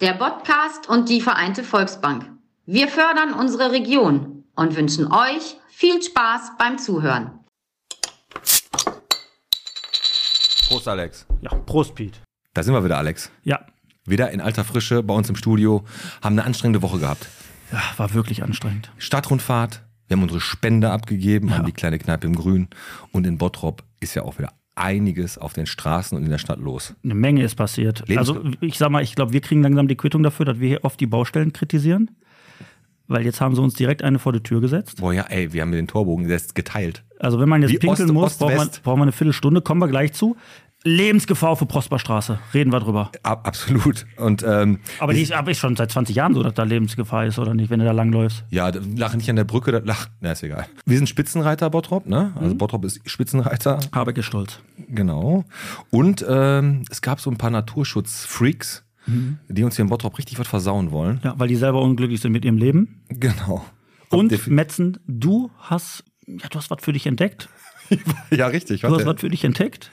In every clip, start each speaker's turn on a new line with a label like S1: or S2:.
S1: der Podcast und die Vereinte Volksbank. Wir fördern unsere Region und wünschen euch viel Spaß beim Zuhören.
S2: Prost, Alex.
S3: Ja, Prost, Piet.
S2: Da sind wir wieder, Alex.
S3: Ja,
S2: Wieder in alter Frische bei uns im Studio. Haben eine anstrengende Woche gehabt.
S3: ja war wirklich anstrengend.
S2: Stadtrundfahrt, wir haben unsere Spende abgegeben an die kleine Kneipe im Grün. Und in Bottrop ist ja auch wieder einiges auf den Straßen und in der Stadt los.
S3: Eine Menge ist passiert.
S2: Lebens-
S3: also, ich sag mal, ich glaube, wir kriegen langsam die Quittung dafür, dass wir hier oft die Baustellen kritisieren. Weil jetzt haben sie uns direkt eine vor die Tür gesetzt.
S2: Boah, ja, ey, wir haben den Torbogen jetzt geteilt.
S3: Also, wenn man jetzt
S2: Wie
S3: pinkeln
S2: Ost-
S3: muss,
S2: Ost-
S3: braucht, man,
S2: West.
S3: braucht man eine Viertelstunde. Kommen wir gleich zu. Lebensgefahr für Prosperstraße. Reden wir drüber.
S2: Ab, absolut. Und ähm,
S3: Aber die ist, aber ist schon seit 20 Jahren so, dass da Lebensgefahr ist, oder nicht, wenn du da langläufst.
S2: Ja, d- lach nicht an der Brücke, das lach. Na, ist egal. Wir sind Spitzenreiter Bottrop, ne? Also Bottrop ist Spitzenreiter,
S3: Habeck ist stolz.
S2: genau. Und ähm, es gab so ein paar Naturschutz-Freaks, die uns hier in Bottrop richtig was versauen wollen.
S3: Ja, weil die selber unglücklich sind mit ihrem Leben.
S2: Genau.
S3: Und
S2: Defi-
S3: Metzen, du hast, ja, du hast was für dich entdeckt.
S2: ja, richtig.
S3: Du hast
S2: warte.
S3: was für dich entdeckt?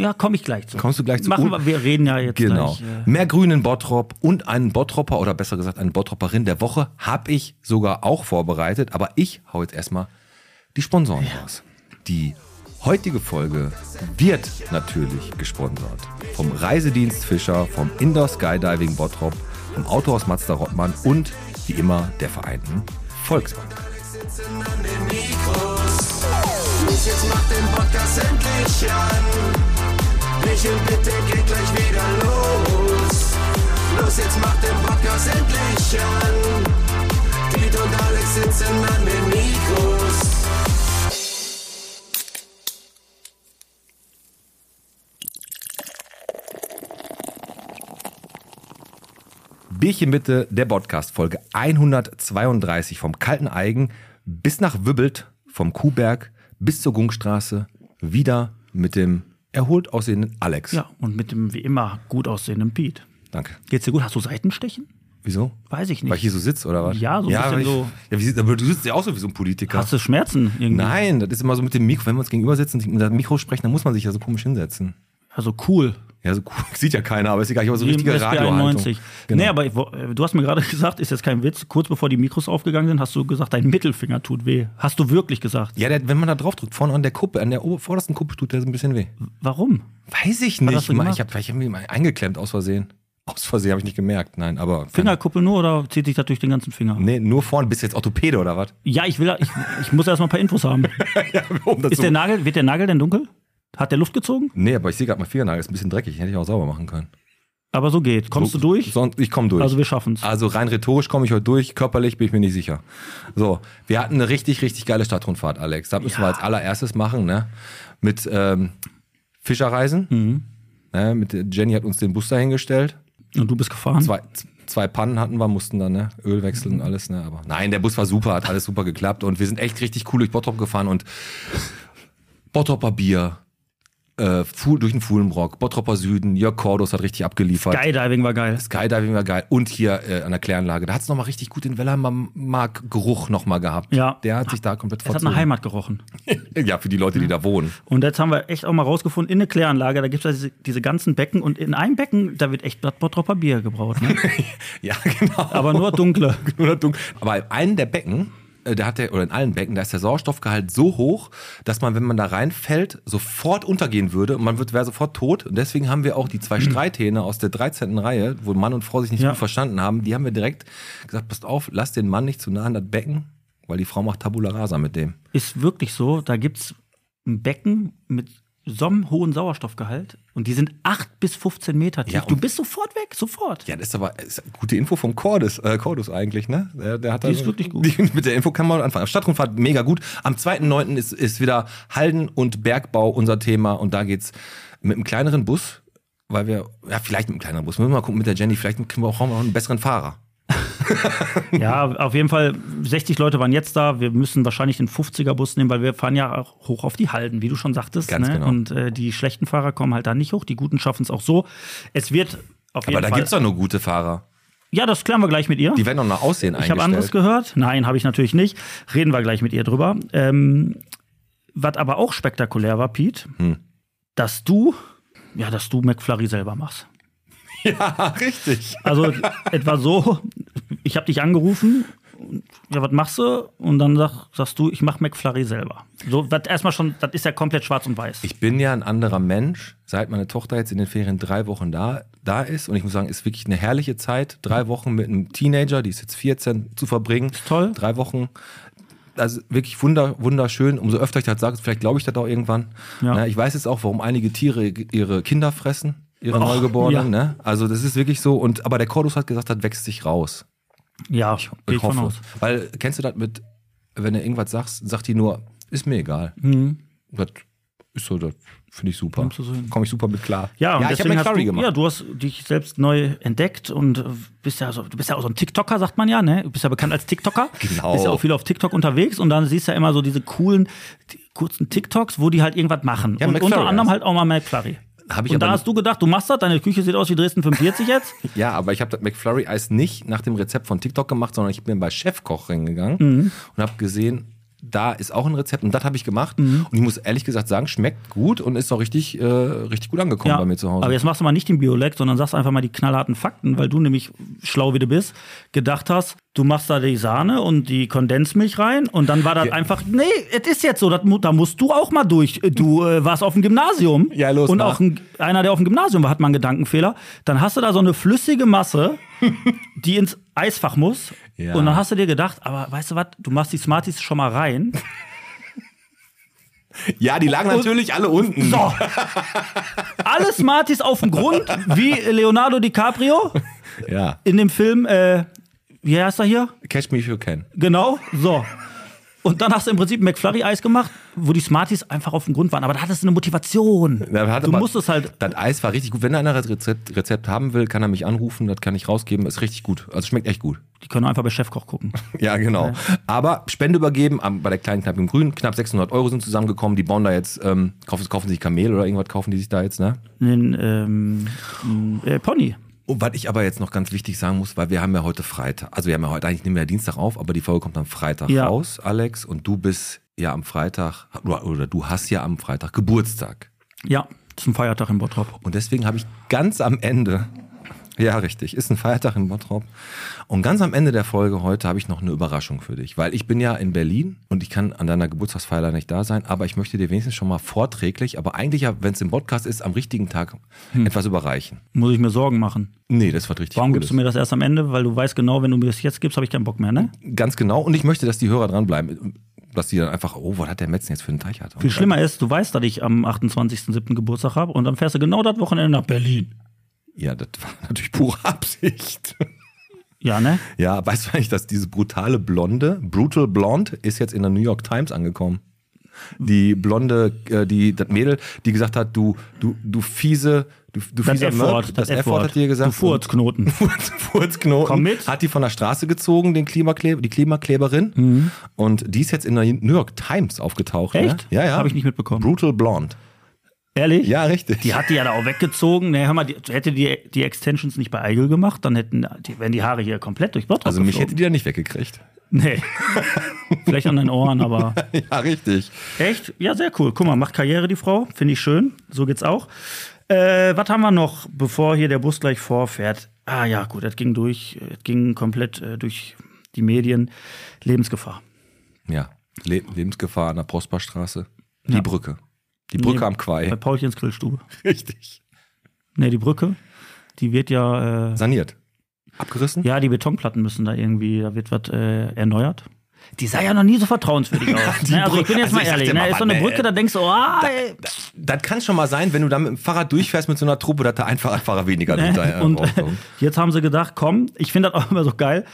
S3: Ja, komme ich gleich zu.
S2: Kommst du gleich zu?
S3: Machen wir, wir reden ja jetzt
S2: Genau.
S3: gleich. äh,
S2: Mehr Grün in Bottrop und einen Bottropper oder besser gesagt eine Bottropperin der Woche habe ich sogar auch vorbereitet, aber ich hau jetzt erstmal die Sponsoren raus. Die heutige Folge wird natürlich gesponsert vom Reisedienst Fischer, vom Indoor Skydiving Bottrop, vom Autohaus Mazda Rottmann und wie immer der Vereinten Volksbank.
S4: Jetzt mach den Podcast endlich an. Michel, bitte geht gleich wieder los. Los, jetzt mach den Podcast endlich an. Piet und Alex sitzen an den Mikros.
S2: Bierchen bitte, der Podcast, Folge 132 vom Kalten Eigen bis nach Wübbelt, vom Kuhberg bis zur Gungstraße, wieder mit dem erholt aussehenden Alex.
S3: äh, Ja, und mit dem wie immer gut aussehenden Piet.
S2: Danke.
S3: Geht's dir gut? Hast du Seitenstechen?
S2: Wieso?
S3: Weiß ich nicht.
S2: Weil ich hier so sitze, oder was?
S3: Ja, so ein bisschen
S2: weil ich,
S3: so.
S2: Ja, wie, sitzt- aber du sitzt ja auch so wie so ein Politiker.
S3: Hast du Schmerzen irgendwie?
S2: Nein, das ist immer so mit dem Mikro. Wenn wir uns gegenüber sitzen und mit dem Mikro sprechen, dann muss man sich ja so komisch hinsetzen.
S3: Also cool.
S2: Ja, so cool. Sieht ja keiner, aber ist egal. Ich habe so
S3: Wie im
S2: richtige Genau.
S3: SB
S2: Radio.
S3: Nee, aber ich, wo- äh, du hast mir gerade gesagt, ist jetzt kein Witz, kurz bevor die Mikros aufgegangen sind, hast du gesagt, dein Mittelfinger tut weh. Hast du wirklich gesagt?
S2: Ja, der, wenn man da drauf drückt, vorne an der Kuppe, an der ober- vordersten Kuppe tut der so ein bisschen weh.
S3: Warum?
S2: Weiß ich nicht.
S3: hast du
S2: Mal,
S3: gemacht?
S2: ich habe hab mich mal eingeklemmt aus Versehen. Aus Versehen habe ich nicht gemerkt. Nein, aber.
S3: Fingerkuppel nur oder zieht sich das durch den ganzen Finger?
S2: Nee, nur vorne. Bist du jetzt Orthopäde oder was?
S3: Ja, ich will, ich, ich muss erst mal ein paar Infos haben.
S2: Um das
S3: Ist
S2: so-
S3: der Nagel, wird der Nagel denn dunkel? Hat der Luft gezogen?
S2: nee, aber ich sehe gerade, mein Fingernagel ist ein bisschen dreckig. Hätte ich auch sauber machen können.
S3: Aber so geht. Kommst du durch?
S2: Sonst, ich komme durch.
S3: Also wir schaffen's.
S2: Also rein rhetorisch komme ich heute durch, körperlich bin ich mir nicht sicher. So, wir hatten eine richtig, richtig geile Stadtrundfahrt, Alex. Das müssen wir als allererstes machen, ne? Mit ähm, Fischerreisen.
S3: Mhm.
S2: Ne? Mit, Jenny hat uns den Bus dahingestellt.
S3: Und du bist gefahren?
S2: zwei, zwei Pannen hatten wir, mussten dann ne, Öl wechseln
S3: Mhm.
S2: und alles. Ne, aber nein, der Bus war super, hat alles super geklappt und wir sind echt richtig cool durch Bottrop gefahren und Bottroper Bier, äh, Fuhl, durch den Fuhlenbrock, Bottroper Süden, Jörg Cordos hat richtig abgeliefert.
S3: Skydiving war geil.
S2: Skydiving war geil. Und hier äh, an der Kläranlage. Da hat es nochmal richtig gut den Wellermark-Geruch nochmal gehabt.
S3: Ja.
S2: Der hat sich da komplett
S3: Es hat nach Heimat gerochen.
S2: Ja, für die Leute, die da wohnen.
S3: Und jetzt haben wir echt auch mal rausgefunden, in der Kläranlage, da gibt's ja diese, diese ganzen Becken und in einem Becken, da wird echt Blatt Bottropper Bier gebraut. Ne?
S2: Ja, genau.
S3: Aber nur dunkle.
S2: Oder dunkel. Aber in einem der Becken, äh, da hat der, oder in allen Becken, da ist der Sauerstoffgehalt so hoch, dass man, wenn man da reinfällt, sofort untergehen würde und man wird, wäre sofort tot. Und deswegen haben wir auch die zwei Streithähne aus der 13. Reihe, wo Mann und Frau sich nicht
S3: Ja.
S2: gut verstanden haben, die haben wir direkt gesagt, passt auf, lasst den Mann nicht zu nah an das Becken, weil die Frau macht Tabula Rasa mit dem.
S3: Ist wirklich so, da gibt's ein Becken mit so einem hohen Sauerstoffgehalt und die sind 8 bis 15 Meter tief.
S2: Ja, und-
S3: du bist sofort weg, sofort.
S2: Ja, das ist aber äh, ist eine gute Info vom Cordus, äh, Cordus eigentlich, ne? Der, der hat da
S3: Die ist
S2: so-
S3: wirklich gut.
S2: Die, mit der Info kann man anfangen. Stadtrundfahrt mega gut. Am 2.9. ist, ist wieder Halden und Bergbau unser Thema und da geht's mit einem kleineren Bus, weil wir, ja, vielleicht mit einem kleineren Bus, müssen wir mal gucken mit der Jenny, vielleicht können wir auch, brauchen wir auch einen besseren Fahrer.
S3: Ja, auf jeden Fall, 60 Leute waren jetzt da. Wir müssen wahrscheinlich den 50er-Bus nehmen, weil wir fahren ja auch hoch auf die Halden, wie du schon sagtest.
S2: Ganz
S3: ne?
S2: genau.
S3: Und äh, die schlechten Fahrer kommen halt da nicht hoch, die guten schaffen es auch so. Es wird auf jeden
S2: Aber da
S3: Fall.
S2: gibt's doch nur gute Fahrer.
S3: ja, das klären wir gleich mit ihr.
S2: Die werden doch nach Aussehen
S3: ich habe anderes
S2: eingestellt.
S3: gehört. Nein, habe ich natürlich nicht. Reden wir gleich mit ihr drüber. Ähm, was aber auch
S2: Hm.
S3: spektakulär war, Pete, dass du, ja, dass du McFlurry selber machst.
S2: Ja, richtig.
S3: Also etwa so, ich habe dich angerufen, ja, was machst du? Und dann sag, sagst du, ich mache McFlurry selber. So, was erstmal schon, das ist ja komplett schwarz und weiß.
S2: Ich bin ja ein anderer Mensch, seit meine Tochter jetzt in den Ferien drei Wochen da, da ist. Und ich muss sagen, ist wirklich eine herrliche Zeit, drei Wochen mit einem Teenager, die ist jetzt 14, zu verbringen.
S3: toll.
S2: Drei Wochen. Also wirklich wunder, wunderschön. Umso öfter ich das sage, vielleicht glaube ich das auch irgendwann.
S3: Ja.
S2: Ne, ich weiß jetzt auch, warum einige Tiere ihre Kinder fressen, ihre
S3: Och,
S2: Neugeborenen.
S3: ja.
S2: Ne? Also das ist wirklich so. Und, aber der Cordus hat gesagt, das wächst sich raus.
S3: ja, geh
S2: Ich hoffe. Weil kennst du das mit, wenn du irgendwas sagst, sagt die nur, ist mir egal. Das ist so, das finde ich super.
S3: Mhm. du so hin.
S2: Komme ich super mit klar.
S3: Ja, und
S2: ja ich habe
S3: deswegen hast
S2: McFlurry
S3: du,
S2: gemacht.
S3: ja, du hast dich selbst neu entdeckt und äh, bist ja so, du bist ja auch so ein TikToker, sagt man ja, ne? Du bist ja bekannt als TikToker.
S2: Genau.
S3: Bist ja auch viel auf TikTok unterwegs und dann siehst du ja immer so diese coolen die, kurzen TikToks, wo die halt irgendwas machen.
S2: Ja,
S3: und
S2: McFlurry
S3: unter anderem
S2: heißt.
S3: halt auch mal McFlurry.
S2: Hab ich
S3: und da
S2: aber
S3: hast du gedacht, du machst das, deine Küche sieht aus wie Dresden 45 jetzt.
S2: Ja, aber ich habe das McFlurry-Eis nicht nach dem Rezept von TikTok gemacht, sondern ich bin bei Chefkoch reingegangen
S3: Mhm.
S2: und habe gesehen, da ist auch ein Rezept und das habe ich gemacht.
S3: Mhm.
S2: Und ich muss ehrlich gesagt sagen, schmeckt gut und ist auch richtig, äh, richtig gut angekommen bei mir zu Hause.
S3: Aber jetzt machst du mal nicht den Biolek, sondern sagst einfach mal die knallharten Fakten, weil du nämlich schlau wie du bist, gedacht hast, du machst da die Sahne und die Kondensmilch rein und dann war das einfach, nee, es ist jetzt so, das, mu- da musst du auch mal durch. Du äh, warst auf dem Gymnasium
S2: Ja, los,
S3: und
S2: mach.
S3: auch ein, einer, der auf dem Gymnasium war, hat mal einen Gedankenfehler. Dann hast du da so eine flüssige Masse, die ins Eisfach muss
S2: Ja.
S3: und dann hast du dir gedacht, aber weißt du was, du machst die Smarties schon mal rein.
S2: ja, die lagen natürlich alle unten.
S3: So. Alle Smarties auf dem Grund, wie Leonardo DiCaprio
S2: Ja.
S3: in dem Film, äh, wie heißt er hier?
S2: Catch me if you can.
S3: Genau, so. Und dann hast du im Prinzip McFlurry-Eis gemacht, wo die Smarties einfach auf dem Grund waren. Aber da hattest du eine Motivation.
S2: Na, wir hatten
S3: du
S2: mal-
S3: musstest halt.
S2: Das Eis war richtig gut. Wenn einer das Rezept, Rezept haben will, kann er mich anrufen, das kann ich rausgeben. Ist richtig gut. Also schmeckt echt gut.
S3: Die können einfach bei Chefkoch gucken.
S2: Ja, genau. Aber Spende übergeben am, bei der kleinen Kneipe im Grün. Knapp 600 Euro sind zusammengekommen. Die bauen da jetzt, ähm, kaufen, kaufen sich Kamel oder irgendwas kaufen die sich da jetzt, ne?
S3: Einen ähm, äh, Pony.
S2: Und was ich aber jetzt noch ganz wichtig sagen muss, weil wir haben ja heute Freitag. Also wir haben ja heute, eigentlich nehmen wir ja Dienstag auf, aber die Folge kommt am Freitag
S3: Ja.
S2: raus, Alex. Und du bist ja am Freitag, oder, oder du hast ja am Freitag Geburtstag.
S3: Ja, das ist ein Feiertag in Bottrop.
S2: Und deswegen habe ich ganz am Ende, ja richtig, ist ein Feiertag in Bottrop. Und ganz am Ende der Folge heute habe ich noch eine Überraschung für dich, weil ich bin ja in Berlin und ich kann an deiner Geburtstagsfeier leider nicht da sein, aber ich möchte dir wenigstens schon mal vorträglich, aber eigentlich ja, wenn es im Podcast ist, am richtigen Tag etwas überreichen.
S3: Muss ich mir Sorgen machen.
S2: Nee, das war richtig.
S3: Hm. Warum
S2: Cooles.
S3: gibst du mir das erst am Ende? Weil du weißt genau, wenn du mir das jetzt gibst, habe ich keinen Bock mehr, ne?
S2: Ganz genau. Und ich möchte, dass die Hörer dranbleiben. Dass die dann einfach, oh, was hat der Metzen jetzt für einen Teich hat.
S3: Viel schlimmer ist, du weißt, dass ich am 28.07. Geburtstag habe und dann fährst du genau das Wochenende nach Berlin.
S2: Ja, das war natürlich pure Absicht.
S3: Ja, ne?
S2: Ja, weißt du eigentlich, dass diese brutale Blonde, Brutal Blonde, ist jetzt in der New York Times angekommen? Die Blonde, äh, die, das Mädel, die gesagt hat, du, du, du fiese, du, du
S3: Das
S2: fieser Mörder.
S3: F-Wort.
S2: ne? Das F-Wort hat dir gesagt.
S3: Du Furzknoten.
S2: Furz- Furzknoten.
S3: Komm mit.
S2: Hat die von der Straße gezogen, den Klimakleber, die Klimakleberin. Und die ist jetzt in der New York Times aufgetaucht.
S3: Mhm. Echt?
S2: Ne? Ja, ja.
S3: Hab ich nicht mitbekommen.
S2: Brutal Blonde.
S3: Ehrlich?
S2: Ja, richtig.
S3: Die hat die ja da auch weggezogen. Ne, hör mal, die, hätte die die Extensions nicht bei Eigel gemacht, dann hätten die, wären die Haare hier komplett durch Bottrop
S2: also mich hätte
S3: geflogen.
S2: die da nicht weggekriegt.
S3: Nee. Vielleicht an den Ohren, aber.
S2: ja, richtig.
S3: Echt? Ja, sehr cool. Guck mal, macht Karriere die Frau. Finde ich schön. So geht's auch. Äh, was haben wir noch, bevor hier der Bus gleich vorfährt? Ah ja, gut, das ging durch, das ging komplett äh, durch die Medien. Lebensgefahr.
S2: Ja. Le Lebensgefahr an der Prosperstraße. Die Brücke. Die Brücke
S3: Nee,
S2: am Quai.
S3: Bei Paulchens Grillstube.
S2: Richtig.
S3: Ne, die Brücke, die wird ja. Äh,
S2: Saniert. Abgerissen?
S3: Ja, die Betonplatten müssen da irgendwie, da wird was äh, erneuert. Die sah ja noch nie so vertrauenswürdig aus. ne? Also ich
S2: Brücke-
S3: bin jetzt
S2: also
S3: mal
S2: ich sag
S3: ehrlich,
S2: dir mal
S3: ne? ist
S2: was,
S3: so eine
S2: ne,
S3: Brücke,
S2: ey.
S3: da denkst du, oh, ey.
S2: Das kann schon mal sein, wenn du dann mit dem Fahrrad durchfährst mit so einer Truppe, dass da ein Fahrradfahrer weniger hinterher
S3: Und
S2: rauskommt.
S3: jetzt haben sie gedacht, komm, ich finde das auch immer so geil.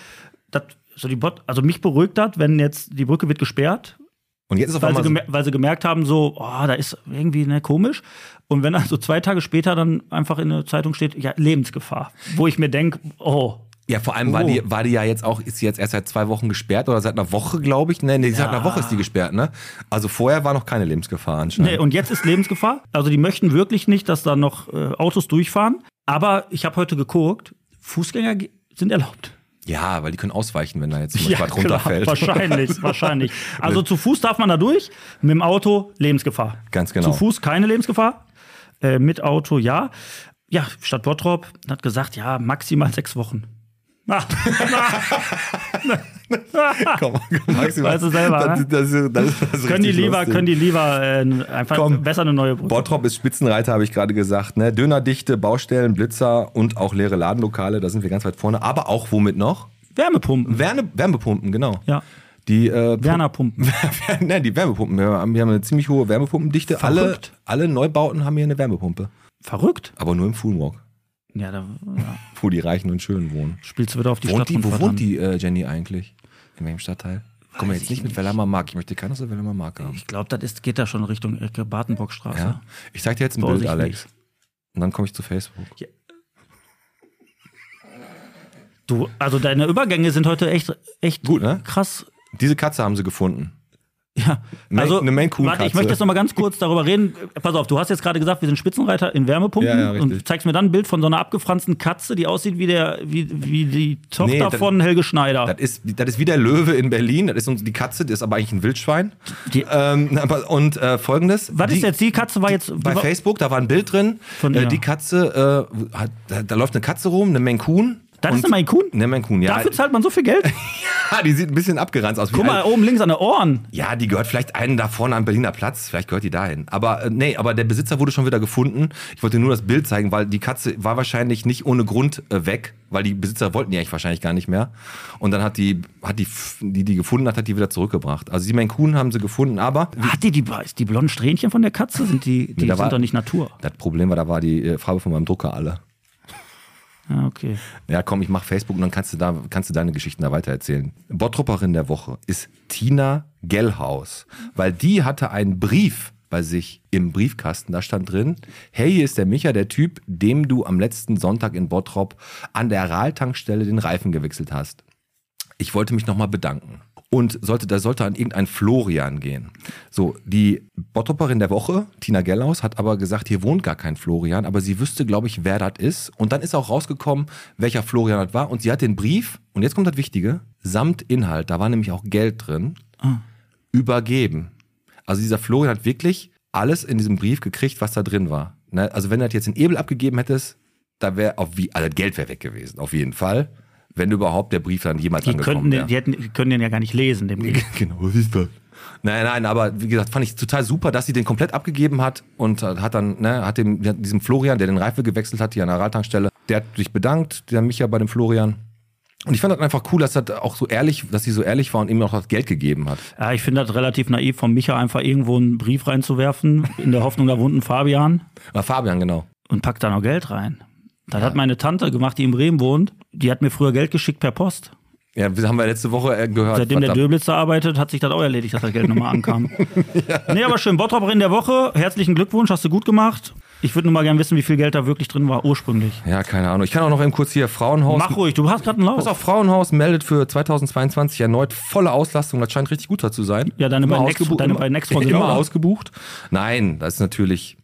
S3: Das, so die Bot, also mich beruhigt das, wenn jetzt die Brücke wird gesperrt,
S2: Und jetzt ist auf
S3: weil sie,
S2: einmal so,
S3: gemer- weil sie gemerkt haben, so, oh, da ist irgendwie ne, komisch. Und wenn also zwei Tage später dann einfach in der Zeitung steht, ja, Lebensgefahr, wo ich mir denke, oh,
S2: Ja, vor allem war,
S3: Oh.
S2: die, war die ja jetzt auch, ist sie jetzt erst seit zwei Wochen gesperrt oder seit einer Woche, glaube ich. Nee, nee, seit einer Woche ist die gesperrt, ne? Also vorher war noch keine Lebensgefahr anscheinend.
S3: Nee, und jetzt ist Lebensgefahr. Also die möchten wirklich nicht, dass da noch äh, Autos durchfahren. Aber ich habe heute geguckt, Fußgänger ge- sind erlaubt.
S2: Ja, weil die können ausweichen, wenn da jetzt zum Beispiel was runterfällt.
S3: wahrscheinlich, wahrscheinlich. Also zu Fuß darf man da durch, mit dem Auto Lebensgefahr.
S2: Ganz genau.
S3: Zu Fuß keine Lebensgefahr, äh, mit Auto ja. ja, Stadt Bottrop hat gesagt, ja, maximal sechs Wochen. Ah,
S2: Komm, komm, Maxi,
S3: Weißt du selber,
S2: Das,
S3: ne?
S2: das, das, das, das ist
S3: können die
S2: richtig
S3: lieber,
S2: lustig.
S3: können die lieber äh, einfach
S2: Komm.
S3: besser eine neue Brücke.
S2: Bottrop ist Spitzenreiter, habe ich gerade gesagt. Ne? Dönerdichte, Baustellen, Blitzer und auch leere Ladenlokale, da sind wir ganz weit vorne. Aber auch womit noch?
S3: Wärmepumpen.
S2: Wärme, Wärmepumpen, genau.
S3: Ja.
S2: Die, äh,
S3: Wernerpumpen.
S2: Nein, die Wärmepumpen. Wir haben, wir haben eine ziemlich hohe Wärmepumpendichte. Alle,
S3: Verrückt.
S2: alle Neubauten haben hier eine Wärmepumpe.
S3: Verrückt.
S2: Aber nur im Fulenwalk,
S3: Ja, da ja.
S2: wo die Reichen und Schönen wohnen.
S3: spielst du wieder auf die
S2: Wohnt
S3: Stadt
S2: die, wo wohnt die äh, Jenny eigentlich? In welchem Stadtteil? Komm mal jetzt nicht mit Wellermer Mark. Ich möchte keinen aus der Wellermer Mark haben.
S3: Ich glaube, das ist, geht da schon Richtung Ecke Bartenburgstraße.
S2: Ja? Ich zeig dir jetzt ein
S3: Vorsicht
S2: Bild, Alex. Und dann komme ich zu Facebook.
S3: Du, also deine Übergänge sind heute echt, echt
S2: Gut, ne?
S3: krass.
S2: Diese Katze haben sie gefunden.
S3: Ja, Also,
S2: Maine- eine Maine Coon
S3: warte, ich
S2: Katze.
S3: möchte jetzt noch mal ganz kurz darüber reden. Pass auf, du hast jetzt gerade gesagt, wir sind Spitzenreiter in Wärmepumpen
S2: Ja, ja, richtig.
S3: und zeigst mir dann ein Bild von so einer abgefransten Katze, die aussieht wie der wie, wie die
S2: Nee,
S3: Tochter
S2: das-
S3: von Helge Schneider.
S2: Das ist, das ist wie der Löwe in Berlin. Das ist uns die Katze, die ist aber eigentlich ein Wildschwein.
S3: Die-
S2: ähm, aber, und äh, folgendes.
S3: Was
S2: die,
S3: ist jetzt die Katze war jetzt
S2: Bei
S3: die war-
S2: Facebook, da war ein Bild drin.
S3: Von
S2: äh,
S3: ihr.
S2: die Katze, äh, hat, da, da läuft eine Katze rum, eine Menkun.
S3: Das ist
S2: Und-
S3: eine Maine Coon?
S2: Eine Menkun, ja.
S3: Dafür zahlt man so viel Geld?
S2: ja. Die sieht ein bisschen abgeranzt aus. Wie
S3: Guck mal,
S2: alt-
S3: oben links an den Ohren.
S2: Ja, die gehört vielleicht einen da vorne am Berliner Platz. Vielleicht gehört die dahin. Aber äh, nee, aber der Besitzer wurde schon wieder gefunden. Ich wollte nur das Bild zeigen, weil die Katze war wahrscheinlich nicht ohne Grund äh, weg, weil die Besitzer wollten die eigentlich wahrscheinlich gar nicht mehr. Und dann hat die, hat die, die die gefunden hat, hat die wieder zurückgebracht. Also die Menkun haben sie gefunden, aber
S3: Hat die die, ist die blonden Strähnchen von der Katze? Sind die, die
S2: da war-
S3: sind doch nicht Natur.
S2: das Problem war, da war die äh, Farbe von meinem Drucker alle.
S3: Ja, okay.
S2: Ja, komm, ich mach Facebook und dann kannst du, da, kannst du deine Geschichten da weitererzählen. Bottropperin der Woche ist Tina Gellhaus, weil die hatte einen Brief bei sich im Briefkasten. Da stand drin, hey, hier ist der Micha, der Typ, dem du am letzten Sonntag in Bottrop an der Rahltankstelle den Reifen gewechselt hast. Ich wollte mich nochmal bedanken. Und sollte, da sollte an irgendein Florian gehen. So, die Bottropperin der Woche, Tina Gellaus, hat aber gesagt, hier wohnt gar kein Florian, aber sie wüsste, glaube ich, wer das ist. Und dann ist auch rausgekommen, welcher Florian das war. Und sie hat den Brief, und jetzt kommt das Wichtige, samt Inhalt, da war nämlich auch Geld drin, übergeben. Also dieser Florian hat wirklich alles in diesem Brief gekriegt, was da drin war. Ne? Also wenn du das jetzt in Ebel abgegeben hättest, da wäre auf wie, also das Geld wäre weg gewesen, auf jeden Fall. Wenn überhaupt der Brief dann jemals
S3: Die,
S2: angekommen
S3: könnten
S2: wäre.
S3: den, die, hätten, die können den ja gar nicht lesen, den Brief.
S2: genau, was ist das? Nein, nein, aber wie gesagt, fand ich total super, dass sie den komplett abgegeben hat und äh, hat dann, ne, hat dem, hat diesem Florian, der den Reifen gewechselt hat, hier an der Radtankstelle, der hat sich bedankt, der Micha bei dem Florian. Und ich fand das einfach cool, dass das auch so ehrlich, dass sie so ehrlich war und ihm auch das Geld gegeben hat.
S3: Ja, ich finde das relativ naiv von Micha, einfach irgendwo einen Brief reinzuwerfen, in der Hoffnung, da wohnt ein Fabian
S2: Na, Fabian, genau.
S3: und packt da noch Geld rein. Das hat meine Tante gemacht, die in Bremen wohnt. Die hat mir früher Geld geschickt per Post.
S2: Ja, das haben wir letzte Woche äh, gehört.
S3: Seitdem der
S2: Verdammt.
S3: Döblitzer arbeitet, hat sich das auch erledigt, dass das Geld nochmal ankam. Nee, aber schön. Bottrop in der Woche. Herzlichen Glückwunsch, hast du gut gemacht. Ich würde nur mal gerne wissen, wie viel Geld da wirklich drin war, ursprünglich.
S2: ja, keine Ahnung. Ich kann auch noch eben kurz hier Frauenhaus.
S3: Mach ruhig, du hast gerade einen
S2: Pass
S3: Lauf.
S2: auf, Frauenhaus meldet für 2022 erneut volle Auslastung. Das scheint richtig gut da zu sein.
S3: Ja, deine
S2: Immer
S3: beiden Ex-
S2: ausgebucht-
S3: deine
S2: immer-
S3: beiden Ex-Freunde sind
S2: Immer
S3: auch.
S2: ausgebucht. Nein, das ist natürlich,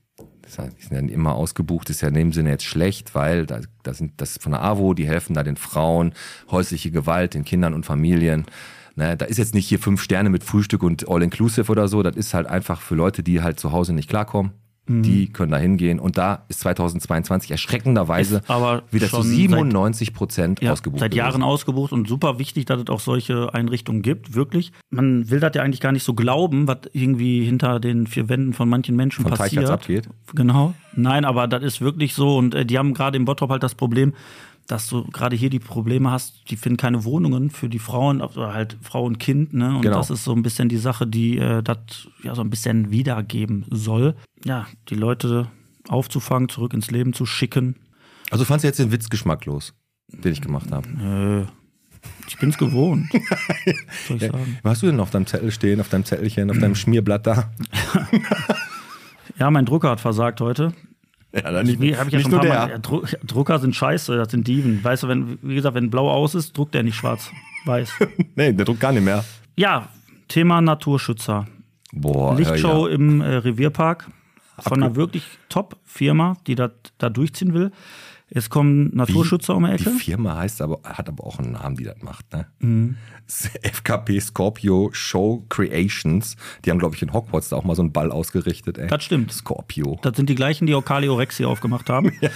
S2: das ist ja immer ausgebucht, ist ja in dem Sinne jetzt schlecht, weil da, da sind, das ist von der AWO, die helfen da den Frauen, häusliche Gewalt, den Kindern und Familien. Ne, da ist jetzt nicht hier fünf Sterne mit Frühstück und All-Inclusive oder so. Das ist halt einfach für Leute, die halt zu Hause nicht klarkommen.
S3: Mhm.
S2: Die können da hingehen. Und da ist 2022 erschreckenderweise
S3: Ist aber
S2: wieder zu
S3: schon seit-
S2: 97 Prozent
S3: Ja,
S2: ausgebucht.
S3: seit
S2: gewesen.
S3: Jahren ausgebucht und super wichtig, dass es auch solche Einrichtungen gibt, wirklich. Man will das ja eigentlich gar nicht so glauben, was irgendwie hinter den vier Wänden von manchen Menschen
S2: Von
S3: passiert.
S2: Teichplatz abgeht.
S3: Genau. Nein, aber das ist wirklich so und äh, die haben gerade im Bottrop halt das Problem, dass du gerade hier die Probleme hast, die finden keine Wohnungen für die Frauen, oder halt Frau und Kind, ne? Und
S2: Genau.
S3: das ist so ein bisschen die Sache, die äh, das ja so ein bisschen wiedergeben soll. Ja, die Leute aufzufangen, zurück ins Leben zu schicken.
S2: Also fandst du jetzt den Witz geschmacklos, den ich gemacht habe?
S3: Äh, ich bin's gewohnt. Was soll ich sagen?
S2: Was hast du denn auf deinem Zettel stehen, auf deinem Zettelchen, auf deinem Schmierblatt da?
S3: Ja, mein Drucker hat versagt heute.
S2: Ja, dann
S3: Wie hab ich ja schon ein paar Mal, ja, Dru ja, Drucker sind scheiße, das sind Dieven. Weißt du, wenn, wie gesagt, wenn blau aus ist, druckt er nicht schwarz. Weiß.
S2: Nee, der druckt gar nicht mehr.
S3: Ja, Thema Naturschützer.
S2: Boah,
S3: Lichtshow
S2: hör ja.
S3: im äh, Revierpark von einer wirklich Top-Firma, die das da durchziehen will. Jetzt kommen Naturschützer um die
S2: Die
S3: Ecke. Mhm.
S2: Firma heißt aber, hat aber auch einen Namen, die das macht. Ne? FKP Scorpio Show Creations. Die haben, glaube ich, in Hogwarts da auch mal so einen Ball ausgerichtet. Ey.
S3: Das stimmt.
S2: Scorpio.
S3: Das sind die gleichen, die Okali Orexi aufgemacht haben. ja.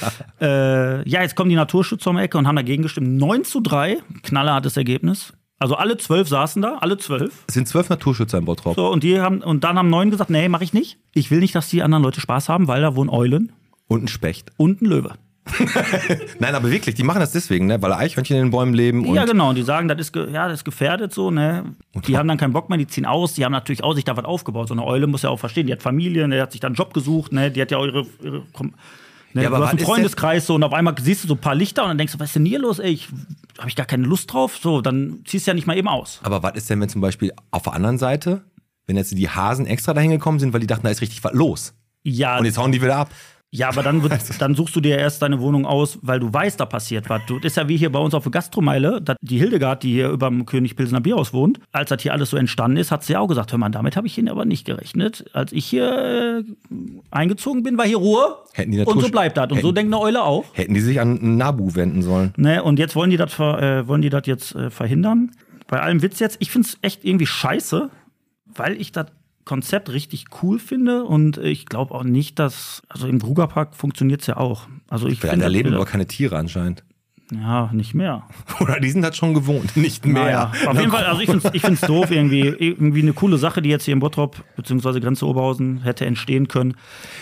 S3: Äh, ja, jetzt kommen die Naturschützer um die Ecke und haben dagegen gestimmt. 9 zu 3, knallhartes Ergebnis. Also alle zwölf saßen da, alle zwölf.
S2: es sind zwölf Naturschützer im Bottrop.
S3: So, und die haben, und dann haben neun gesagt, nee, mache ich nicht. Ich will nicht, dass die anderen Leute Spaß haben, weil da wohnen Eulen
S2: Und ein Specht.
S3: und ein Löwe.
S2: Nein, aber wirklich, die machen das deswegen, ne? weil Eichhörnchen in den Bäumen leben. Und
S3: ja, genau. Und die sagen, das ist, ge ja, das ist gefährdet so, ne? Die haben dann keinen Bock mehr, die ziehen aus, die haben natürlich auch sich da was aufgebaut. So eine Eule muss ja auch verstehen, die hat Familie, ne? die hat sich dann einen Job gesucht, ne? Die hat ja auch ihre. ihre Kom- ne?
S2: Ja, aber
S3: du
S2: was
S3: hast einen
S2: ist denn-
S3: Freundeskreis so und auf einmal siehst du so ein paar Lichter und dann denkst du, was ist denn hier los, ey? Ich habe ich gar keine Lust drauf. So, dann ziehst du ja nicht mal eben aus.
S2: Aber was ist denn, wenn zum Beispiel auf der anderen Seite, wenn jetzt die Hasen extra dahin gekommen sind, weil die dachten, da ist richtig was los.
S3: Ja,
S2: Und jetzt hauen die wieder ab.
S3: ja, aber dann,
S2: Also.
S3: wird, dann suchst du dir erst deine Wohnung aus, weil du weißt, da passiert was. Du, das ist ja wie hier bei uns auf der Gastromeile, dass die Hildegard, die hier über dem König Pilsener Bierhaus wohnt, als das hier alles so entstanden ist, hat sie ja auch gesagt, hör mal, damit habe ich hier aber nicht gerechnet. Als ich hier äh, eingezogen bin, war hier Ruhe
S2: Hätten die Natur-
S3: und so bleibt das. Und so
S2: hätten-
S3: denkt eine Eule auch.
S2: Hätten die sich an Nabu wenden sollen.
S3: Ne, und jetzt wollen die das ver- äh, wollen die das jetzt äh, verhindern. Bei allem Witz jetzt, ich find's echt irgendwie scheiße, weil ich das Konzept richtig cool finde und ich glaube auch nicht, dass also im Krugerpark funktioniert's ja auch. Also ich
S2: Weil
S3: finde
S2: da leben
S3: das-
S2: aber keine Tiere anscheinend.
S3: ja nicht mehr.
S2: Oder die sind das schon gewohnt, nicht mehr.
S3: Naja, auf jeden Fall, also ich find's, ich find's doof irgendwie irgendwie eine coole Sache, die jetzt hier in Bottrop beziehungsweise Grenze Oberhausen hätte entstehen können.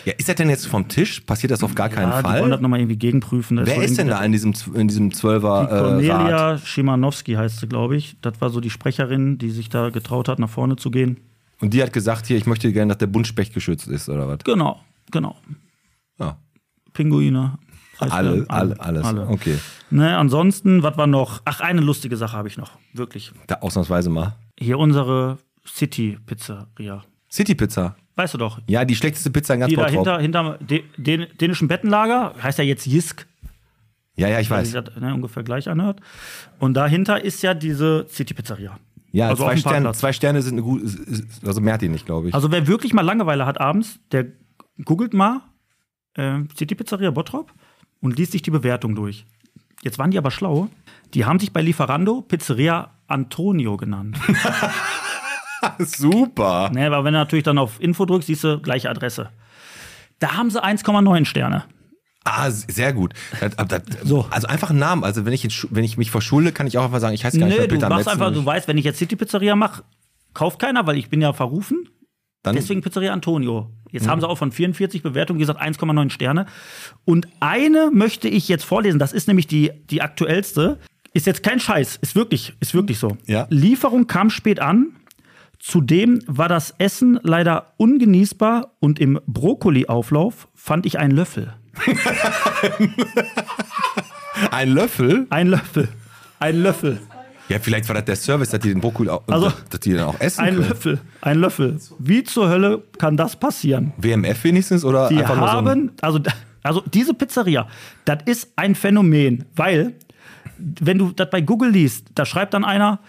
S2: Ja, ist das denn jetzt vom Tisch? Passiert das auf gar keinen
S3: Ja, die wollen das
S2: Fall?
S3: nochmal irgendwie gegenprüfen. Da
S2: Wer
S3: wohl
S2: ist denn
S3: irgendwie-
S2: da in diesem, Z- in diesem Zwölfer äh, Rat?
S3: Cornelia Schimanowski heißt sie, glaube ich. Das war so die Sprecherin, die sich da getraut hat, nach vorne zu gehen.
S2: Und die hat gesagt, hier, ich möchte gerne, dass der Buntspecht geschützt ist, oder was?
S3: Genau, genau.
S2: Ja.
S3: Pinguine.
S2: Alle,
S3: Eisbären,
S2: alle, alles. Okay.
S3: Ne, ansonsten, was war noch? Ach, eine lustige Sache habe ich noch. Wirklich.
S2: Da ausnahmsweise mal.
S3: Hier unsere City-Pizzeria.
S2: City Pizza.
S3: Weißt du doch,
S2: Ja, die schlechteste Pizza in ganz
S3: die da
S2: Bottrop.
S3: hinter, hinter de, den, dänischen Bettenlager, heißt ja jetzt Jisk,
S2: Ja, ja, ich
S3: weil sich
S2: weiß.
S3: das ne, ungefähr gleich anhört. Und dahinter ist ja diese City-Pizzeria.
S2: Ja,
S3: also auf
S2: zwei,
S3: dem
S2: Sterne,
S3: Parkplatz.
S2: zwei Sterne sind eine gute. ist- ist- Also mehr hat die nicht, glaube ich.
S3: Also wer wirklich mal Langeweile hat abends, der googelt mal äh, City Pizzeria Bottrop und liest sich die Bewertung durch. Jetzt waren die aber schlau. Die haben sich bei Lieferando Pizzeria Antonio genannt.
S2: super.
S3: ne, aber wenn du natürlich dann auf Info drückst, siehst du gleiche Adresse. Da haben sie 1,9 Sterne.
S2: Ah, s- sehr gut. Das, das,
S3: So.
S2: Also einfach einen Namen. Also wenn ich, jetzt, schu- wenn ich mich verschulde, kann ich auch einfach sagen, ich heiße gar nicht
S3: Nö,
S2: mehr
S3: du
S2: Peter
S3: machst
S2: Metzen.
S3: einfach, du weißt, wenn ich jetzt City Pizzeria mache, kauft keiner, weil ich bin ja verrufen.
S2: Dann,
S3: Deswegen Pizzeria Antonio. Jetzt haben sie auch von 44 Bewertungen gesagt 1,9 Sterne. Und eine möchte ich jetzt vorlesen. Das ist nämlich die, die aktuellste. Ist jetzt kein Scheiß. Ist wirklich, ist wirklich so.
S2: Ja.
S3: Lieferung kam spät an. Zudem war das Essen leider ungenießbar und im Brokkoli-Auflauf fand ich einen Löffel.
S2: ein Löffel?
S3: Ein Löffel. Ein Löffel.
S2: Ja, vielleicht war das der Service, dass die den Brokkoli auch,
S3: Also-
S2: dass die den auch essen
S3: Ein
S2: können.
S3: Löffel. Ein Löffel. Wie zur Hölle kann das passieren?
S2: WMF wenigstens oder
S3: Die
S2: einfach nur so ein,
S3: haben, also, also diese Pizzeria, das ist ein Phänomen, weil, wenn du das bei Google liest, da schreibt dann einer,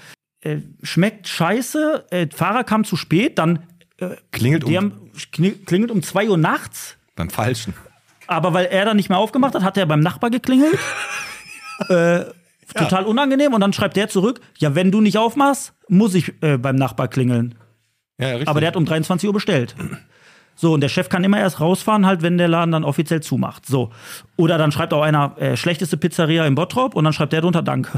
S3: äh, schmeckt scheiße, äh, Fahrer kam zu spät, dann äh,
S2: klingelt
S3: die
S2: um,
S3: haben, kni- klingelt um 2 Uhr nachts,
S2: beim Falschen.
S3: aber weil er dann nicht mehr aufgemacht hat, hat er beim Nachbar geklingelt. äh, total unangenehm und dann schreibt der zurück, ja, wenn du nicht aufmachst, muss ich äh, beim Nachbar klingeln.
S2: Ja, richtig.
S3: Aber der hat um 23 Uhr bestellt. So, und der Chef kann immer erst rausfahren, halt, wenn der Laden dann offiziell zumacht. So. Oder dann schreibt auch einer, äh, schlechteste Pizzeria im Bottrop und dann schreibt der drunter Danke.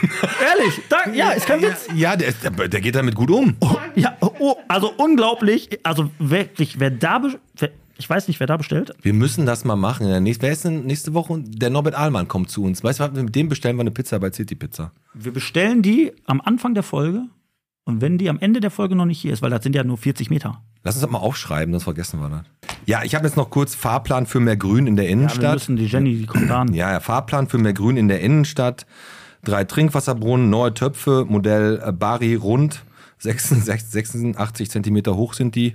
S3: Ehrlich, danke, ja, ist kein Witz.
S2: ja, der, ist- der, der geht damit gut um.
S3: Ja, oh, also unglaublich, also wirklich, wer da, be- wer, ich weiß nicht, wer da bestellt.
S2: Wir müssen das mal machen. In der nächsten, wer ist denn nächste Woche? Der Norbert Ahlmann kommt zu uns. Weißt du, was, mit dem bestellen wir eine Pizza bei City Pizza.
S3: Wir bestellen die am Anfang der Folge und wenn die am Ende der Folge noch nicht hier ist, weil das sind ja nur 40 Meter.
S2: Lass uns das mal aufschreiben, sonst vergessen wir das. Ja, ich habe jetzt noch kurz Fahrplan für mehr Grün in der
S3: Ja, wir
S2: Innenstadt.
S3: müssen, die Jenny, die kommt da an.
S2: Ja, ja, Fahrplan für mehr Grün in der Innenstadt. Drei Trinkwasserbrunnen, neue Töpfe, Modell äh, Bari rund. 66, 86 Zentimeter hoch sind die.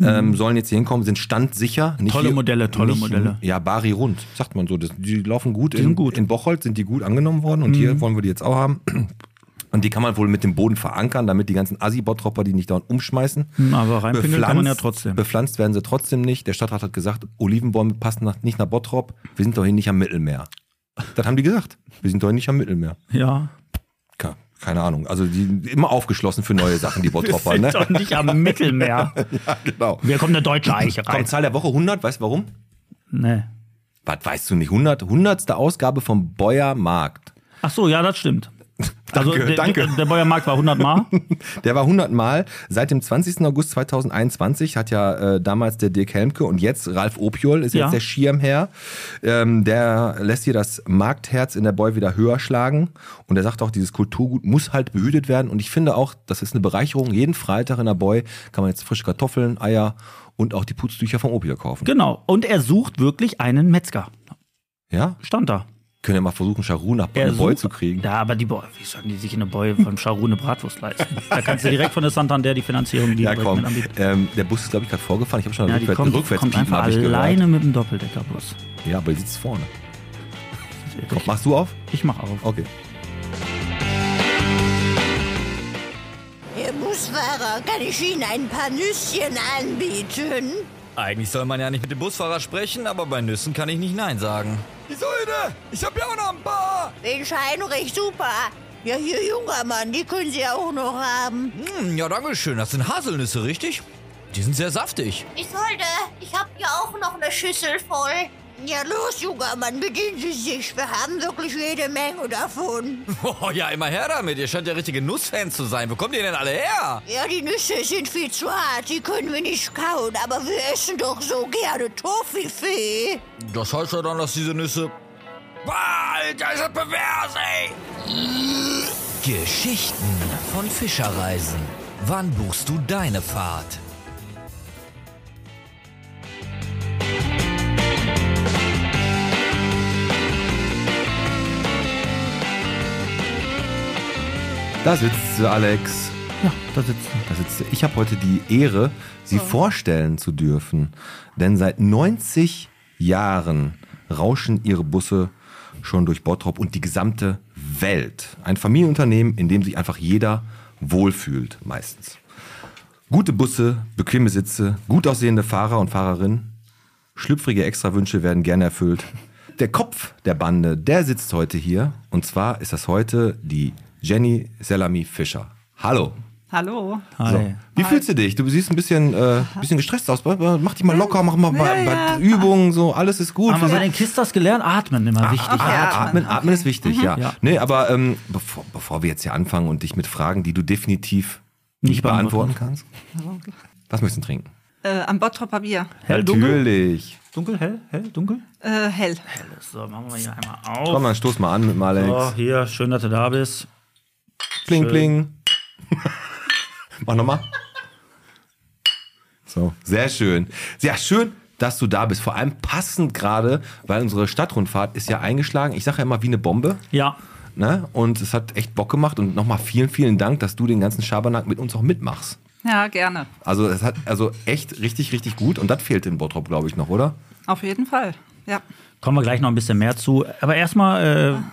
S2: Ähm, sollen jetzt hier hinkommen, sind standsicher. Nicht
S3: Mhm. Tolle Modelle, tolle Modelle.
S2: Ja, Bari rund, sagt man so. Das, die laufen gut. in,
S3: sind gut. Mhm.
S2: in Bocholt sind die gut angenommen worden und hier wollen wir die jetzt auch haben. Und die kann man wohl mit dem Boden verankern, damit die ganzen Assi-Bottropper die nicht dauernd umschmeißen.
S3: Hm, aber reinpinkeln kann man ja trotzdem.
S2: Bepflanzt werden sie trotzdem nicht. Der Stadtrat hat gesagt, Olivenbäume passen nach, nicht nach Bottrop. Wir sind doch hier nicht am Mittelmeer. Das haben die gesagt. Wir sind doch nicht am Mittelmeer.
S3: Ja.
S2: Ke- Keine Ahnung. Also die immer aufgeschlossen für neue Sachen, die Bottropper.
S3: Sind
S2: ne?
S3: doch nicht am Mittelmeer.
S2: Ja, genau.
S3: Wir kommen eine deutsche Eiche
S2: Komm,
S3: rein.
S2: Zahl der Woche 100, weißt du warum?
S3: Nee.
S2: Was weißt du nicht? 100, 100. Ausgabe vom Beuer Markt.
S3: Ach so, ja, das stimmt. Also,
S2: Danke,
S3: der,
S2: danke.
S3: Der Bäuermarkt war 100 Mal.
S2: Der war 100 Mal. Seit dem 20. August 2021 hat ja äh, damals der Dirk Helmke und jetzt Ralf Opiol ist
S3: Ja.
S2: jetzt der Schirmherr. Ähm, der lässt hier das Marktherz in der Boy wieder höher schlagen. Und er sagt auch, dieses Kulturgut muss halt behütet werden. Und ich finde auch, das ist eine Bereicherung. Jeden Freitag in der Boy kann man jetzt frische Kartoffeln, Eier und auch die Putztücher vom Opiol kaufen.
S3: Genau. Und er sucht wirklich einen Metzger.
S2: Ja?
S3: Stand da.
S2: Können wir mal versuchen, Charu nach
S3: Er
S2: Um eine Boy
S3: sucht-
S2: zu kriegen.
S3: Ja, aber die Boy, wie sollen die sich in der Boy von Charu eine Bratwurst leisten? Da kannst du direkt von der Santander die Finanzierung die
S2: Ja,
S3: direkt
S2: komm.
S3: mit anbieten.
S2: Ähm, der Bus ist, glaube ich, gerade vorgefahren. Ich habe schon
S3: Ja, die
S2: rückwärts,
S3: kommt,
S2: rückwärts
S3: kommt
S2: piepen,
S3: einfach
S2: hab ich gehört.
S3: alleine mit dem Doppeldeckerbus.
S2: Ja, aber die sitzt vorne. Komm,
S3: Ich,
S2: machst du auf?
S3: ich mach auf.
S2: Okay.
S5: Herr Busfahrer, kann ich Ihnen ein paar Nüsschen anbieten?
S6: Eigentlich soll man ja nicht mit dem Busfahrer sprechen, aber bei Nüssen kann ich nicht Nein sagen. Wieso denn? Ich hab ja auch noch ein paar.
S5: Mensch, Heinrich, super. Ja, hier, junger Mann, die können Sie auch noch haben.
S6: Hm, ja, danke schön. Das sind Haselnüsse, richtig? Die sind sehr saftig.
S7: Ich sollte. Ich hab ja auch noch eine Schüssel voll.
S5: Ja, los, junger Mann, bedienen Sie sich. Wir haben wirklich jede Menge davon.
S6: Oh, ja, immer her damit. Ihr scheint ja richtige Nussfans zu sein. Wo kommt ihr denn alle her?
S5: Ja, die Nüsse sind viel zu hart, die können wir nicht kauen, aber wir essen doch so gerne Toffifee.
S6: Das heißt ja dann, dass diese Nüsse... Bah, Alter, ist das pervers, ey! Geschichten von Fischerreisen. Wann buchst du deine Fahrt?
S2: Da sitzt sie, Alex.
S3: Ja, da sitzt er.
S2: Da sitzt sie. Ich habe heute die Ehre, sie vorstellen zu dürfen. Denn seit 90 Jahren rauschen ihre Busse schon durch Bottrop und die gesamte Welt. Ein Familienunternehmen, in dem sich einfach jeder wohlfühlt, meistens. Gute Busse, bequeme Sitze, gut aussehende Fahrer und Fahrerinnen. Schlüpfrige Extrawünsche werden gerne erfüllt. Der Kopf der Bande, der sitzt heute hier. Und zwar ist das heute die Jenny Selami Fischer. Hallo.
S8: Hallo.
S2: So.
S3: Hi.
S2: Wie fühlst du dich? Du siehst ein bisschen, äh, bisschen gestresst aus. Mach dich mal locker, mach mal mal- mal Übungen, so alles ist gut.
S3: Haben wir bei den Kistas gelernt? Atmen immer wichtig.
S2: Ah, atmen, atmen ist wichtig, ja.
S3: Ja.
S2: Nee, aber ähm, bevor, bevor wir jetzt hier anfangen und dich mit Fragen, die du definitiv nicht beantworten
S3: beantworten
S2: kannst. Was möchtest du trinken?
S8: Äh, am Bottropper Bier.
S3: Hell, dunkel?
S2: Natürlich.
S3: Dunkel, hell, hell, dunkel?
S8: Äh, hell.
S3: So, machen wir hier einmal auf.
S2: Komm, dann stoß mal an mit Malex.
S3: Oh, hier, schön, dass du da bist.
S2: Kling, kling. Mach nochmal. So, sehr schön. Sehr schön, dass du da bist. Vor allem passend gerade, weil unsere Stadtrundfahrt ist ja eingeschlagen. Ich sage ja immer wie eine Bombe.
S3: Ja,
S2: Ne? Und es hat echt Bock gemacht. Und nochmal vielen, vielen Dank, dass du den ganzen Schabernack mit uns auch mitmachst.
S8: Ja, gerne.
S2: Also es hat also echt richtig, richtig gut. Und das fehlt in Bottrop, glaube ich, noch, oder?
S8: Auf jeden Fall. Ja.
S3: kommen wir gleich noch ein bisschen mehr zu. Aber erstmal,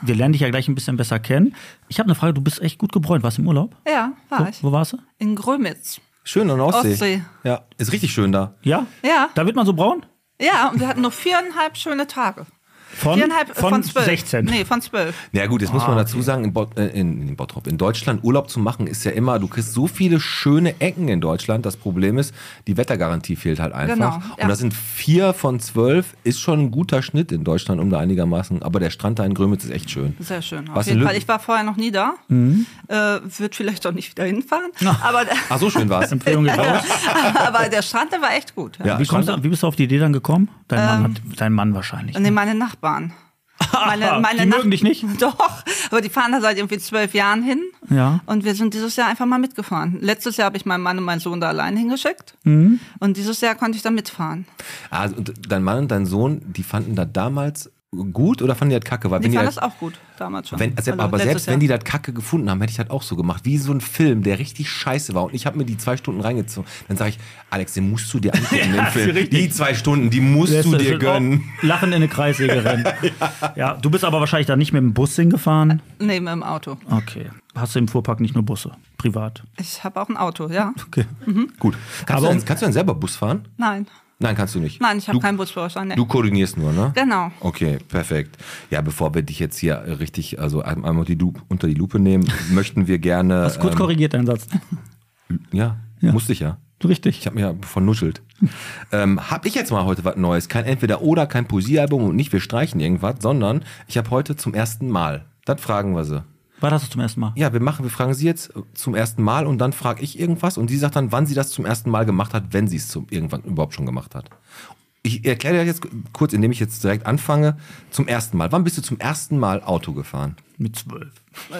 S3: äh, wir lernen dich ja gleich ein bisschen besser kennen. Ich habe eine Frage, du bist echt gut gebräunt. Warst du im Urlaub?
S8: Ja, war
S3: Wo,
S8: ich.
S3: wo warst du?
S8: In Grömitz.
S2: Schön an der Ostsee.
S8: Ostsee.
S2: Ja, ist richtig schön da.
S3: Ja?
S8: Ja.
S3: Da wird man so braun?
S8: Ja, und wir hatten nur viereinhalb schöne Tage.
S3: Von,
S8: Viereinhalb äh,
S3: von,
S8: zwölf.
S3: 16.
S8: Nee, von zwölf.
S2: Na ja, gut, jetzt muss
S8: Ah,
S2: man dazu sagen, in, Bot, äh, in, in Bottrop, in Deutschland Urlaub zu machen, ist ja immer, du kriegst so viele schöne Ecken in Deutschland. Das Problem ist, die Wettergarantie fehlt halt einfach.
S8: Genau, ja.
S2: Und das sind vier von zwölf, ist schon ein guter Schnitt in Deutschland, um da einigermaßen. Aber der Strand da in Grömitz ist echt schön.
S8: Sehr schön. Auf
S2: Warst du in
S8: jeden
S2: Lü-
S8: Fall. Ich war vorher noch nie da. Äh, wird vielleicht auch nicht wieder hinfahren. Aber, der,
S2: Ach, so schön war es.
S3: Empfehlung geht raus.
S8: aber der Strand, der war echt gut.
S2: Ja,
S3: Wie, kommst
S2: Strand-
S3: du, wie bist du auf die Idee dann gekommen? Dein, Mann,
S8: Ähm,
S3: hat, dein Mann wahrscheinlich.
S8: Nee, meine Nachbarn. Meine,
S3: die mögen dich nicht?
S8: Doch, aber die fahren da seit irgendwie zwölf Jahren hin.
S3: Ja.
S8: Und wir sind dieses Jahr einfach mal mitgefahren. Letztes Jahr habe ich meinen Mann und meinen Sohn da allein hingeschickt.
S3: Mhm.
S8: Und dieses Jahr konnte ich da mitfahren.
S2: Ah, und dein Mann und dein Sohn, die fanden das damals gut oder fanden die das kacke? Weil
S8: Die
S2: wenn
S8: fanden
S2: die halt
S8: das auch gut damals schon.
S2: Wenn, also,
S8: Also
S2: aber
S8: letztes
S2: selbst wenn die
S8: Jahr.
S2: das Kacke gefunden haben, hätte ich das auch so gemacht. Wie so ein Film, der richtig scheiße war. Und ich habe mir die zwei Stunden reingezogen. Dann sage ich, Alex, den musst du dir angucken, den Film.
S3: richtig.
S2: Die zwei Stunden, die musst du dir gönnen.
S3: Lachen in eine Kreissäge rennen. ja. du bist aber wahrscheinlich dann nicht mit dem Bus hingefahren.
S8: Nee, mit dem Auto.
S3: Okay. Hast du im Fuhrpark nicht nur Busse, privat?
S8: Ich habe auch ein Auto, ja.
S3: Okay.
S8: Mhm.
S2: Gut. Kannst,
S3: Aber-
S2: du denn, kannst du denn selber Bus fahren?
S8: Nein.
S2: Nein, kannst du nicht.
S8: Nein, ich habe
S2: Du-
S8: keinen Busführerschein. Nee.
S2: Du koordinierst nur, ne?
S8: Genau.
S2: Okay, perfekt. Ja, bevor wir dich jetzt hier richtig, also ein- einmal die Lu- unter die Lupe nehmen, möchten wir gerne. ähm,
S3: Hast kurz korrigiert deinen Satz.
S2: ja, musste ich ja.
S3: Richtig.
S2: Ich habe mir ja vernuschelt. ähm, habe ich jetzt mal heute was Neues? Kein Entweder-Oder, kein Poesiealbum und nicht wir streichen irgendwas, sondern ich habe heute zum ersten Mal. Das fragen wir sie.
S3: War das zum ersten Mal?
S2: Ja, wir machen, wir fragen sie jetzt zum ersten Mal und dann frage ich irgendwas und sie sagt dann, wann sie das zum ersten Mal gemacht hat, wenn sie es zum irgendwann überhaupt schon gemacht hat. Ich erkläre dir das jetzt kurz, indem ich jetzt direkt anfange. Zum ersten Mal. Wann bist du zum ersten Mal Auto gefahren?
S3: Mit zwölf.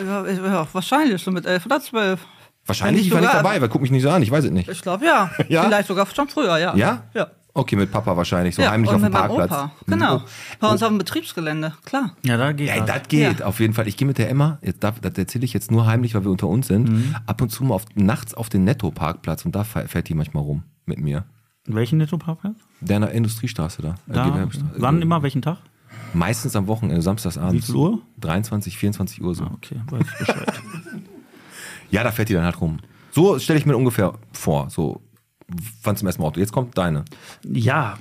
S8: Ja, ja, wahrscheinlich schon mit elf oder zwölf.
S2: Wahrscheinlich,
S8: Wenn
S2: ich war nicht
S8: sogar-
S2: dabei, weil guck mich nicht so an, ich weiß es nicht.
S8: Ich glaube ja.
S2: Ja?
S8: Vielleicht sogar schon früher, ja.
S2: Ja?
S8: Ja.
S2: Okay, mit Papa wahrscheinlich, so
S8: ja.
S2: heimlich
S8: und
S2: auf dem
S8: mit meinem
S2: Parkplatz.
S8: Opa. Genau.
S2: Oh.
S8: Bei uns auf dem Betriebsgelände, klar.
S3: Ja, da geht
S2: Ja,
S3: das.
S2: das geht, auf jeden Fall. Ich gehe mit der Emma, jetzt darf, das erzähle ich jetzt nur heimlich, weil wir unter uns sind,
S3: Mhm.
S2: ab und zu mal auf, nachts auf den Netto-Parkplatz und da fahr- fährt die manchmal rum mit mir.
S3: Welchen Netto-Parkplatz?
S2: Der in der Industriestraße da. äh,
S3: Da.
S2: Gewerbestraße.
S3: Wann immer, welchen Tag?
S2: Meistens am Wochenende, samstagsabends.
S3: Wie viel Uhr?
S2: 23, 24 Uhr so.
S3: Okay, weiß ich Bescheid.
S2: Ja, da fährt die dann halt rum. So stelle ich mir ungefähr vor. So, wann zum ersten Mal Auto. Jetzt kommt deine.
S3: ja,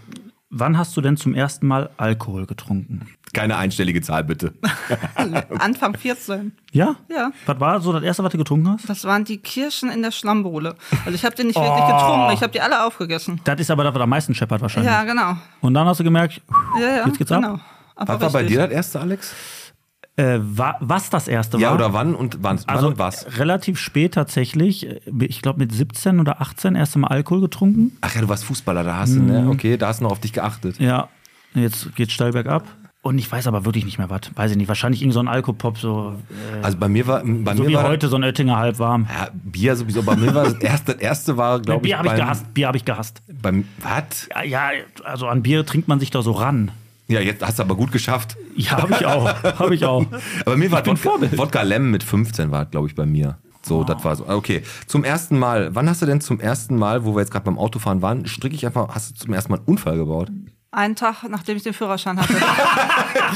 S3: wann hast du denn zum ersten Mal Alkohol getrunken?
S2: Keine einstellige Zahl, bitte.
S8: Anfang 14.
S3: Ja?
S8: Ja.
S3: Was war so das erste, was du getrunken hast?
S8: Das waren die Kirschen in der Schlammbohle. Also ich habe die nicht
S2: Oh.
S8: wirklich getrunken, ich habe die alle aufgegessen.
S3: Das ist aber das, was am meisten scheppert
S2: Mhm.
S3: wahrscheinlich.
S8: Ja, genau.
S3: Und dann hast du gemerkt,
S8: Ja, ja,
S3: Jetzt geht's ab.
S8: genau. Aber
S2: Was war bei
S8: richtig.
S2: dir das erste, Alex?
S3: äh, wa was das erste
S2: Ja,
S3: war?
S2: oder wann und wann, wann
S3: Also
S2: und was?
S3: relativ spät tatsächlich, äh, ich glaube mit 17 oder 18 erst einmal Alkohol getrunken.
S2: Ach ja, du warst Fußballer, da hast du, ne? Okay, da hast du noch auf dich geachtet.
S3: Mhm. Ja, jetzt geht's steil bergab. Und ich weiß aber wirklich nicht mehr was. Weiß ich nicht. Wahrscheinlich irgend so ein Alkopop, so, äh,
S2: Also bei mir war, bei
S3: so
S2: mir
S3: wie
S2: war
S3: heute so ein Oettinger halbwarm.
S2: Ja, Bier sowieso, bei mir war das erste, das erste war, glaube ich,
S3: Bier habe ich
S2: beim-
S3: gehasst. Bier habe ich gehasst.
S2: beim, was?
S3: Ja, ja, also an Bier trinkt man sich da so ran.
S2: Ja, jetzt hast du aber gut geschafft.
S3: Ja, habe ich auch. habe ich auch.
S2: Aber mir war
S3: bin
S2: Wodka,
S3: Vorbild. Ah.
S2: Wodka Lem mit 15 war, glaube ich, bei mir. So, das war so. Okay, zum ersten Mal. Wann hast du denn zum ersten Mal, wo wir jetzt gerade beim Autofahren waren, stricke ich einfach, hast du zum ersten Mal einen Unfall gebaut?
S8: Einen Tag, nachdem ich den Führerschein hatte.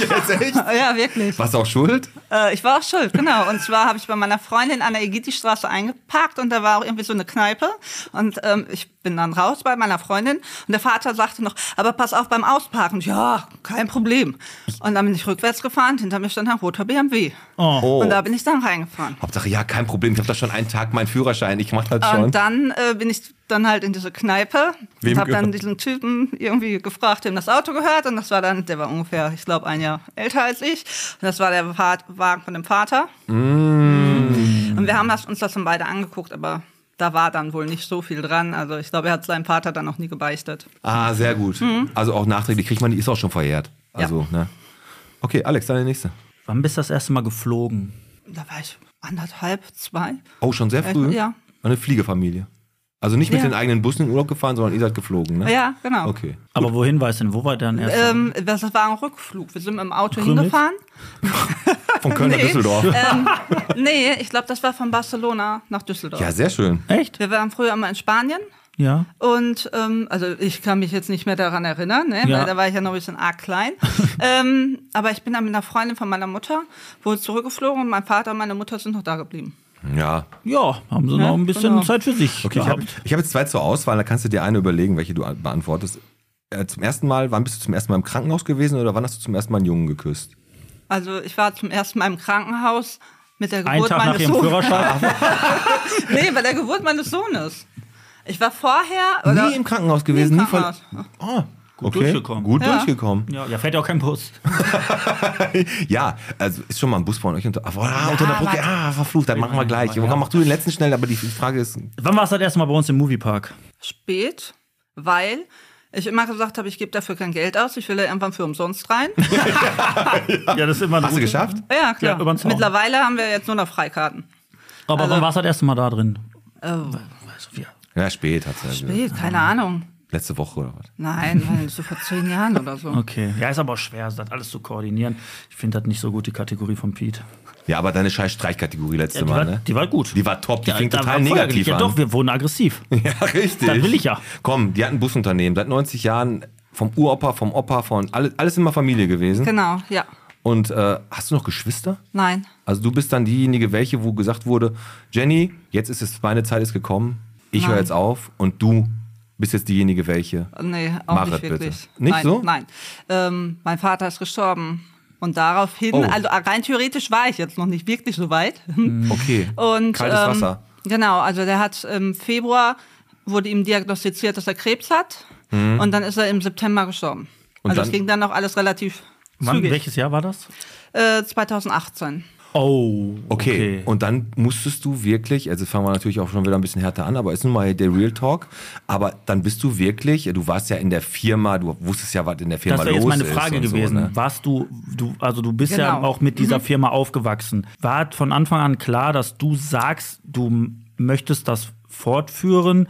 S2: Jetzt echt?
S8: ja, wirklich.
S2: Warst du auch schuld?
S8: Äh, ich war auch schuld, genau. Und zwar habe ich bei meiner Freundin an der Egiti-Straße eingeparkt und da war auch irgendwie so eine Kneipe. Und ähm, ich bin dann raus bei meiner Freundin und der Vater sagte noch, aber pass auf beim Ausparken. Ja, kein Problem. Und dann bin ich rückwärts gefahren, hinter mir stand ein roter BMW.
S2: Oh.
S8: Und da bin ich dann reingefahren.
S2: Hauptsache, ja, kein Problem. Ich habe da schon einen Tag meinen Führerschein. Ich mache das schon.
S8: Und dann äh, bin ich dann halt in diese Kneipe
S2: Wem
S8: und habe dann
S2: gehört?
S8: diesen Typen irgendwie gefragt, dem das Auto gehört. Und das war dann, der war ungefähr, ich glaube, ein Jahr älter als ich. Und das war der Fahrt- Wagen von dem Vater.
S2: Mm.
S8: Und wir haben das, uns das dann beide angeguckt, aber da war dann wohl nicht so viel dran. Also ich glaube, er hat seinem Vater dann noch nie gebeichtet.
S2: ah, sehr gut. Also auch nachträglich kriegt man die, ist auch schon verjährt. Also, ne? Okay, Alex, deine nächste.
S3: Wann bist du das erste Mal geflogen?
S8: Da war ich anderthalb, zwei.
S2: Oh, schon sehr
S8: Echt?
S2: früh?
S8: Äh, Ja.
S2: Eine Fliegefamilie. Also nicht mit
S8: Ja.
S2: den eigenen Bussen in Urlaub gefahren, sondern ihr seid geflogen, ne?
S8: Ja, genau.
S2: Okay.
S3: Aber wohin weißt du denn? Wo war dein erster?
S8: Ähm, das war ein Rückflug. Wir sind im Auto
S3: Krümel?
S8: hingefahren.
S2: Von Köln nach
S8: Nee.
S2: Düsseldorf.
S8: Nee, ich glaube, das war von Barcelona nach Düsseldorf.
S2: Ja, sehr schön.
S8: Äh,
S3: Echt?
S8: Wir waren früher immer in Spanien.
S3: Ja.
S8: Und ähm, also ich kann mich jetzt nicht mehr daran erinnern, ne?
S3: Ja.
S8: weil da war ich ja noch ein bisschen arg klein. ähm, aber ich bin dann mit einer Freundin von meiner Mutter wohl zurückgeflogen und mein Vater und meine Mutter sind noch da geblieben.
S2: Ja.
S3: Ja, haben sie noch ein bisschen
S8: genau.
S3: Zeit für sich
S2: Okay, ich habe
S3: gehabt.
S2: ich hab jetzt zwei zur Auswahl, da kannst du dir eine überlegen, welche du an- beantwortest. Äh, zum ersten Mal, wann bist du zum ersten Mal im Krankenhaus gewesen oder wann hast du zum ersten Mal einen Jungen geküsst?
S8: Also ich war zum ersten Mal im Krankenhaus mit der
S3: Einen
S8: Geburt
S3: Tag nach
S8: meines
S3: ihrem
S8: Sohnes.
S3: Führerschein.
S8: Nee, bei der Geburt meines Sohnes. Ich war vorher oder
S2: nie im Krankenhaus gewesen,
S8: im
S2: nie von.
S8: Krankenhaus.
S2: Oh, gut
S3: durchgekommen.
S2: Gut durchgekommen.
S3: ja, ja, fährt ja auch kein Bus.
S2: Ja, also ist schon mal ein Bus von euch unter, ah, unter der Brücke. Ah, verflucht, dann machen wir gleich. Mach du den letzten schnell, aber die Frage ist,
S3: Wann warst du das erste Mal bei uns im Moviepark?
S8: spät, weil ich immer gesagt habe, ich gebe dafür kein Geld aus, ich will da irgendwann für umsonst rein.
S3: Ja, das ist immer
S2: hast du geschafft?
S8: ja, klar.
S3: Ja, über den Zaun.
S8: Mittlerweile haben wir jetzt nur noch Freikarten.
S3: Aber
S8: Also-
S3: wann warst du das erste Mal da drin? Also
S8: Oh,
S2: Ja, spät hat's ja
S3: Äh,
S2: gesagt.
S8: nee, keine Ahnung.
S2: Letzte Woche oder was?
S8: Nein, nein, so vor zehn Jahren oder so.
S3: Okay. Ja, ist aber auch schwer, das alles zu koordinieren. Ich finde das nicht so gut, die Kategorie von Pete.
S2: Ja, aber deine scheiß Streichkategorie letzte
S3: Ja, die,
S2: Mal,
S3: war,
S2: ne?
S3: die war gut.
S2: Die war top, die klingt
S3: da
S2: total
S3: war Feuer
S2: negativ
S3: gelegt. Ja,
S2: an.
S3: doch, wir wurden aggressiv.
S2: Ja, richtig.
S3: Das will ich ja.
S2: Komm, die hatten ein Busunternehmen seit 90 Jahren vom Uropa, vom Opa, von alles, alles immer Familie gewesen.
S8: Genau, ja.
S2: Und äh, hast du noch Geschwister?
S8: Nein.
S2: Also du bist dann diejenige, welche, wo gesagt wurde, Jenny, jetzt ist es, meine Zeit ist gekommen, ich höre jetzt auf und du Bist jetzt diejenige, welche?
S8: Nee, auch
S2: Mach es
S8: nicht
S2: bitte.
S8: wirklich.
S2: Nicht
S8: nein,
S2: so?
S8: Nein. Ähm, mein Vater ist gestorben. Und daraufhin,
S2: Oh.
S8: also rein theoretisch war ich jetzt noch nicht wirklich so weit.
S2: Okay.
S8: Und,
S2: Hm. Kaltes
S8: ähm,
S2: Wasser.
S8: Genau, also der hat im Februar, wurde ihm diagnostiziert, dass er Krebs hat. Und dann ist er im September gestorben.
S2: Hm. Und
S8: also
S2: dann-
S8: es ging dann noch alles relativ
S3: Wann,
S8: zügig.
S3: welches Jahr war das?
S8: Äh, 2018.
S3: Oh,
S2: Okay. und dann musstest du wirklich, also fangen wir natürlich auch schon wieder ein bisschen härter an, aber ist nun mal der Real Talk, aber dann bist du wirklich, du warst ja in der Firma, du wusstest ja, was in der Firma
S3: das wäre
S2: los
S3: jetzt meine
S2: ist
S3: Frage
S2: und
S3: gewesen.
S2: So, ne?
S3: Warst du, du, also du bist ja
S8: Genau.
S3: auch mit dieser Firma aufgewachsen. War von Anfang an klar, dass du sagst, du m- möchtest das fortführen?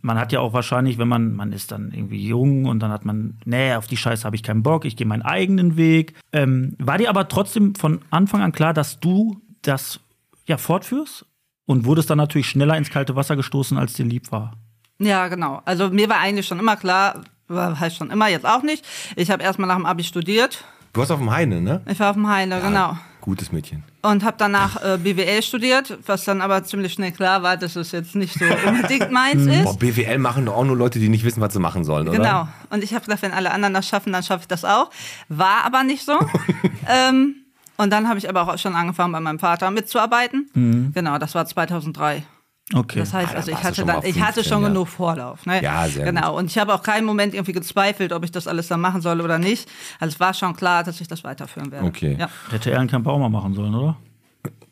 S3: Man hat ja auch wahrscheinlich, wenn man, man ist dann irgendwie jung und dann hat man, nee, auf die Scheiße habe ich keinen Bock, ich gehe meinen eigenen Weg. Ähm, war dir aber trotzdem von Anfang an klar, dass du das ja fortführst? Und wurdest dann natürlich schneller ins kalte Wasser gestoßen, als dir lieb war.
S8: Ja, genau. Also mir war eigentlich schon immer klar, war halt schon immer, jetzt auch nicht. Ich habe erstmal nach dem Abi studiert.
S2: Du warst auf dem Heine, ne?
S8: Ich war auf dem Heine, genau.
S2: Gutes Mädchen.
S8: Und habe danach äh, BWL studiert, was dann aber ziemlich schnell klar war, dass es jetzt nicht so unbedingt meins
S2: Boah,
S8: ist.
S2: BWL machen doch auch nur Leute, die nicht wissen, was sie machen sollen, Hm. oder?
S8: Genau. Und ich habe gedacht, wenn alle anderen das schaffen, dann schaffe ich das auch. War aber nicht so. ähm, und dann habe ich aber auch schon angefangen, bei meinem Vater mitzuarbeiten. Genau, das war 2003.
S3: Okay.
S8: Das
S2: Hm.
S8: heißt,
S2: Ah, da
S8: also
S2: warst du
S8: ich hatte
S2: schon
S8: dann,
S2: mal
S8: ich hatte
S2: 15,
S8: schon
S2: ja.
S8: genug Vorlauf. Ne?
S2: Ja, sehr
S8: Genau. Und ich habe auch keinen Moment irgendwie gezweifelt, ob ich das alles dann machen soll oder nicht. Also es war schon klar, dass ich das weiterführen werde.
S2: Okay.
S8: Ja.
S3: Hätte Ehrenkamp auch mal machen sollen, oder?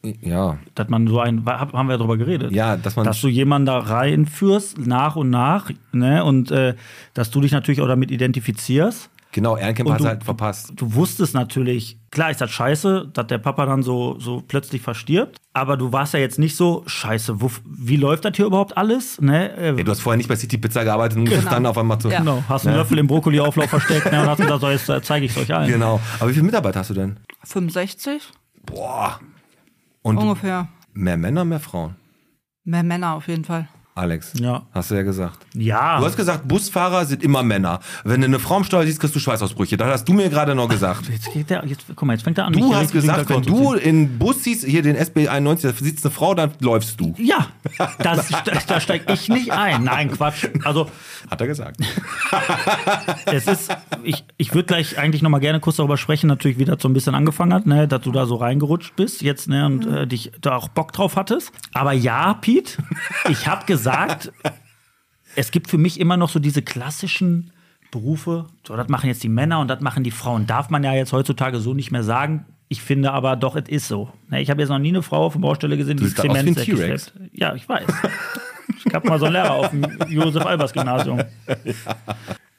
S8: Genau.
S2: Ja.
S3: dass man so ein, hab- haben wir ja drüber geredet.
S2: Ja, dass man-
S3: du jemanden da reinführst, nach und nach, ne, und äh, dass du dich natürlich auch damit identifizierst.
S2: Genau, Ehrenkämpfer
S3: Und
S2: hat
S3: du-
S2: halt verpasst.
S3: Du wusstest natürlich, klar ist das scheiße, dass der Papa dann so, so plötzlich verstirbt, aber du warst ja jetzt nicht so, scheiße, wo, wie läuft das hier überhaupt alles, ne? Äh,
S2: Ja, du Ne? hast vorher nicht bei City Pizza gearbeitet und musstest dann auf einmal zu.
S8: Ja.
S3: genau, hast einen Löffel im Brokkoli-Auflauf versteckt, ne, und hast gesagt, so, jetzt äh, zeige ich es euch allen.
S2: Genau. Aber wie viele Mitarbeiter hast du denn?
S8: 65
S2: Boah. Und
S8: ungefähr.
S2: mehr Männer, mehr Frauen?
S8: Mehr Männer auf jeden Fall.
S2: Alex.
S3: Ja.
S2: Hast du ja gesagt.
S3: Ja,
S2: Du hast gesagt, Busfahrer sind immer Männer. Wenn du eine Frau im Steuer siehst, kriegst du Schweißausbrüche. Das hast du mir gerade noch gesagt.
S3: jetzt geht der, jetzt, guck mal, jetzt fängt er an. mich
S2: Du
S3: hier
S2: hast
S3: richtig
S2: gesagt, wenn
S3: hinterher zu ziehen.
S2: du in Bus siehst, hier den SB 91, da sitzt eine Frau, dann läufst du.
S3: Ja, das, da steige ich nicht ein. Nein, Quatsch. Also,
S2: Hat er gesagt.
S3: es ist, ich, ich würde gleich eigentlich noch mal gerne kurz darüber sprechen, natürlich, wie das so ein bisschen angefangen hat, ne, dass du da so reingerutscht bist jetzt ne, und äh, dich da auch Bock drauf hattest. Aber ja, Piet, ich habe gesagt, es gibt für mich immer noch so diese klassischen Berufe, so das machen jetzt die Männer und das machen die Frauen. Darf man ja jetzt heutzutage so nicht mehr sagen. Ich finde aber doch, es ist so. Ne, Ich habe jetzt noch nie eine Frau auf der Baustelle gesehen, die
S2: siehst aus wie ein
S3: Zementsäcke
S2: T-Rex.
S3: schleppt. Ja, ich weiß. Ich gab mal so einen Lehrer auf dem Josef-Albers-Gymnasium.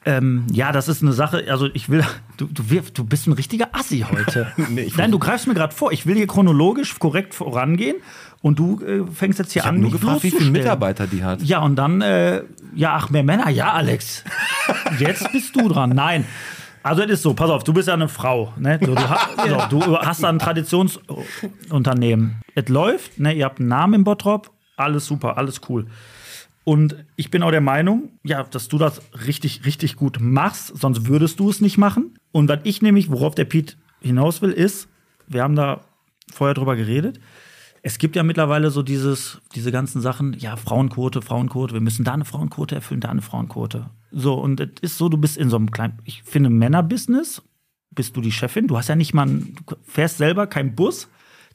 S3: Ähm, ja, das ist eine Sache. Also ich will, du, du, wirf, du bist ein richtiger Assi heute. Nein, du greifst mir gerade vor. Ich will hier chronologisch korrekt vorangehen und du äh, fängst jetzt hier
S2: hab
S3: an.
S2: nur
S3: mich
S2: gefragt, wie viele
S3: bloßzustellen.
S2: Mitarbeiter die hat.
S3: Ja, und dann, äh, ja, ach, mehr Männer. Ja, Alex. Jetzt bist du dran. Nein. Also es ist so, pass auf, du bist ja eine Frau. Ne? So, du, ha- so, du hast da ein Traditionsunternehmen. Es läuft, ne? ihr habt einen Namen im Bottrop, alles super, alles cool. Und ich bin auch der Meinung, ja, dass du das richtig, richtig gut machst, sonst würdest du es nicht machen. Und was ich nämlich, worauf der Pete hinaus will, ist, wir haben da vorher drüber geredet, es gibt ja mittlerweile so dieses, diese ganzen Sachen, ja, Frauenquote, Frauenquote, wir müssen da eine Frauenquote erfüllen, da eine Frauenquote. So, und es ist so, du bist in so einem kleinen, ich finde, Männerbusiness, bist du die Chefin, du hast ja nicht mal, einen, du fährst selber keinen Bus,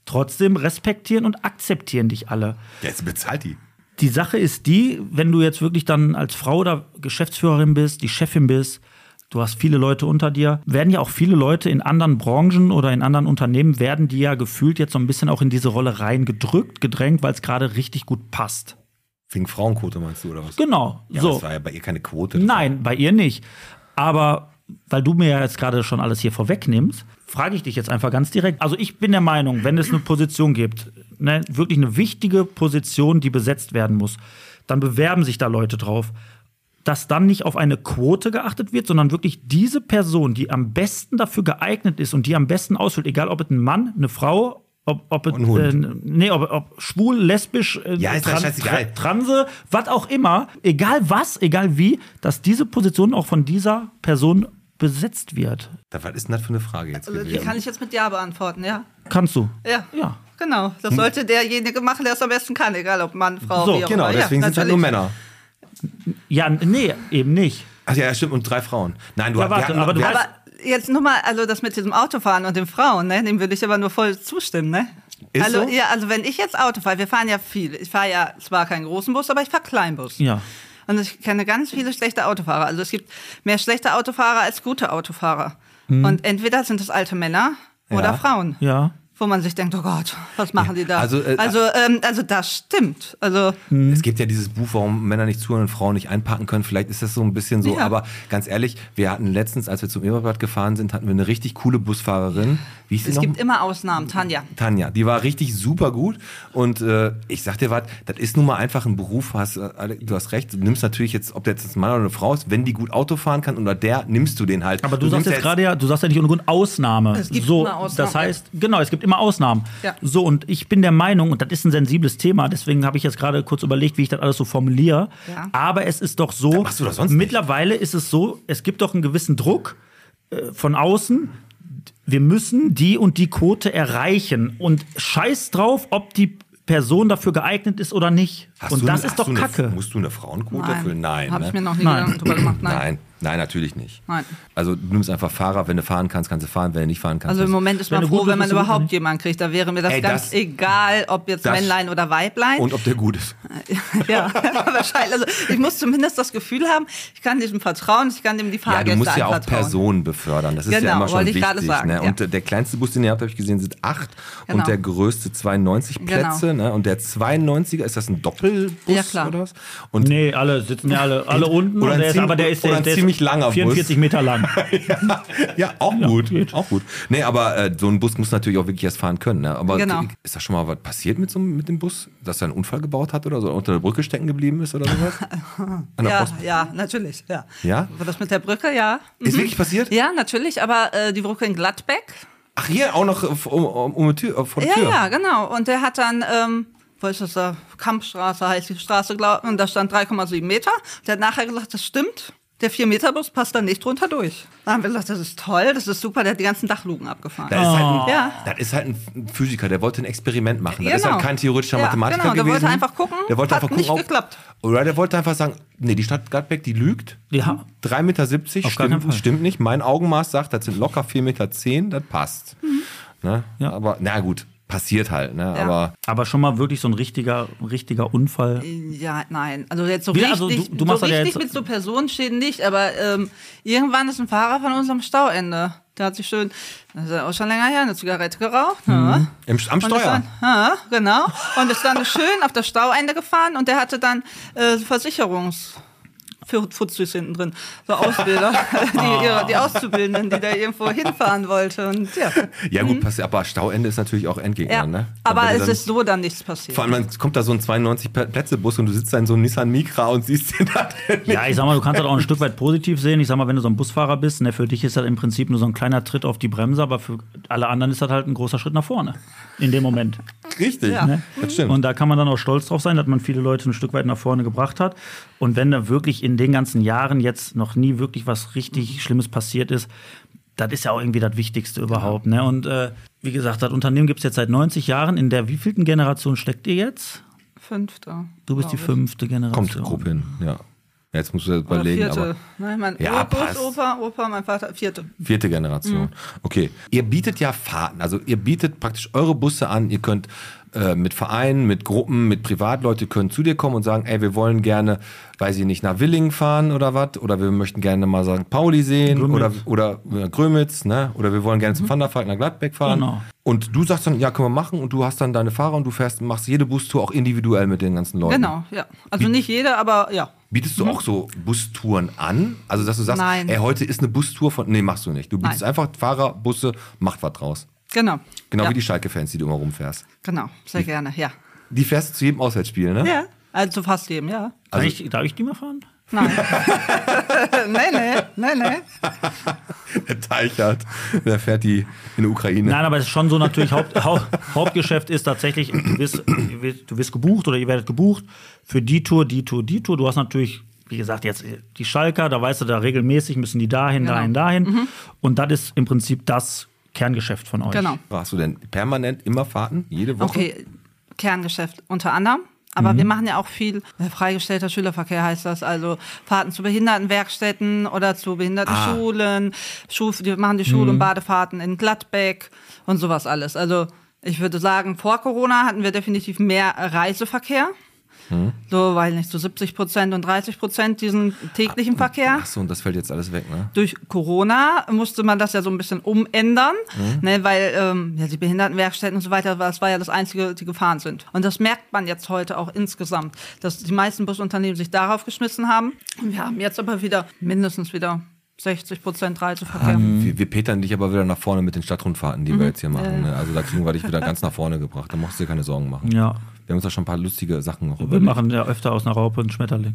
S3: trotzdem respektieren und akzeptieren dich alle.
S2: Jetzt bezahlt die.
S3: Die Sache ist die, wenn du jetzt wirklich dann als Frau oder Geschäftsführerin bist, die Chefin bist, du hast viele Leute unter dir, werden ja auch viele Leute in anderen Branchen oder in anderen Unternehmen, werden die ja gefühlt jetzt so ein bisschen auch in diese Rolle reingedrückt, gedrängt, weil es gerade richtig gut passt.
S2: Wegen Frauenquote meinst du, oder was?
S3: Genau.
S2: Ja,
S3: so.
S2: Das war ja bei ihr keine Quote.
S3: Nein, bei ihr nicht. Aber weil du mir ja jetzt gerade schon alles hier vorwegnimmst, frage ich dich jetzt einfach ganz direkt. Also ich bin der Meinung, wenn es eine Position gibt, ne, wirklich eine wichtige Position, die besetzt werden muss, dann bewerben sich da Leute drauf. Dass dann nicht auf eine Quote geachtet wird, sondern wirklich diese Person, die am besten dafür geeignet ist und die am besten ausfüllt, egal ob es ein Mann, eine Frau, ob, ob, es,
S2: Und ein Hund.
S3: Äh, nee, ob, ob schwul, lesbisch, äh,
S2: Ja, ist ja scheißegal.
S3: tra- Transe, was auch immer, egal was, egal wie, dass diese Position auch von dieser Person besetzt wird.
S2: Da, was ist denn das für eine Frage jetzt
S8: Also, die
S2: gewesen?
S8: kann ich jetzt mit Ja beantworten, ja.
S3: Kannst du?
S8: Ja.
S3: Ja.
S8: Genau.
S2: Hm.
S8: Das sollte derjenige machen, der es am besten kann, egal ob Mann, Frau,
S3: So,
S8: wie auch
S2: genau,
S8: immer.
S2: deswegen
S8: ja,
S2: sind es halt nur
S8: natürlich.
S2: Männer.
S3: Ja, nee, eben nicht.
S2: Ach ja, ja, stimmt, und drei Frauen. Nein, du
S3: Ja,
S2: hast-
S3: warte, aber du
S2: wir-
S3: weißt-
S8: Aber jetzt nur mal, also das mit diesem Autofahren und den Frauen, ne, dem würde ich aber nur voll zustimmen, ne?
S2: Ist
S8: also,
S2: so?
S8: ja, also wenn ich jetzt Auto fahre, wir fahren ja viel. Ich fahre ja zwar keinen großen Bus, aber ich fahre Kleinbus.
S3: Ja.
S8: Und ich kenne ganz viele schlechte Autofahrer. Also es gibt mehr schlechte Autofahrer als gute Autofahrer. Und entweder sind es alte Männer
S2: Ja.
S8: oder Frauen.
S3: Mhm. Ja.
S8: Wo man sich denkt, oh Gott, was machen die da?
S2: Also, äh,
S8: also, ähm, also das stimmt. Also
S3: Mhm.
S2: Es gibt ja dieses Buch, warum Männer nicht zuhören und Frauen nicht einpacken können. Vielleicht ist das so ein bisschen so,
S8: Ja.
S2: aber ganz ehrlich, wir hatten letztens, als wir zum Eberbad gefahren sind, hatten wir eine richtig coole Busfahrerin. Wie hieß sie
S8: es
S2: noch?
S8: gibt immer Ausnahmen, Tanja.
S2: Tanja, die war richtig super gut und äh, ich sag dir was, das ist nun mal einfach ein Beruf, hast, äh, alle- du hast recht, du nimmst natürlich jetzt, ob der jetzt ein Mann oder eine Frau ist, wenn die gut Auto fahren kann oder der, nimmst du den halt.
S3: Aber du, sagst
S2: nimmst
S3: jetzt gerade ja, du sagst ja nicht ohne Grund Ausnahme.
S8: Es gibt
S3: so,
S8: immer Ausnahmen.
S3: Das heißt, genau, es gibt immer Ausnahmen.
S8: Ja.
S3: So, und ich bin der Meinung, und das ist ein sensibles Thema, deswegen habe ich jetzt gerade kurz überlegt, wie ich das alles so formuliere.
S8: Ja.
S3: Aber es ist doch so,
S2: machst du doch sonst nicht.
S3: mittlerweile ist es so, es gibt doch einen gewissen Druck äh, von außen. Wir müssen die und die Quote erreichen. Und scheiß drauf, ob die Person dafür geeignet ist oder nicht.
S2: Hast
S3: und
S2: du
S3: das
S2: eine-
S3: ist
S2: hast
S3: doch
S2: du eine-
S3: Kacke.
S2: Musst du eine Frauenquote erfüllen? Nein.
S8: Habe
S2: ne?
S8: ich mir noch nie
S3: Nein.
S8: Gedanken drüber gemacht. Nein.
S2: Nein, nein, natürlich nicht.
S8: Nein.
S2: Also du nimmst einfach Fahrer, wenn du fahren kannst, kannst du fahren, wenn du nicht fahren kannst.
S8: Also im
S2: kannst du-
S8: Moment ist
S3: Wenn
S8: man
S3: du gut
S8: froh,
S3: bist,
S8: wenn man
S3: bist du gut,
S8: überhaupt
S3: ne?
S8: jemand kriegt. Da wäre mir das
S2: Ey,
S8: ganz
S2: das-
S8: egal, ob jetzt
S2: das-
S8: Männlein oder Weiblein.
S2: Und ob der gut ist.
S8: ja, wahrscheinlich. Also ich muss zumindest das Gefühl haben, ich kann diesem vertrauen, ich kann dem die
S2: Ja,
S8: Fahrgäste
S2: du musst ja auch
S8: anvertrauen.
S2: Personen befördern. Das ist ja
S8: Genau,
S2: immer schon
S8: wollte ich
S2: wichtig.
S8: gerade sagen,
S2: ne?
S8: ja.
S2: Und äh, der kleinste Bus, den ihr habt, habe ich gesehen, sind acht.
S8: Genau.
S2: Und der größte 92 Plätze. Ne? Und der 92er, ist das ein Doppelbus
S8: Ja, klar.
S2: oder was? Und
S3: Nee, alle sitzen ja alle, alle unten.
S2: Oder
S3: und
S2: ein
S3: der ist,
S2: ziem-
S3: aber der ist, der
S2: oder
S3: ist,
S2: ein
S3: der ist
S2: ziemlich langer Bus.
S3: 44 Meter lang.
S2: ja, auch gut. Auch gut. Nee, aber äh, so ein Bus muss natürlich auch wirklich erst fahren können. Ne? Aber
S8: Genau.
S2: ist da schon mal was passiert mit, so, einem- mit dem Bus? Dass er einen Unfall gebaut hat oder so unter der Brücke stecken geblieben ist oder sowas? An der
S8: Ja,
S2: Post-
S8: ja, natürlich. Ja.
S2: Ja?
S8: War das mit der Brücke? Ja.
S2: Ist wirklich passiert?
S8: Mhm. Ja, natürlich, aber äh, die Brücke in Gladbeck.
S2: Ach, hier auch noch äh, um, um, um die Tür, äh, vor der
S8: Ja,
S2: Tür.
S8: ja, genau. Und der hat dann, ähm, wo ist das da? Kampfstraße heißt die Straße, glaube ich. Und da stand 3,7 Meter. Der hat nachher gesagt, das stimmt. Der 4-Meter-Bus passt da nicht drunter durch. Dann haben wir gesagt, das ist toll, das ist super, der hat die ganzen Dachluken abgefahren.
S2: Das, ist halt ein,
S8: Oh. Ja.
S2: das ist halt ein Physiker, der wollte ein Experiment machen. Das ist
S8: Genau.
S2: halt kein theoretischer
S8: Ja,
S2: Mathematiker
S8: genau, der
S2: gewesen.
S8: wollte einfach gucken,
S2: Der wollte
S8: hat
S2: einfach
S8: nicht
S2: gucken, ob-
S8: geklappt.
S2: Oder der wollte einfach sagen, nee, die Stadt Gladbeck, die lügt.
S3: Ja.
S2: 3,70 Meter
S3: Auf gar keinen
S2: stimmt,
S3: Fall.
S2: stimmt nicht. Mein Augenmaß sagt, das sind locker 4,10 Meter, das passt.
S8: Mhm.
S2: Ne?
S3: Ja.
S2: Aber na gut, passiert halt. Ne? Aber
S3: Aber schon mal wirklich so ein richtiger, richtiger Unfall.
S8: Ja, nein. Also jetzt so
S3: Wie,
S8: richtig,
S3: also du- du machst
S8: so
S3: das ja
S8: richtig
S3: jetzt-
S8: mit so Personenschäden nicht, aber ähm, irgendwann ist ein Fahrer von uns am Stauende. Der hat sich schön, das ist ja auch schon länger her, eine Zigarette geraucht. ne?
S2: im, am
S8: Und ist
S2: Steuer.
S8: dann, ja, genau. Und ist dann schön auf das Stauende gefahren und der hatte dann äh, Versicherungs. Für Futzis hinten drin. So Ausbilder, die, ihre, die Auszubildenden, die da irgendwo hinfahren wollte. Und ja.
S2: Ja gut, passiert. Aber Stauende ist natürlich auch Endgegner.
S8: Mhm. ja.
S2: Ne? Dann,
S8: Aber
S2: wenn du
S8: es
S2: dann-
S8: ist so dann nichts passiert.
S2: Vor allem dann kommt da so ein 92-Plätze-Bus und du sitzt da in so einem Nissan Micra und siehst den halt da drin.
S3: Ja, ich sag mal, du kannst das auch ein Stück weit positiv sehen. Ich sag mal, wenn du so ein Busfahrer bist, ne, für dich ist das im Prinzip nur so ein kleiner Tritt auf die Bremse, aber für alle anderen ist das halt ein großer Schritt nach vorne. In dem Moment.
S2: Richtig,
S3: Ne?
S2: das stimmt.
S3: Und da kann man dann auch stolz drauf sein, dass man viele Leute ein Stück weit nach vorne gebracht hat. Und wenn da wirklich in den ganzen Jahren jetzt noch nie wirklich was richtig Schlimmes passiert ist, das ist ja auch irgendwie das Wichtigste überhaupt. Ne? Und äh, wie gesagt, das Unternehmen gibt es jetzt seit 90 Jahren. In der wievielten Generation steckt ihr jetzt?
S8: Fünfter.
S3: Du bist die fünfte
S2: Kommt
S3: Generation.
S2: grob hin, ja. Jetzt musst du das
S8: Oder
S2: überlegen,
S8: vierte.
S2: aber
S8: Nein, mein
S2: Ja,
S8: ja,
S2: passt.
S8: Opa, Opa, mein Vater, vierte.
S2: vierte Generation.
S8: Mhm.
S2: Okay. Ihr bietet ja Fahrten, also ihr bietet praktisch eure Busse an, ihr könnt äh, mit Vereinen, mit Gruppen, mit Privatleuten ihr könnt zu dir kommen und sagen, ey, wir wollen gerne, weiß ich nicht, nach Willingen fahren oder was, oder wir möchten gerne mal St. Pauli sehen
S3: Grömitz.
S2: oder oder äh, Grömitz, ne? Oder wir wollen gerne
S8: Mhm.
S2: zum Thunderfalk nach Gladbeck fahren.
S3: Genau.
S2: Und du sagst dann, ja, können wir machen und du hast dann deine Fahrer und du fährst machst jede Bustour auch individuell mit den ganzen Leuten.
S8: Genau, ja. Also nicht jeder, aber ja.
S2: Bietest du auch so Bustouren an? Also, dass du sagst,
S8: Nein.
S2: ey, heute ist eine Bustour von. Nee, machst du nicht. Du bietest
S8: Nein.
S2: einfach Fahrer, Busse, macht was draus.
S8: Genau.
S2: Genau
S8: ja.
S2: wie die Schalke-Fans, die du immer rumfährst.
S8: Genau, sehr gerne, ja.
S2: Die fährst du zu jedem Auswärtsspiel, ne?
S8: Ja. Also fast jedem, ja.
S3: Darf, ich, darf ich die mal fahren?
S8: Nein. nee, nee, nee, nee.
S2: Der Teichert, der fährt die in die Ukraine.
S3: Nein, aber es ist schon so natürlich, Haupt, Hau- Hauptgeschäft ist tatsächlich, du wirst, du wirst- du wirst gebucht oder ihr werdet gebucht für die Tour, die Tour, die Tour. Du hast natürlich, wie gesagt, jetzt die Schalker, da weißt du, da regelmäßig müssen die dahin, dahin, dahin. Und das ist im Prinzip das Kerngeschäft von euch.
S8: Genau.
S2: Hast du denn permanent immer Fahrten? Jede Woche?
S8: Okay, Kerngeschäft unter anderem. Aber wir machen ja auch viel äh, freigestellter Schülerverkehr heißt das, also Fahrten zu Behindertenwerkstätten oder zu Behindertenschulen. Schu- wir machen die Schul- und Badefahrten in Gladbeck und sowas alles. Also ich würde sagen, vor Corona hatten wir definitiv mehr Reiseverkehr. So, weil nicht so 70 Prozent und 30 Prozent diesen täglichen Verkehr.
S2: Achso, und das fällt jetzt alles weg, ne?
S8: Durch Corona musste man das ja so ein bisschen umändern, ne, weil ähm, ja, die Behindertenwerkstätten und so weiter, das war ja das Einzige, die gefahren sind. Und das merkt man jetzt heute auch insgesamt, dass die meisten Busunternehmen sich darauf geschmissen haben. Und wir haben jetzt aber wieder mindestens wieder 60 Prozent Reiseverkehr.
S2: Wir, wir petern dich aber wieder nach vorne mit den Stadtrundfahrten, die wir jetzt hier machen. Ne? Also da kriegen wir dich wieder ganz nach vorne gebracht. Da musst du dir keine Sorgen machen.
S3: Ja.
S2: Wir haben uns da schon ein paar lustige Sachen noch
S3: Wir machen ja öfter aus einer Raupe einen Schmetterling.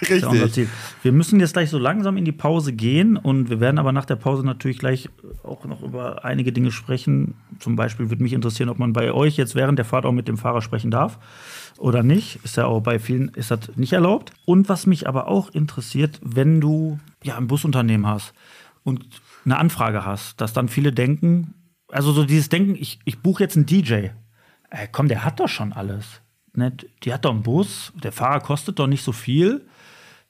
S3: Ist ja unser Ziel. Wir müssen jetzt gleich so langsam in die Pause gehen und wir werden aber nach der Pause natürlich gleich auch noch über einige Dinge sprechen. Zum Beispiel würde mich interessieren, ob man bei euch jetzt während der Fahrt auch mit dem Fahrer sprechen darf oder nicht. Ist ja auch bei vielen ist das nicht erlaubt. Und was mich aber auch interessiert, wenn du ja ein Busunternehmen hast und eine Anfrage hast, dass dann viele denken, also so dieses Denken, ich, ich buche jetzt einen DJ. Ey, komm, der hat doch schon alles. Ne? Die hat doch einen Bus, der Fahrer kostet doch nicht so viel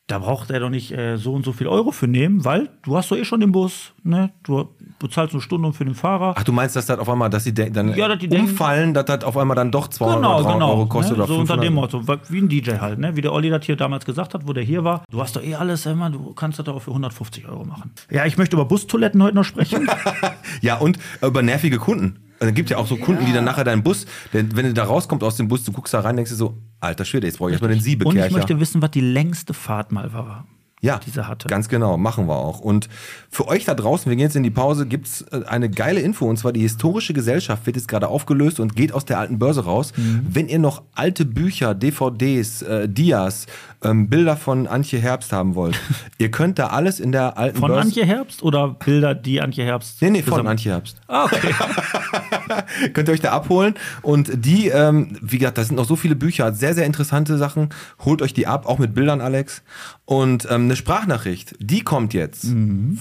S3: da braucht er doch nicht äh, so und so viel Euro für nehmen, weil du hast doch eh schon den Bus, ne? Du bezahlst eine Stunde für den Fahrer.
S2: Ach, du meinst, dass das auf einmal, dass sie de- dann
S3: Ja, dass die denken-
S2: umfallen, dass das auf einmal dann doch 200 oder 300 Euro kostet
S3: ne?
S2: oder
S3: So unter
S2: 500?
S3: dem Motto, wie ein DJ halt, ne? Wie der Olli das hier damals gesagt hat, wo der hier war. Du hast doch eh alles, immer, du kannst das doch auch für 150 Euro machen. Ja, ich möchte über Bustoiletten heute noch sprechen.
S2: Ja, und äh, über nervige Kunden. Also, es gibt ja auch so Kunden, die dann nachher deinen Bus, denn wenn du da rauskommst aus dem Bus, du guckst da rein, denkst du so, alter Schwede, jetzt brauche ich erstmal den
S3: und ich
S2: Siebekercher.
S3: möchte wissen, was die längste Fahrt mal war.
S2: ja,
S3: die sie hatte.
S2: ganz genau, machen wir auch. Und für euch da draußen, wir gehen jetzt in die Pause, gibt's äh, eine geile Info und zwar die historische Gesellschaft wird jetzt gerade aufgelöst und geht aus der alten Börse raus.
S3: Mhm.
S2: Wenn ihr noch alte Bücher, DVDs, äh, Dias, ähm, Bilder von Antje Herbst haben wollt, ihr könnt da alles in der alten
S3: Von
S2: Börse...
S3: Antje Herbst oder Bilder, die Antje Herbst.
S2: Nee, nee, von
S3: gesammelt-
S2: Antje Herbst. Ah, okay. Könnt ihr euch da abholen. Und die, ähm, wie gesagt, da sind noch so viele Bücher, sehr, sehr interessante Sachen. Holt euch die ab, auch mit Bildern, Alex. Und ähm, eine Sprachnachricht, die kommt jetzt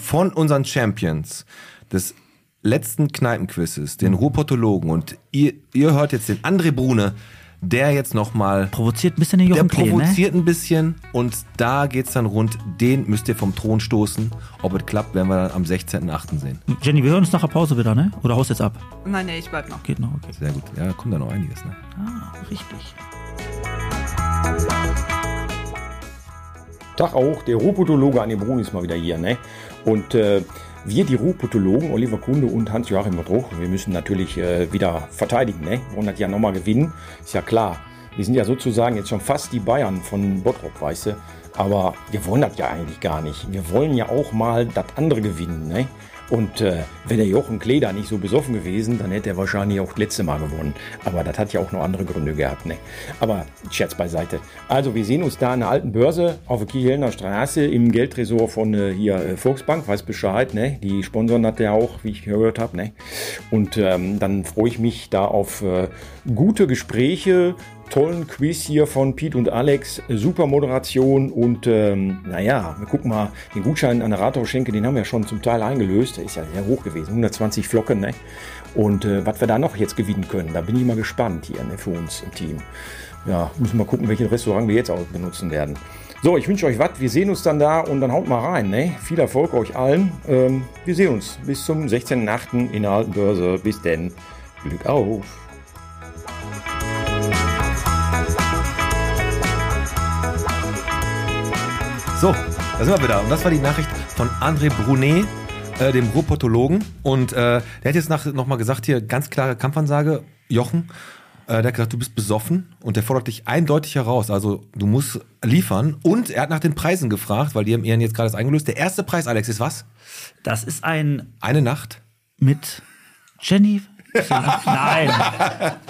S2: von unseren Champions des letzten Kneipenquizzes, den Ruhrpottologen. Und ihr, ihr hört jetzt den André Brune, der jetzt nochmal
S3: Provoziert ein bisschen den
S2: der
S3: Jochen Klee, ne?
S2: provoziert ein bisschen und da geht's dann rund. Den müsst ihr vom Thron stoßen. Ob es klappt, werden wir dann am 16.8. sehen.
S3: Jenny, wir hören uns nach der Pause wieder, ne? Oder haust jetzt ab?
S8: Nein, nee, ich bleib noch.
S3: Geht noch, okay.
S2: Sehr gut. Ja, kommt da noch einiges, ne?
S3: Richtig.
S9: Tag auch, der Ruhrputologe Anne Brun ist mal wieder hier. Ne? Und äh, wir, die Ruhrputologen, Oliver Kunde und Hans-Joachim Bedruch, wir müssen natürlich äh, wieder verteidigen. Ne? Wir wollen das ja nochmal gewinnen, ist ja klar. Wir sind ja sozusagen jetzt schon fast die Bayern von Bottrop, weißt du. Aber wir wollen das ja eigentlich gar nicht. Wir wollen ja auch mal das andere gewinnen. Ne? Und äh, wenn der Jochen Klee da nicht so besoffen gewesen, dann hätte er wahrscheinlich auch das letzte Mal gewonnen. Aber das hat ja auch noch andere Gründe gehabt. Ne? Aber Scherz beiseite. Also wir sehen uns da an der alten Börse auf der Kielner Straße im Geldtresor von äh, hier äh, Volksbank, weiß Bescheid. Ne? Die Sponsoren hat er auch, wie ich gehört habe. Ne? Und ähm, dann freue ich mich da auf äh, gute Gespräche, tollen Quiz hier von Pete und Alex. Super Moderation und ähm, naja, wir gucken mal, den Gutschein an der Rathauschenke, den haben wir schon zum Teil eingelöst. Der ist ja sehr hoch gewesen, 120 Flocken. Ne? Und äh, was wir da noch jetzt gewinnen können, da bin ich mal gespannt hier ne, für uns im Team. Ja, müssen wir gucken, welches Restaurant wir jetzt auch benutzen werden. So, ich wünsche euch was. Wir sehen uns dann da und dann haut mal rein. Ne? Viel Erfolg euch allen. Ähm, wir sehen uns bis zum 16.8. in der alten Börse. Bis denn. Glück auf.
S2: So, da sind wir wieder. Und das war die Nachricht von André Brunet, äh, dem Ruhrpottologen. Und äh, der hat jetzt nach, nochmal gesagt, hier ganz klare Kampfansage, Jochen. Äh, der hat gesagt, du bist besoffen und der fordert dich eindeutig heraus. Also du musst liefern. Und er hat nach den Preisen gefragt, weil die haben ihren jetzt gerade das eingelöst. Der erste Preis, Alex, ist was?
S3: Das ist ein
S2: Eine Nacht?
S3: mit Jenny. Nein,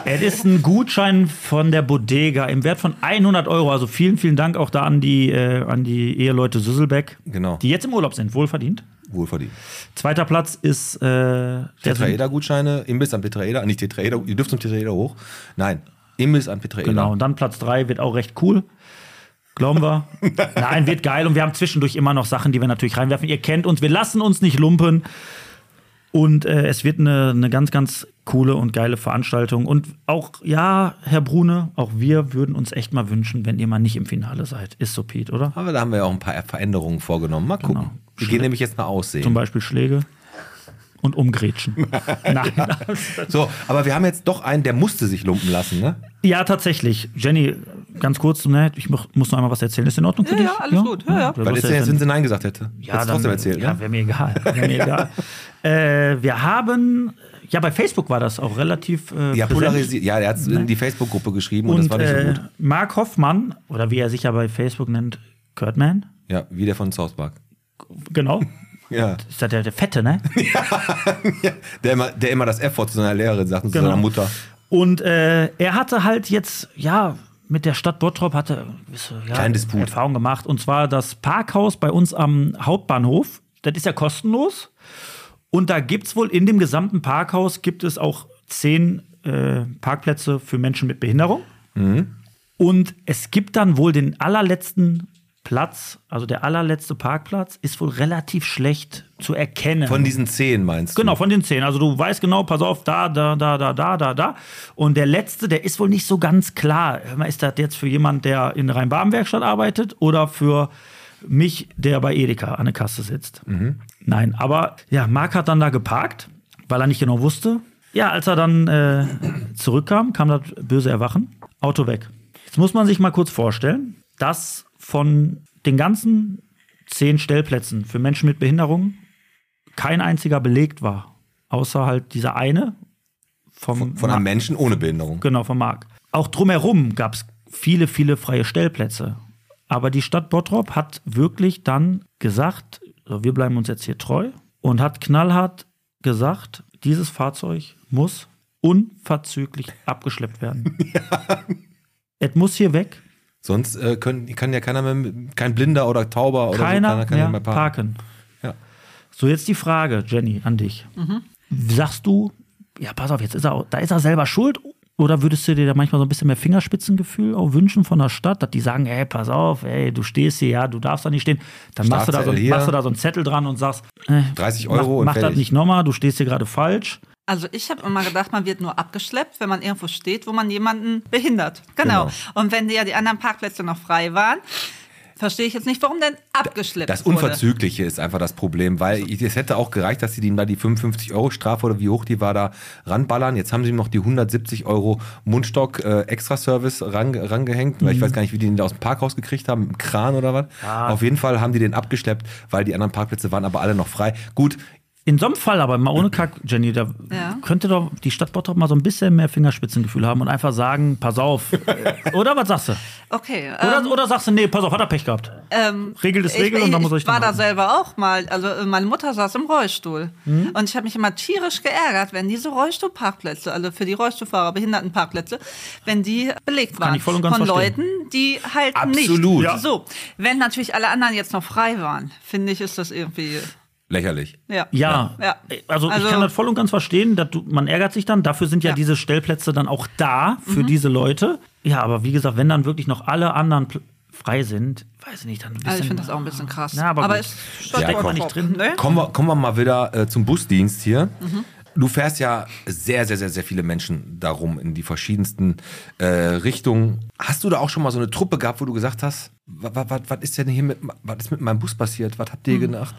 S3: es ist ein Gutschein von der Bodega im Wert von 100 Euro. Also vielen, vielen Dank auch da an die, äh, an die Eheleute Süsselbeck,
S2: Genau.
S3: die jetzt im Urlaub sind, wohlverdient.
S2: Wohlverdient.
S3: Zweiter Platz ist äh, der Sü-
S2: Tetraeder-Gutscheine, Imbiss am Tetraeder, nicht Tetraeder, ihr dürft zum Tetraeder hoch. Nein, Imbiss am Tetraeder.
S3: Genau, und dann Platz 3 wird auch recht cool. Glauben wir. Nein, wird geil. Und wir haben zwischendurch immer noch Sachen, die wir natürlich reinwerfen. Ihr kennt uns, wir lassen uns nicht lumpen. Und äh, es wird eine, eine ganz, ganz coole und geile Veranstaltung. Und auch, ja, Herr Brune, auch wir würden uns echt mal wünschen, wenn ihr mal nicht im Finale seid. Ist so, Pete, oder?
S2: Aber da haben wir ja auch ein paar Veränderungen vorgenommen. Mal gucken.
S3: Genau.
S2: Wir gehen nämlich jetzt mal aussehen.
S3: Zum Beispiel Schläge und umgrätschen. Nein.
S2: So, aber wir haben jetzt doch einen, der musste sich lumpen lassen, ne?
S3: Ja, tatsächlich. Jenny, ganz kurz, ne, ich mu- muss noch einmal was erzählen. Ist in Ordnung für
S8: Ja,
S3: dich?
S8: ja, alles gut. Ja, ja.
S3: Du
S2: Weil
S3: hast
S2: jetzt, jetzt,
S3: ja
S2: wenn sie Nein gesagt hätte. Hättest
S3: ja, dann-
S2: trotzdem erzählt,
S3: Ja,
S2: ne?
S3: wäre mir egal. Wär mir egal. äh, wir haben, ja, bei Facebook war das auch relativ. Äh,
S2: Ja,
S3: präsent.
S2: polarisiert. Ja, er hat es in die Facebook-Gruppe geschrieben und,
S3: Und
S2: das war nicht so
S3: äh,
S2: gut.
S3: Mark Hoffmann, oder wie er sich ja bei Facebook nennt, Kurtman.
S2: Ja, wie der von South Park.
S3: Genau.
S2: Ja.
S3: Ist das der, der Fette, ne?
S2: Der immer, der immer das F-Wort zu seiner Lehrerin sagt und zu
S3: Genau.
S2: seiner Mutter.
S3: Und äh, er hatte halt jetzt, ja, mit der Stadt Bottrop hatte er gewisse ja,
S2: Kleinen Disput.
S3: Erfahrung gemacht. Und zwar das Parkhaus bei uns am Hauptbahnhof. Das ist ja kostenlos. Und da gibt es wohl in dem gesamten Parkhaus gibt es auch zehn äh, Parkplätze für Menschen mit Behinderung.
S2: Mhm.
S3: Und es gibt dann wohl den allerletzten Platz, also der allerletzte Parkplatz, ist wohl relativ schlecht zu erkennen.
S2: Von diesen zehn meinst du?
S3: Genau, von den zehn. Also du weißt genau, pass auf, da, da, da, da, da, da, da. Und der letzte, der ist wohl nicht so ganz klar. Hör mal, Ist das jetzt für jemand, der in Rhein-Baden-Werkstatt arbeitet oder für mich, der bei Edeka an der Kasse sitzt? Nein, aber ja, Marc hat dann da geparkt, weil er nicht genau wusste. Ja, als er dann äh, zurückkam, kam das böse Erwachen. Auto weg. Jetzt muss man sich mal kurz vorstellen, dass von den ganzen zehn Stellplätzen für Menschen mit Behinderungen kein einziger belegt war. Außer halt dieser eine vom
S2: Von einem
S3: Ma-
S2: Menschen ohne Behinderung.
S3: Genau, vom Markt. Auch drumherum gab es viele, viele freie Stellplätze. Aber die Stadt Bottrop hat wirklich dann gesagt, so, wir bleiben uns jetzt hier treu und hat knallhart gesagt, dieses Fahrzeug muss unverzüglich abgeschleppt werden. Es muss hier weg,
S2: Sonst äh, können, kann ja keiner mehr, kein Blinder oder Tauber oder so,
S3: keiner
S2: kann
S3: mehr
S2: ja mehr parken.
S3: parken.
S2: Ja.
S3: So, jetzt die Frage, Jenny, an dich. Sagst du, ja, pass auf, jetzt ist er, auch- da ist er selber schuld? Oder würdest du dir da manchmal so ein bisschen mehr Fingerspitzengefühl auch wünschen von der Stadt, dass die sagen, ey, pass auf, ey, du stehst hier, ja, du darfst da nicht stehen. Dann machst du, da so,
S2: Strafzettel hier.
S3: machst du da so einen Zettel dran und sagst, äh,
S2: 30 Euro und
S3: mach, mach das
S2: fertig.
S3: nicht nochmal, du stehst hier gerade falsch.
S8: Also ich habe immer gedacht, man wird nur abgeschleppt, wenn man irgendwo steht, wo man jemanden behindert. Genau.
S2: Genau.
S8: Und wenn ja die anderen Parkplätze noch frei waren, verstehe ich jetzt nicht, warum denn abgeschleppt
S2: Das
S8: wurde.
S2: Unverzügliche ist einfach das Problem, weil ich- es hätte auch gereicht, dass sie ihm da die 55 Euro Strafe oder wie hoch die war da ranballern. Jetzt haben sie ihm noch die 170 Euro Mundstock äh, Extra Service ran, rangehängt, weil ich weiß gar nicht, wie die ihn da aus dem Parkhaus gekriegt haben, mit einem Kran oder was. Auf jeden Fall haben die den abgeschleppt, weil die anderen Parkplätze waren aber alle noch frei. Gut,
S3: In so einem Fall aber, mal ohne Kack, Jenny, da
S8: Ja.
S3: könnte doch die Stadt Bottrop mal so ein bisschen mehr Fingerspitzengefühl haben und einfach sagen, pass auf. oder was sagst du?
S8: Okay.
S3: Oder,
S8: ähm,
S3: oder sagst du, nee, pass auf, hat er Pech gehabt.
S8: ähm,
S3: Regel ist Regel
S8: ich,
S3: und dann muss
S8: ich
S3: ich
S8: war da
S3: dann
S8: selber auch mal. Also äh, meine Mutter saß im Rollstuhl
S3: Hm?
S8: und ich habe mich immer tierisch geärgert, wenn diese Rollstuhlparkplätze, also für die Rollstuhlfahrer Behindertenparkplätze, wenn die belegt waren
S3: ich voll und ganz
S8: von
S3: verstehen.
S8: Leuten, die halt
S2: Absolut.
S8: nicht.
S2: Ja.
S8: So, wenn natürlich alle anderen jetzt noch frei waren, finde ich, ist das irgendwie
S2: lächerlich.
S8: ja.
S3: Ja,
S8: Ja.
S3: Also,
S8: Also-
S3: ich kann das voll und ganz verstehen, dass du, man ärgert sich dann. Dafür sind ja,
S8: Ja. Mhm.
S3: diese Stellplätze dann auch da für diese Leute. Ja, aber wie gesagt, wenn dann wirklich noch alle anderen pl- frei sind, weiß ich nicht, dann ein bisschen.
S8: Also ich finde das auch ein bisschen krass.
S3: Ja, aber gut.
S8: es
S3: Ja,
S8: Bottrop,
S3: komm. nicht drin.
S8: Ne?
S2: Kommen wir, kommen wir mal wieder äh, zum Busdienst hier.
S8: Mhm.
S2: Du fährst ja sehr, sehr, sehr, sehr viele Menschen darum in die verschiedensten äh, Richtungen. Hast du da auch schon mal so eine Truppe gehabt, wo du gesagt hast, was ist denn hier mit, was ist mit meinem Bus passiert? Was habt ihr
S8: Mhm.
S2: gedacht?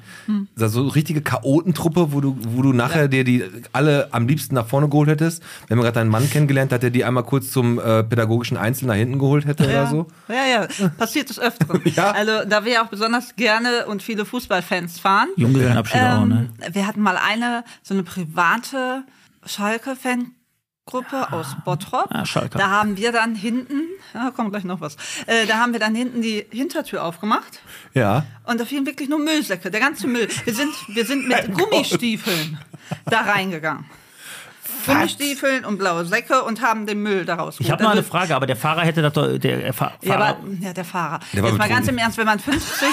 S2: Also so richtige Chaotentruppe, wo du, wo du nachher dir die alle am liebsten nach vorne geholt hättest. Wir haben ja gerade deinen Mann kennengelernt, hat er die einmal kurz zum äh, pädagogischen Einzel nach hinten geholt hätte oder so.
S8: Ja, ja, passiert des Öfteren.
S2: Ja.
S8: Also da wir ja auch besonders gerne und viele Fußballfans fahren.
S3: Junggesellenabschiede auch, ne?
S8: Ähm, wir hatten mal eine, so eine private Schalke-Fan- Gruppe aus Bottrop.
S3: Ah, Schalke.
S8: Da haben wir dann hinten, ja, kommt gleich noch was, äh, da haben wir dann hinten die Hintertür aufgemacht
S2: Ja.
S8: und da fielen wirklich nur Müllsäcke, der ganze Müll. Wir sind, wir sind mit Gummistiefeln da reingegangen. Gummistiefeln und blaue Säcke und haben den Müll daraus Also
S3: Ich habe mal eine Frage, aber der Fahrer hätte das doch. Der Fa-
S8: ja,
S3: Fahrer,
S8: aber ja, der Fahrer.
S2: Der war
S8: Jetzt mal
S2: betrunken.
S8: ganz im Ernst, wenn man 50.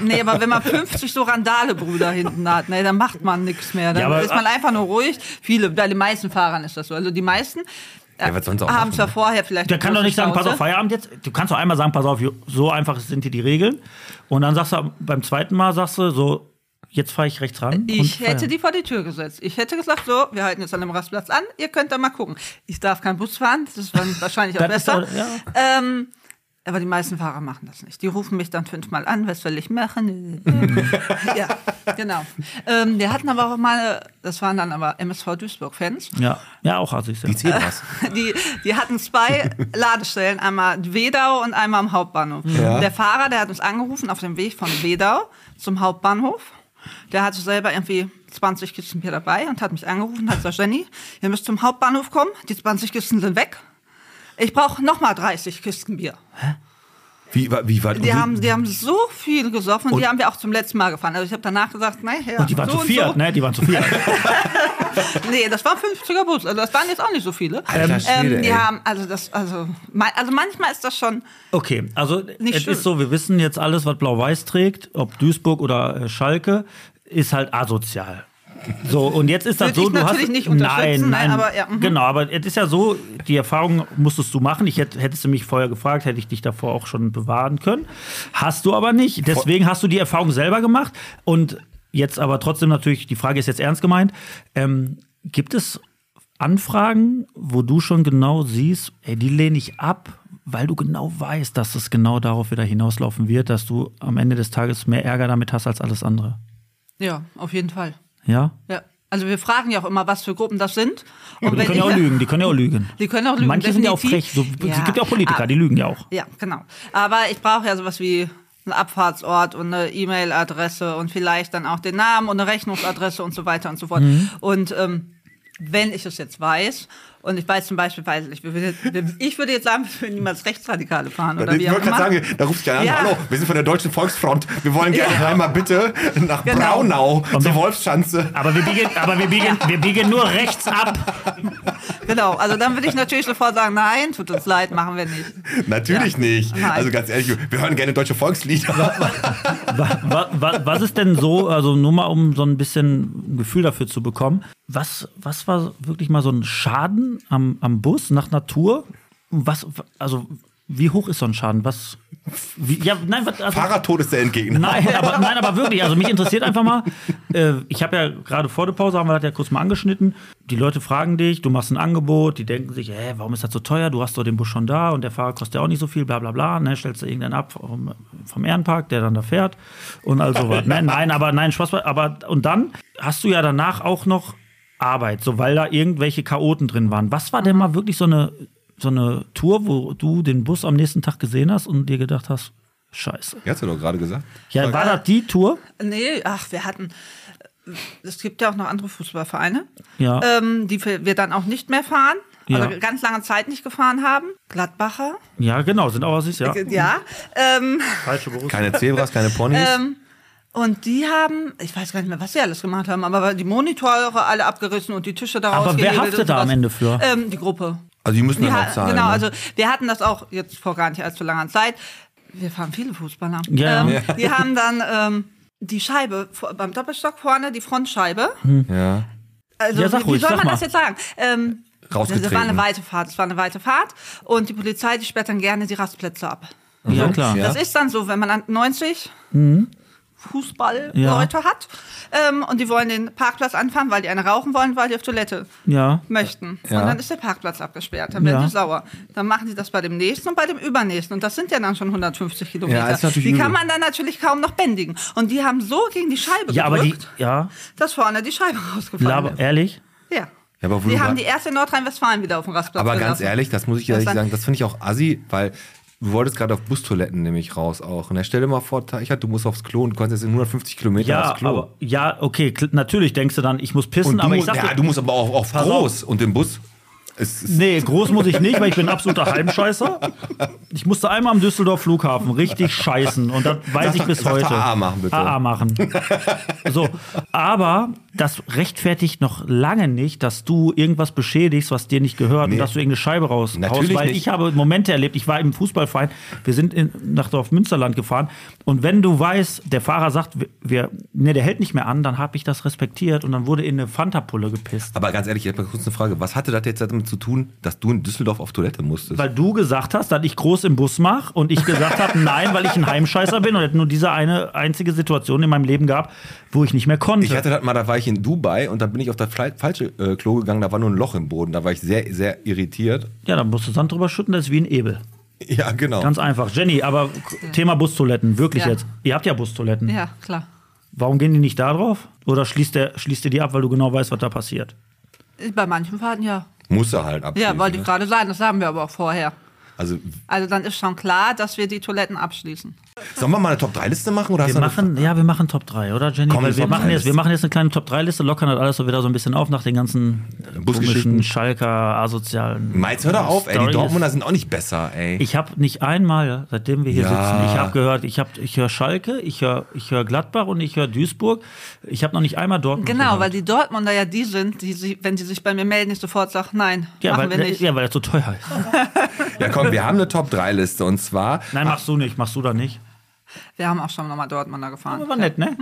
S8: nee, aber wenn man 50 so Randale-Brüder hinten hat, nee, dann macht man nichts mehr. Dann
S3: Ja, aber-
S8: ist man einfach nur ruhig. Viele, bei den meisten Fahrern ist das so. Also die meisten
S2: Ja, was sonst auch
S8: haben
S2: machen,
S8: es ja
S2: ne?
S8: vorher vielleicht.
S3: der kann doch nicht sagen, pass auf,
S8: Schnauze.
S3: Feierabend jetzt. Du kannst doch einmal sagen, pass auf, so einfach sind hier die Regeln. Und dann sagst du, beim zweiten Mal sagst du so, jetzt fahre ich rechts ran. und
S8: Ich
S3: feiern.
S8: hätte die vor die Tür gesetzt. Ich hätte gesagt, so, wir halten jetzt an dem Rastplatz an, ihr könnt da mal gucken. Ich darf keinen Bus fahren, das war wahrscheinlich auch
S3: Das ist
S8: besser.
S3: auch- ja.
S8: ähm, aber die meisten Fahrer machen das nicht. Die rufen mich dann fünfmal an, was will ich machen? ja, genau. Ähm, wir hatten aber auch mal, das waren dann aber MSV Duisburg-Fans,
S3: Ja, ja auch Assis. Ja.
S2: Die Zebras.
S8: die, die hatten zwei Ladestellen, einmal in Wedau und einmal am Hauptbahnhof.
S3: Mhm.
S8: Der Fahrer, der hat uns angerufen auf dem Weg von Wedau zum Hauptbahnhof. Der hatte selber irgendwie 20 Kisten Bier dabei und hat mich angerufen und hat gesagt, Jenny, ihr müsst zum Hauptbahnhof kommen, die 20 Kisten sind weg. Ich brauche nochmal 30 Kisten Bier.
S2: Wie, wa- wie weit?
S3: Mhm.
S8: Die haben, die haben so viel gesoffen und, die haben wir auch zum letzten Mal gefahren. Also ich habe danach gesagt, nein, ja,
S3: Und die waren
S8: so
S3: zu
S8: und
S3: viert,
S8: so.
S3: ne? Die waren zu viert.
S8: Nee, das war ein 50er Bus. Also das waren jetzt auch nicht so viele.
S2: Alter Schwede,
S8: ähm, die
S2: ey.
S8: haben, also das, also, ma- also manchmal ist das schon,
S3: Okay, also
S8: Nicht
S3: es
S8: schön.
S3: ist so, wir wissen jetzt alles, was Blau-Weiß trägt, ob Duisburg oder äh, Schalke, ist halt asozial. So, und jetzt ist das
S8: Würde
S3: so,
S8: ich
S3: du hast.
S8: natürlich nicht unterstützen,
S3: nein,
S8: nein, aber ja, mhm.
S3: Genau, aber es ist ja so, die Erfahrung musstest du machen. Ich hätte, hättest du mich vorher gefragt, hätte ich dich davor auch schon bewahren können. Hast du aber nicht. Deswegen hast du die Erfahrung selber gemacht. Und jetzt aber trotzdem natürlich, die Frage ist jetzt ernst gemeint. Ähm, gibt es Anfragen, wo du schon genau siehst, ey, die lehne ich ab, weil du genau weißt, dass es genau darauf wieder hinauslaufen wird, dass du am Ende des Tages mehr Ärger damit hast als alles andere.
S8: ja, auf jeden Fall.
S3: Ja?
S8: Ja. Also wir fragen ja auch immer, was für Gruppen das sind. Und
S3: Aber die
S8: wenn
S3: können ja auch
S8: ich- ne-
S3: lügen, die können ja auch lügen.
S8: Die können auch lügen,
S3: Manche sind ja auch frech.
S8: definitiv.
S3: So, Es
S8: Ja.
S3: gibt ja auch Politiker,
S8: Ah.
S3: die lügen ja auch.
S8: Ja, genau. Aber ich brauche ja sowas wie einen Abfahrtsort und eine E-Mail-Adresse und vielleicht dann auch den Namen und eine Rechnungsadresse und so weiter und so fort. Und ähm, wenn ich es jetzt weiß, und ich weiß zum Beispiel, weiß ich, wir würden- ich würde jetzt sagen, wir würden niemals Rechtsradikale fahren oder wie
S10: ich
S8: auch
S10: wollte
S8: immer.
S10: gerade sagen, da ruft keiner an,
S8: Ja.
S10: hallo, wir sind von der Deutschen Volksfront, wir wollen gerne einmal bitte nach
S8: Genau.
S10: Braunau zur
S3: wir-
S10: Wolfschanze.
S3: Aber wir biegen, aber wir biegen, wir biegen nur rechts ab.
S8: Genau, also dann würde ich natürlich sofort sagen, nein, tut uns leid, machen wir nicht.
S10: Natürlich
S8: Ja.
S10: nicht.
S8: Nein.
S10: Also ganz ehrlich, wir hören gerne deutsche Volkslieder.
S3: Wa- wa- was ist denn so, also nur mal um so ein bisschen ein Gefühl dafür zu bekommen, was, was war wirklich mal so ein Schaden am, am Bus nach Natur? Was, also wie hoch ist so ein Schaden? Was, wie, ja, nein, was, also,
S10: Fahrradtod ist der Entgegner.
S3: Nein aber, nein, aber wirklich. Also mich interessiert einfach mal, äh, ich habe ja gerade vor der Pause, haben wir das ja kurz mal angeschnitten. Die Leute fragen dich, du machst ein Angebot, die denken sich, hä, warum ist das so teuer? Du hast doch den Bus schon da und der Fahrer kostet ja auch nicht so viel, bla bla bla. Ne, stellst du irgendeinen ab vom, vom Ehrenpark, der dann da fährt und all sowas. ne, nein, aber nein, Spaß. bei- Aber und dann hast du ja danach auch noch Arbeit, so weil da irgendwelche Chaoten drin waren. Was war denn mal wirklich so eine, so eine Tour, wo du den Bus am nächsten Tag gesehen hast und dir gedacht hast, Scheiße.
S2: Die hast du doch gerade gesagt.
S3: Ja, war das die Tour?
S8: Nee, ach, wir hatten. äh, Es gibt ja auch noch andere Fußballvereine,
S3: Ja.
S8: ähm, die wir dann auch nicht mehr fahren,
S3: Ja.
S8: also ganz lange Zeit nicht gefahren haben. Gladbacher,
S3: Ja, genau, sind auch Assis, ja.
S8: ja. Ähm,
S3: Falsche Berufung.
S2: Keine Zebras, keine Ponys.
S8: und die haben, ich weiß gar nicht mehr, was sie alles gemacht haben, aber die Monitore alle abgerissen und die Tische daraus
S3: Aber wer
S8: gehebelt
S3: haftet
S8: und
S3: da am
S8: sowas.
S3: Ende für?
S8: Ähm, die Gruppe.
S2: also die müssen
S8: Die
S2: dann
S8: ha-
S2: auch zahlen.
S8: genau,
S2: ne?
S8: also wir hatten das auch jetzt vor gar nicht allzu langer Zeit. Wir fahren viele Fußballer.
S3: Ja, ja.
S8: ähm, Die haben dann ähm, die Scheibe vor- beim Doppelstock vorne, die Frontscheibe.
S2: ja.
S8: Also,
S3: Hm. Ja, sag
S8: wie,
S3: ruhig,
S8: wie soll
S3: sag
S8: man
S3: mal.
S8: das jetzt sagen? Ähm,
S2: Rausgetreten.
S8: Das war eine weite Fahrt. Es war eine weite Fahrt. Und die Polizei, die sperrt dann gerne die Rastplätze ab.
S3: ja, klar.
S2: Ja. Mhm.
S8: Das ist dann so, wenn man an 90 Fußballleute hat ähm, und die wollen den Parkplatz anfahren, weil die eine rauchen wollen, weil die auf Toilette
S3: Ja.
S8: möchten.
S2: Ja.
S8: Und dann ist der Parkplatz abgesperrt. Dann werden
S3: Ja.
S8: die sauer. Dann machen die das bei dem nächsten und bei dem übernächsten. Und das sind ja dann schon 150 Kilometer.
S2: Ja, ist natürlich
S8: die kann
S2: übel.
S8: man dann natürlich kaum noch bändigen. Und die haben so gegen die Scheibe
S3: Ja, aber die,
S8: gedrückt,
S3: ja,
S8: dass vorne die Scheibe rausgefallen
S3: laber,
S8: ist.
S3: ehrlich?
S8: Ja.
S2: Ja, aber wo du
S8: wir haben
S2: grad-
S8: die erste in Nordrhein-Westfalen wieder auf dem Rastplatz.
S2: Aber ganz
S8: gelassen.
S2: ehrlich, das muss ich
S8: Das
S2: ehrlich
S8: dann-
S2: sagen, das finde ich auch assi, weil du wolltest gerade auf Bustoiletten nämlich raus auch. Und dann stell dir mal vor, Teichert, du musst aufs Klo und du kannst jetzt in 150 Kilometer
S3: Ja,
S2: aufs Klo.
S3: aber, ja, okay, kl- natürlich denkst du dann, ich muss pissen,
S2: und du,
S3: aber ich
S2: musst,
S3: sag
S2: ja,
S3: dir-
S2: du musst aber auch, auch
S3: Pass
S2: groß und im Bus. Es ist
S3: Nee, groß muss ich nicht, weil ich bin ein absoluter Heimscheißer. Ich musste einmal am Düsseldorf Flughafen richtig scheißen und das weiß
S2: Sag
S3: ich
S2: doch-
S3: bis
S2: sag doch
S3: heute.
S2: AA machen, bitte.
S3: AA machen. So, aber das rechtfertigt noch lange nicht, dass du irgendwas beschädigst, was dir nicht gehört und dass du irgendeine Scheibe raus
S2: Natürlich
S3: haust, weil
S2: nicht.
S3: ich habe Momente erlebt. Ich war im Fußballverein, wir sind in, nach Dorfmünsterland gefahren und wenn du weißt, der Fahrer sagt, wir, nee, der hält nicht mehr an, dann habe ich das respektiert und dann wurde in eine Fanta-Pulle gepisst.
S2: aber ganz ehrlich, ich habe kurz eine Frage. Was hatte das jetzt damit zu tun, dass du in Düsseldorf auf Toilette musstest.
S3: Weil du gesagt hast, dass ich groß im Bus mache und ich gesagt habe, nein, weil ich ein Heimscheißer bin und hätte nur diese eine einzige Situation in meinem Leben gab, wo ich nicht mehr konnte.
S2: Ich hatte das mal, da war ich in Dubai und dann bin ich auf das fle- falsche äh, Klo gegangen, da war nur ein Loch im Boden, da war ich sehr, sehr irritiert.
S3: ja, dann musst du Sand drüber schütten, das ist wie ein Ebel.
S2: Ja, genau.
S3: Ganz einfach. Jenny, aber k- Thema Bustoiletten, wirklich
S8: Ja.
S3: jetzt. Ihr habt ja Bustoiletten.
S8: Ja, klar.
S3: Warum gehen die nicht da drauf? Oder schließt, der, schließt ihr die ab, weil du genau weißt, was da passiert?
S8: Bei manchen Fahrten ja.
S2: Muss er halt
S8: Ja,
S2: abschließen.
S8: wollte ich
S2: ne?
S8: gerade sagen, das sagen wir aber auch vorher.
S2: Also,
S8: Also dann ist schon klar, dass wir die Toiletten abschließen.
S2: sollen wir mal eine Top-3-Liste machen? Oder hast
S3: Wir
S2: du eine-
S3: machen, ja, wir machen Top 3, oder Jenny?
S2: Komm,
S3: wir, wir,
S2: Top
S3: machen
S2: drei
S3: jetzt, wir
S2: Liste.
S3: machen jetzt eine kleine Top 3 Liste, lockern das alles so wieder so ein bisschen auf nach den ganzen
S2: Busgeschichten.
S3: komischen Schalker asozialen.
S2: Meiz, hör doch auf, ey, die
S3: Stories.
S2: Dortmunder sind auch nicht besser, ey.
S3: Ich habe nicht einmal, seitdem wir hier
S2: Ja.
S3: sitzen, ich habe gehört, ich, hab- ich höre Schalke, ich höre ich hör Gladbach und ich höre Duisburg. Ich habe noch nicht einmal Dortmund
S8: Genau,
S3: gehört.
S8: weil die Dortmunder ja die sind, die, sie, wenn sie sich bei mir melden, ich sofort sage, nein,
S3: ja,
S8: machen
S3: weil,
S8: wir nicht.
S3: ja, weil das so teuer ist.
S2: ja, komm, wir haben eine Top-3-Liste und zwar.
S3: Nein, machst du nicht, machst du da nicht.
S8: Wir haben auch schon nochmal Dortmunder gefahren.
S3: War nett, ne?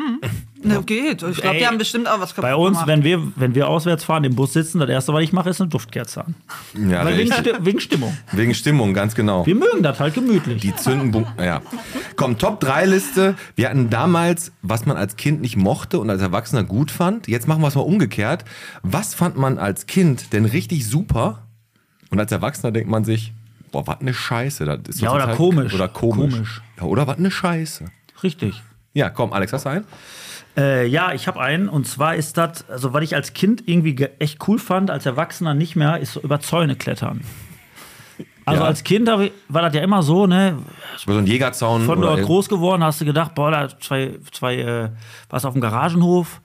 S8: Ne, geht. Ich glaube,
S3: Ey,
S8: die haben bestimmt auch was kaputt
S3: Bei uns,
S8: gemacht.
S3: wenn wir, wenn wir auswärts fahren, im Bus sitzen, das erste, was ich mache, ist eine Duftkerze an.
S2: Ja,
S3: weil wegen,
S2: richtig.
S3: Sti- wegen Stimmung.
S2: Wegen Stimmung, ganz genau.
S3: Wir mögen das halt gemütlich.
S2: Die Zünden, ja. Komm, Top-3-Liste. Wir hatten damals, was man als Kind nicht mochte und als Erwachsener gut fand. Jetzt machen wir es mal umgekehrt. Was fand man als Kind denn richtig super? Und als Erwachsener denkt man sich, boah, was eine Scheiße. Das ist doch
S3: Ja, oder
S2: total-
S3: komisch.
S2: Oder komisch.
S3: Komisch.
S2: Ja, oder was eine Scheiße.
S3: Richtig.
S2: Ja, komm, Alex, hast du einen?
S3: Äh, ja, ich habe einen. Und zwar ist das, also was ich als Kind irgendwie ge- echt cool fand, als Erwachsener nicht mehr, ist so über Zäune klettern. Also
S2: Ja.
S3: als Kind hab ich, war das ja immer so, ne?
S2: Über so einen Jägerzaun.
S3: Von
S2: oder
S3: dort groß geworden, hast du gedacht, boah, da zwei, zwei, äh, warst auf dem Garagenhof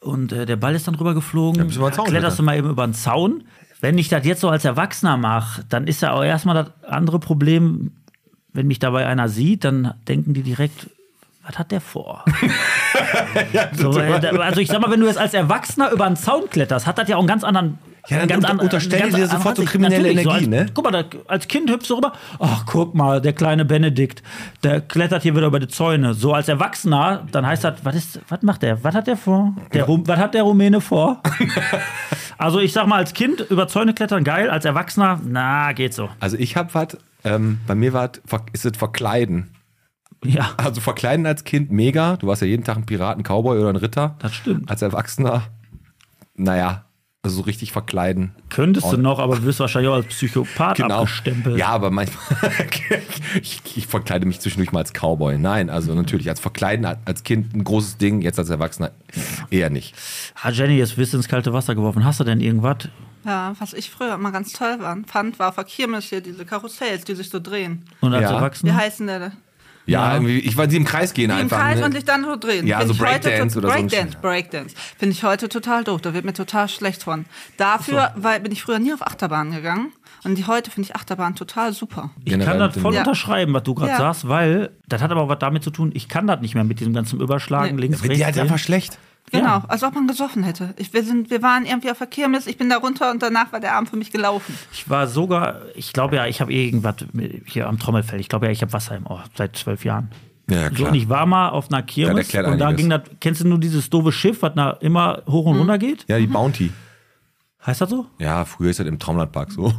S3: und äh, der Ball ist dann rüber geflogen.
S2: bist du über den Zaun
S3: kletterst du mal eben über den Zaun. Wenn ich das jetzt so als Erwachsener mache, dann ist ja auch erstmal das andere Problem, wenn mich dabei einer sieht, dann denken die direkt, was hat der vor? so, äh, da- also ich sag mal, wenn du jetzt als Erwachsener über einen Zaun kletterst, hat das ja auch einen ganz anderen.
S2: Ja, dann
S3: ganz
S2: unter-
S3: anderen-
S2: unterstellen
S3: ganz
S2: die dir
S3: anderen
S2: sofort so
S3: Ansicht.
S2: kriminelle
S3: Natürlich,
S2: Energie, ne?
S3: als, Guck mal, da, als Kind hüpfst du rüber. Ach, guck mal, der kleine Benedikt, der klettert hier wieder über die Zäune. So als Erwachsener, dann heißt das, was ist, was macht der? Was hat der vor? Der Rum, was hat der Rumäne vor? also ich sag mal, als Kind über Zäune klettern geil, als Erwachsener, na, geht so.
S2: Also ich hab was, ähm, bei mir war ist es verkleiden.
S3: Ja,
S2: Also verkleiden als Kind mega. Du warst ja jeden Tag ein Pirat, ein Cowboy oder ein Ritter.
S3: das stimmt.
S2: Als Erwachsener, naja, also so richtig verkleiden.
S3: Könntest du noch, aber du wirst wahrscheinlich auch als Psychopath
S2: Genau.
S3: abgestempelt.
S2: Ja, aber manchmal. ich, ich verkleide mich zwischendurch mal als Cowboy. Nein, also natürlich, als Verkleiden als Kind ein großes Ding, jetzt als Erwachsener eher nicht.
S3: Hat Jenny jetzt bist du ins kalte Wasser geworfen. Hast du denn irgendwas?
S8: ja, was ich früher immer ganz toll waren, fand, war auf der Kirmes hier diese Karussells, die sich so drehen.
S3: Und als
S2: Ja.
S8: Wie
S3: Erwachsener?
S8: heißen der denn?
S2: Ja, irgendwie, ich war sie im Kreis gehen
S8: Die im
S2: einfach.
S8: Kreis
S2: ne?
S8: und sich dann so drehen.
S2: Ja,
S8: Find
S2: so
S8: ich heute
S2: Breakdance
S8: to-
S2: oder so ein
S8: Breakdance,
S2: Scheiß.
S8: Breakdance. Finde ich heute total doof. Da wird mir total schlecht von. Dafür weil, bin ich früher nie auf Achterbahn gegangen. Und die heute finde ich Achterbahn total super.
S3: Ich kann das voll
S8: Ja.
S3: unterschreiben, was du gerade
S8: Ja.
S3: sagst, weil das hat aber auch was damit zu tun, ich kann das nicht mehr mit diesem ganzen Überschlagen
S8: Nee.
S3: links,
S2: Wird die
S3: rechts.
S2: halt
S3: sehen.
S2: einfach schlecht.
S8: Genau, als ob man gesoffen hätte. Ich, wir, sind, wir waren irgendwie auf der Kirmes, ich bin da runter und danach war der Abend für mich gelaufen.
S3: Ich war sogar, ich glaube ja, ich habe irgendwas mit- hier am Trommelfell. Ich glaube ja, ich habe Wasser im Ohr seit zwölf Jahren.
S2: Ja,
S3: So, und ich war mal auf einer Kirmes
S2: erklärt
S3: und da
S2: einiges.
S3: ging das, kennst du nur dieses doofe Schiff, was da immer hoch
S8: Mhm.
S3: und runter geht?
S2: Ja, die Bounty.
S3: Heißt das so?
S2: Ja, früher ist das im Traumlandpark so.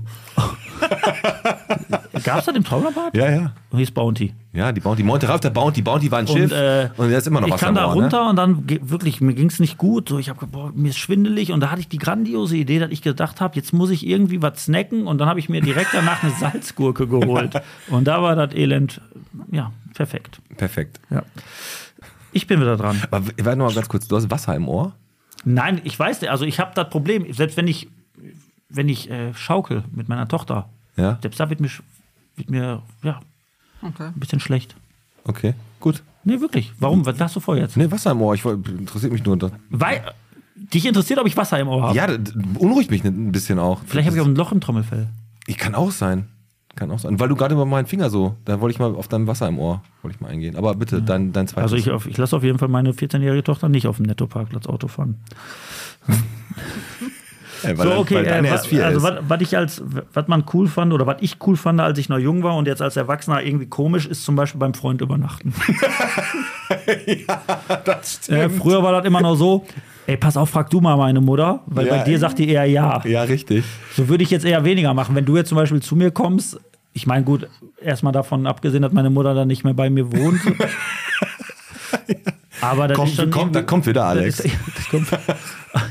S3: Gab es das im Traumerbad?
S2: Ja, ja.
S3: Hieß Bounty.
S2: Ja, die Bounty. Monte auf der Bounty. Bounty war ein Schiff.
S3: äh,
S2: und da ist immer noch
S3: ich
S2: was
S3: kam da
S2: Ohr, ne?
S3: runter und dann ge- wirklich, mir ging es nicht gut. So, ich habe boah, mir ist schwindelig und da hatte ich die grandiose Idee, dass ich gedacht habe, jetzt muss ich irgendwie was snacken und dann habe ich mir direkt danach eine Salzgurke geholt. Und da war das Elend, ja, perfekt.
S2: Perfekt.
S3: Ich bin wieder dran.
S2: Aber w- warte mal ganz kurz, du hast Wasser im Ohr?
S3: Nein, ich weiß nicht, also ich habe das Problem, selbst wenn ich, wenn ich äh, schaukel mit meiner Tochter,
S2: Ja.
S3: selbst da wird mir, sch- wird mir ja,
S8: Okay.
S3: ein bisschen schlecht.
S2: Okay, gut.
S3: Nee, wirklich. Warum? Was hast du vor jetzt?
S2: Nee, Wasser im Ohr, ich, woll- interessiert mich nur. Das.
S3: Weil, dich interessiert, ob ich Wasser im Ohr habe.
S2: Ja, das beunruhigt mich ein bisschen auch.
S3: Vielleicht habe ich auch ein Loch im Trommelfell.
S2: Ich kann auch sein. Kann auch sein. Weil du gerade über meinen Finger so, da wollte ich mal auf dein Wasser im Ohr, wollte ich mal eingehen. Aber bitte, dein, dein zweites.
S3: Also ich, auf- ich lasse auf jeden Fall meine 14-jährige Tochter nicht auf dem Nettoparkplatz Auto fahren.
S2: Ey, weil, weil deine
S3: äh,
S2: erst vier
S3: also
S2: ist.
S3: was was ich als was man cool fand oder was ich cool fand, als ich noch jung war und jetzt als Erwachsener irgendwie komisch ist, zum Beispiel beim Freund übernachten.
S2: das
S3: Äh, früher war das immer noch so, ey, pass auf, frag du mal meine Mutter, weil
S10: Ja.
S3: bei dir sagt die eher ja.
S10: Ja, richtig.
S3: So würde ich jetzt eher weniger machen. Wenn du jetzt zum Beispiel zu mir kommst, ich meine, gut, erstmal davon abgesehen, dass meine Mutter dann nicht mehr bei mir wohnt. Aber das
S10: Kommt,
S3: ist schon
S10: kommt, da
S3: irgendwie-
S10: kommt wieder Alex.
S3: Das ist, das kommt,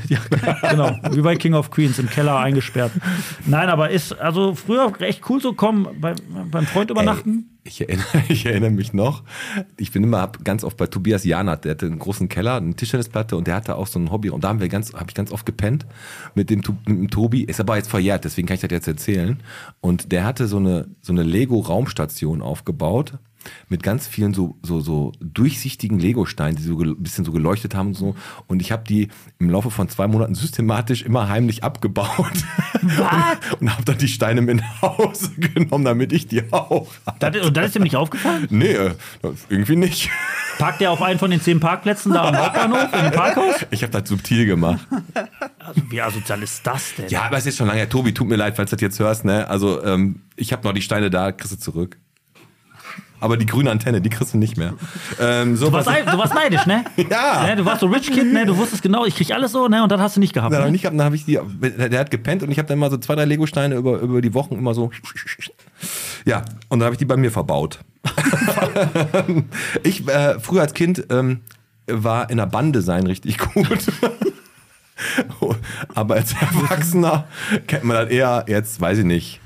S3: ja, genau, wie bei King of Queens im Keller eingesperrt. Nein, aber ist also früher echt cool so kommen, beim, beim Freund übernachten.
S2: Ey, ich, erinnere, ich erinnere mich noch. Ich bin immer hab ganz oft bei Tobias Janert. Der hatte einen großen Keller, eine Tischtennisplatte und der hatte auch so ein Hobby. Und da haben wir ganz, habe ich ganz oft gepennt mit dem, Tu- mit dem Tobi. Ist aber jetzt verjährt, deswegen kann ich das jetzt erzählen. Und der hatte so eine, so eine Lego-Raumstation aufgebaut mit ganz vielen so, so, so durchsichtigen Lego-Steinen, die so gel- ein bisschen so geleuchtet haben und so. Und ich habe die im Laufe von zwei Monaten systematisch immer heimlich abgebaut. Und, und habe dann die Steine mit nach Hause genommen, damit ich die auch
S3: Das, und das ist ihm nicht aufgefallen?
S2: Nee, äh, irgendwie nicht.
S3: Parkt er auf einen von den zehn Parkplätzen da am Hauptbahnhof im Parkhaus?
S2: Ich habe das subtil gemacht.
S3: Wie asozial ist das denn?
S2: Ja, aber es ist schon lange her. Tobi, tut mir leid, falls du das jetzt hörst. Ne? Also, ähm, ich habe noch die Steine da, kriegst du zurück. Aber die grüne Antenne, die kriegst du nicht mehr. Ähm, so
S3: Du warst, ein- du warst neidisch, ne?
S2: Ja.
S3: Ne, Du warst so Rich Kid, ne? Du wusstest genau, ich krieg alles so, ne? Und dann hast du nicht gehabt.
S2: Dann hab ich
S3: Ne?
S2: nicht gehabt, dann hab ich die, der hat gepennt und ich habe dann mal so zwei, drei Lego-Steine über, über die Wochen immer so. Ja, und dann habe ich die bei mir verbaut. ich, äh, früher als Kind, ähm, war in der Bande sein richtig gut. Aber als Erwachsener kennt man das eher, jetzt weiß ich nicht.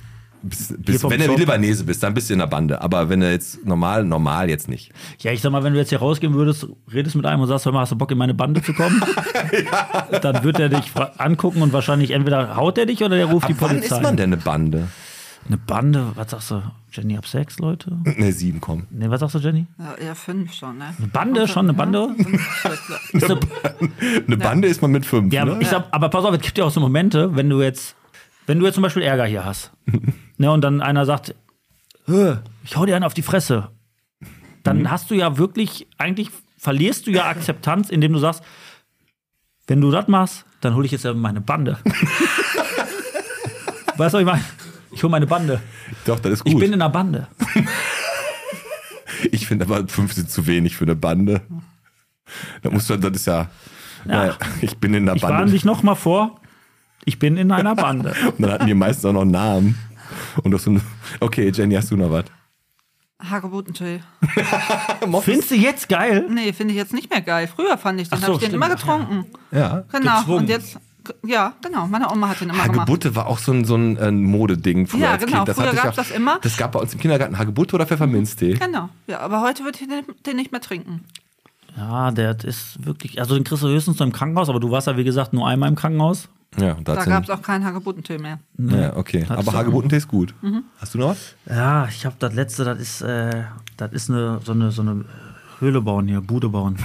S2: Bis, bis,
S3: vom
S2: wenn du
S3: Job.
S2: Libanese bist, dann bist du in der Bande. Aber wenn du jetzt normal, normal jetzt nicht.
S3: Ja, ich sag mal, wenn du jetzt hier rausgehen würdest, redest mit einem und sagst, hör mal, hast du Bock in meine Bande zu kommen? Dann wird er dich fra- angucken und wahrscheinlich entweder haut er dich oder der ruft
S2: Ab
S3: die
S2: wann
S3: Polizei.
S2: ist man denn eine Bande?
S3: Eine Bande, was sagst du? Jenny ab sechs Leute?
S2: Ne, sieben kommen.
S3: Ne, was sagst du, Jenny?
S8: Ja, eher fünf schon, ne?
S3: Eine Bande, schon eine Bande? Ist eine-
S2: Eine Bande ist man mit fünf.
S3: Ja,
S2: ne?
S3: aber ich sag, aber pass auf, es gibt ja auch so Momente, wenn du jetzt, wenn du jetzt zum Beispiel Ärger hier hast, ne, und dann einer sagt, "Hö, ich hau dir einen auf die Fresse, dann
S2: Mhm.
S3: hast du ja wirklich, eigentlich verlierst du ja Akzeptanz, indem du sagst, wenn du das machst, dann hole ich jetzt ja meine Bande. weißt du, was ich meine? Ich hole meine Bande.
S2: Doch, das ist gut.
S3: Ich bin in einer Bande.
S2: Ich finde aber fünf sind zu wenig für eine Bande. Da muss man, das ist ja. Naja, ich bin in der
S3: Ich warne
S2: Bande.
S3: dich noch mal vor, ich bin in einer Bande.
S2: Und dann hatten die meisten auch noch einen Namen. Und das so ein- okay, Jenny, hast du noch was?
S8: Hagebutentee.
S3: Findest du jetzt geil?
S8: Nee, finde ich jetzt nicht mehr geil. Früher fand ich den,
S3: Ach so,
S8: habe ich den
S3: stimmt,
S8: immer getrunken.
S2: Ja.
S8: Genau.
S3: Gezwungen.
S8: Und jetzt, ja, genau, meine Oma hat den immer gemacht.
S2: Hagebutte war auch so ein, so ein äh, Modeding früher
S8: Ja,
S2: als
S8: genau,
S2: Kind.
S8: früher
S2: ich
S8: gab's
S2: auch-
S8: das immer.
S2: Das gab bei uns im Kindergarten Hagebutte oder Pfefferminztee.
S8: Genau, ja, aber heute würde ich den, den nicht mehr trinken.
S3: Ja, der ist wirklich, also den kriegst du höchstens noch im Krankenhaus, aber du warst ja wie gesagt nur einmal im Krankenhaus.
S2: Ja, und
S8: Da gab es auch keinen Hagebuttentee mehr.
S2: ja, okay.
S3: du
S2: Aber
S3: auch.
S2: Hagebuttentee ist gut.
S8: Mhm.
S2: Hast du noch was?
S3: Ja, ich habe das letzte, das ist, äh, das ist eine, so, eine, so eine Höhle bauen hier, Bude bauen.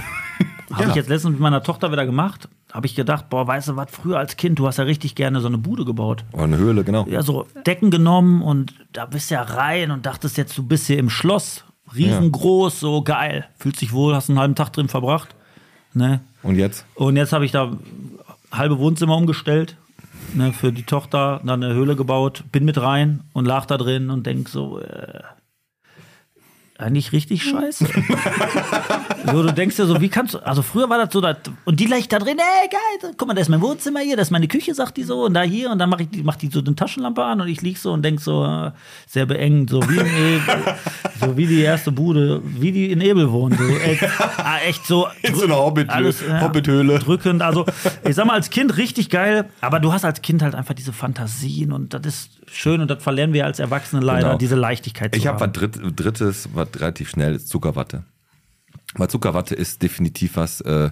S3: habe ich jetzt letztens mit meiner Tochter wieder gemacht. Habe ich gedacht, boah, weißt du was, früher als Kind, du hast ja richtig gerne so eine Bude gebaut.
S2: Oh, eine Höhle, genau.
S3: Ja, so Decken genommen und da bist ja rein und dachtest jetzt, du bist hier im Schloss. Riesengroß, so geil. Fühlst dich wohl, hast einen halben Tag drin verbracht. Ne?
S2: Und jetzt?
S3: Und jetzt habe ich da halbe Wohnzimmer umgestellt, ne, für die Tochter, dann eine Höhle gebaut, bin mit rein und lag da drin und denk so, äh, eigentlich richtig
S2: Hm.
S3: scheiße. so, du denkst dir so, wie kannst du, also früher war das so, dat, und die lag da drin, ey, geil, guck mal, da ist mein Wohnzimmer hier, da ist meine Küche, sagt die so, und da hier, und dann mache ich die, mach die so eine Taschenlampe an und ich lieg so und denk so, äh, sehr beengend, so wie, in, so wie die erste Bude, wie die in Ebel wohnen, so, echt, ah, echt so.
S2: In so einer Hobbit-
S3: ja,
S2: Hobbithöhle.
S3: Drückend, also ich sag mal, als Kind richtig geil, aber du hast als Kind halt einfach diese Fantasien und das ist schön und das verlernen wir als Erwachsene leider,
S2: Genau.
S3: diese Leichtigkeit zu
S2: Ich habe was
S3: haben.
S2: Dritt, Drittes, was relativ schnell ist, Zuckerwatte. Weil Zuckerwatte ist definitiv was. Äh,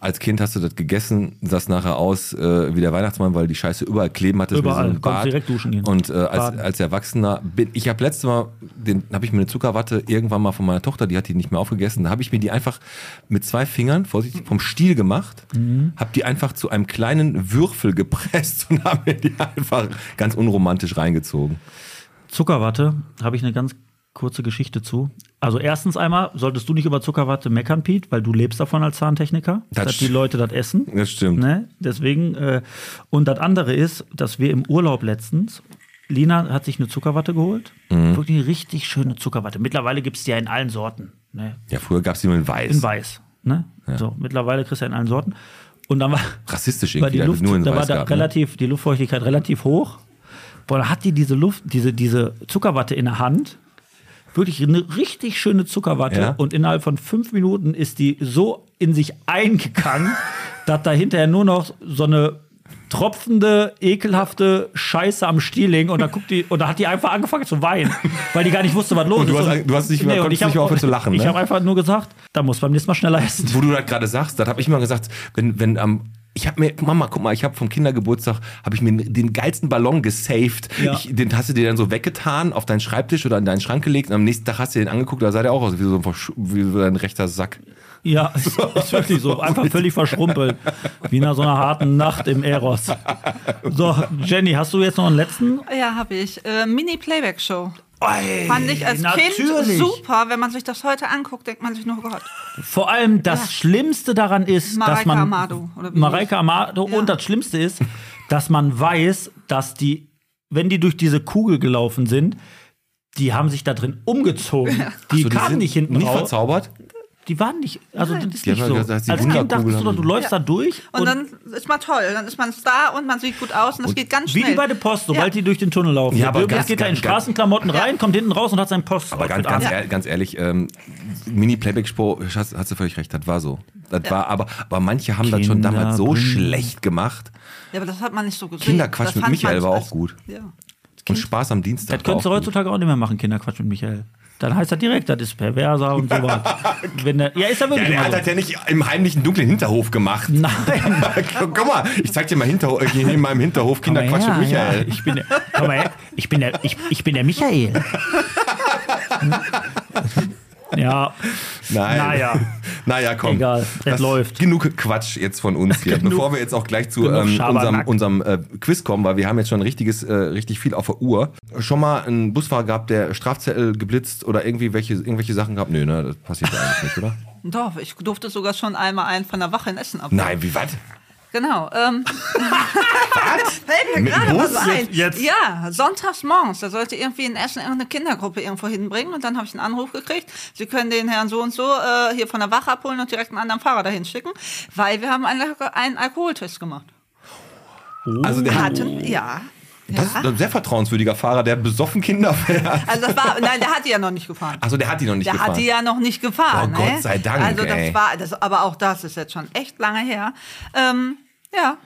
S2: als Kind hast du das gegessen, sahst nachher aus äh, wie der Weihnachtsmann, weil die Scheiße überall kleben hattest.
S3: Überall,
S2: einem
S3: konntest direkt duschen gehen.
S2: Und äh, als,
S3: Baden.
S2: als Erwachsener bin ich habe letztes Mal, den habe ich mir eine Zuckerwatte irgendwann mal von meiner Tochter, die hat die nicht mehr aufgegessen, da habe ich mir die einfach mit zwei Fingern vorsichtig vom Stiel gemacht,
S3: Mhm.
S2: habe die einfach zu einem kleinen Würfel gepresst und habe mir die einfach ganz unromantisch reingezogen.
S3: Zuckerwatte habe ich eine ganz kurze Geschichte zu. Also erstens einmal solltest du nicht über Zuckerwatte meckern, Pete, weil du lebst davon als Zahntechniker,
S2: Das
S3: dass die
S2: st-
S3: Leute das essen.
S2: Das stimmt.
S3: Ne? Deswegen, äh, und das andere ist, dass wir im Urlaub letztens, Lina hat sich eine Zuckerwatte geholt. Wirklich eine richtig schöne Zuckerwatte. Mittlerweile gibt es die ja in allen Sorten. Ne?
S2: Ja, früher gab es die nur in weiß.
S3: In weiß. Ne? So, mittlerweile kriegst du ja in allen Sorten. Und dann war,
S2: Rassistisch irgendwie,
S3: war die
S2: da
S3: Luft,
S2: nur in
S3: da war
S2: Weiß
S3: da
S2: gehabt, ne?
S3: relativ, die Luftfeuchtigkeit relativ hoch. Boah, da hat die diese Luft, diese, diese Zuckerwatte in der Hand. Wirklich eine richtig schöne Zuckerwatte.
S2: Ja.
S3: Und innerhalb von fünf Minuten ist die so in sich eingegangen, dass da hinterher nur noch so eine tropfende, ekelhafte Scheiße am Stiel hing. Und da guckt die, und da hat die einfach angefangen zu weinen, weil die gar nicht wusste, was los
S2: Und du
S3: ist.
S2: hast- du hast nicht mehr-
S3: und
S2: konntest
S3: ich hab-
S2: nicht mehr aufhören zu lachen,
S3: Ich
S2: ne?
S3: habe einfach nur gesagt, da muss beim nächsten Mal schneller essen.
S2: Wo du das gerade sagst, das habe ich mal gesagt, wenn, wenn am ich habe mir, Mama, guck mal, ich habe vom Kindergeburtstag, habe ich mir den geilsten Ballon gesaved.
S3: Ja.
S2: Ich, den hast du dir dann so weggetan, auf deinen Schreibtisch oder in deinen Schrank gelegt und am nächsten Tag hast du den angeguckt, da sah der auch aus wie so ein, versch- wie so ein rechter Sack.
S3: Ja, ist wirklich so. Einfach völlig verschrumpelt. Wie nach so einer harten Nacht im Eros. So, Jenny, hast du jetzt noch einen letzten?
S8: Ja, habe ich. Äh, Mini-Playback-Show.
S3: Ey,
S8: Fand ich als
S3: natürlich.
S8: Kind super. Wenn man sich das heute anguckt, denkt man sich nur, oh Gott.
S3: Vor allem das Schlimmste daran ist, dass
S8: Mareike
S3: man.
S8: Amado, oder wie
S3: Mareike Amado. Und das Schlimmste ist, dass man weiß, dass die, wenn die durch diese Kugel gelaufen sind, die haben sich da drin umgezogen. Die
S2: So, die
S3: kamen
S2: sind
S3: nicht hinten
S2: Nie
S3: raus.
S2: verzaubert?
S3: Die waren nicht. Also, das ist
S2: Die
S3: nicht
S2: haben
S3: so.
S2: ja gesagt, die
S3: als Kind
S2: Wunderkugel
S3: dachtest du, doch,
S2: haben
S3: du
S2: die.
S3: läufst da durch.
S8: Und, dann ist man toll. Dann ist man Star und man sieht gut aus und es geht ganz
S3: Wie
S8: schnell.
S3: die bei The Post, sobald die durch den Tunnel laufen.
S2: Ja,
S3: Ja,
S2: aber
S3: aber
S2: ganz,
S3: geht da in
S2: ganz, ganz-
S3: Straßenklamotten rein, kommt hinten raus und hat seinen Post.
S2: Aber ganz, ganz, ehrlich, ganz ehrlich, ähm, Mini-Playback-Show, hast, hast du völlig recht, das war so. Das war, aber, aber manche haben das schon
S3: Kinder
S2: damals so
S3: bringen-
S2: schlecht gemacht.
S8: Ja, aber das hat man nicht so gesehen.
S2: Kinderquatsch
S8: Das
S2: mit
S8: fand
S2: Michael
S8: man
S2: war
S8: als-
S2: auch gut.
S8: Ja.
S2: Und Spaß am Dienstag.
S3: Das könntest du
S2: war auch gut.
S3: heutzutage auch nicht mehr machen, Kinderquatsch mit Michael. Dann heißt das direkt, das ist perverser und sowas. Wenn der, ja, ist ja
S2: Ja,
S3: wirklich
S2: der
S3: immer
S2: hat halt
S3: so.
S2: das ja nicht im heimlichen dunklen Hinterhof gemacht.
S3: Nein.
S2: Guck mal, ich zeig dir mal Hinterhof, hier in meinem Hinterhof
S3: Komm mal
S2: Kinderquatsch mit
S3: her,
S2: Michael.
S3: Ja, ich, bin der, komm mal her, ich, bin der, ich, ich bin der Michael. Hm? Ja,
S2: Nein.
S3: Naja.
S2: Naja, komm.
S3: Egal, es läuft.
S2: Genug Quatsch jetzt von uns hier.
S3: Genug-
S2: Bevor wir jetzt auch gleich zu
S3: genug
S2: ähm, unserem,
S3: Schabernack.
S2: unserem äh, Quiz kommen, weil wir haben jetzt schon richtiges, äh, richtig viel auf der Uhr. Schon mal einen Busfahrer gehabt, der Strafzettel geblitzt oder irgendwie welche, irgendwelche Sachen gehabt? Nö, ne, das passiert ja eigentlich nicht, oder?
S8: Doch, ich durfte sogar schon einmal einen von der Wache in Essen ab.
S2: Nein, wie was?
S8: Genau. Ähm, Fällt mir
S2: Mit dem
S8: gerade
S2: Bus?
S8: was ein.
S3: Jetzt- jetzt-
S8: Ja, sonntags morgens. Da sollte irgendwie in Essen irgendeine Kindergruppe irgendwo hinbringen. Und dann habe ich einen Anruf gekriegt. Sie können den Herrn so und so äh, hier von der Wache abholen und direkt einen anderen Fahrer dahin schicken, weil wir haben einen, Alko- einen Alkoholtest gemacht.
S2: Also der
S8: Hatten, Oh. ja.
S2: das ist ein sehr vertrauenswürdiger Fahrer, der besoffen Kinder fährt.
S8: Also das war, nein, der hat die ja noch nicht gefahren.
S2: Achso, der hat die noch nicht
S8: Der
S2: gefahren.
S8: hat die ja noch nicht gefahren.
S2: Oh, Gott
S8: ne?
S2: sei Dank,
S8: Also das
S2: ey.
S8: war, das, aber auch das ist jetzt schon echt lange her. Ähm, ja.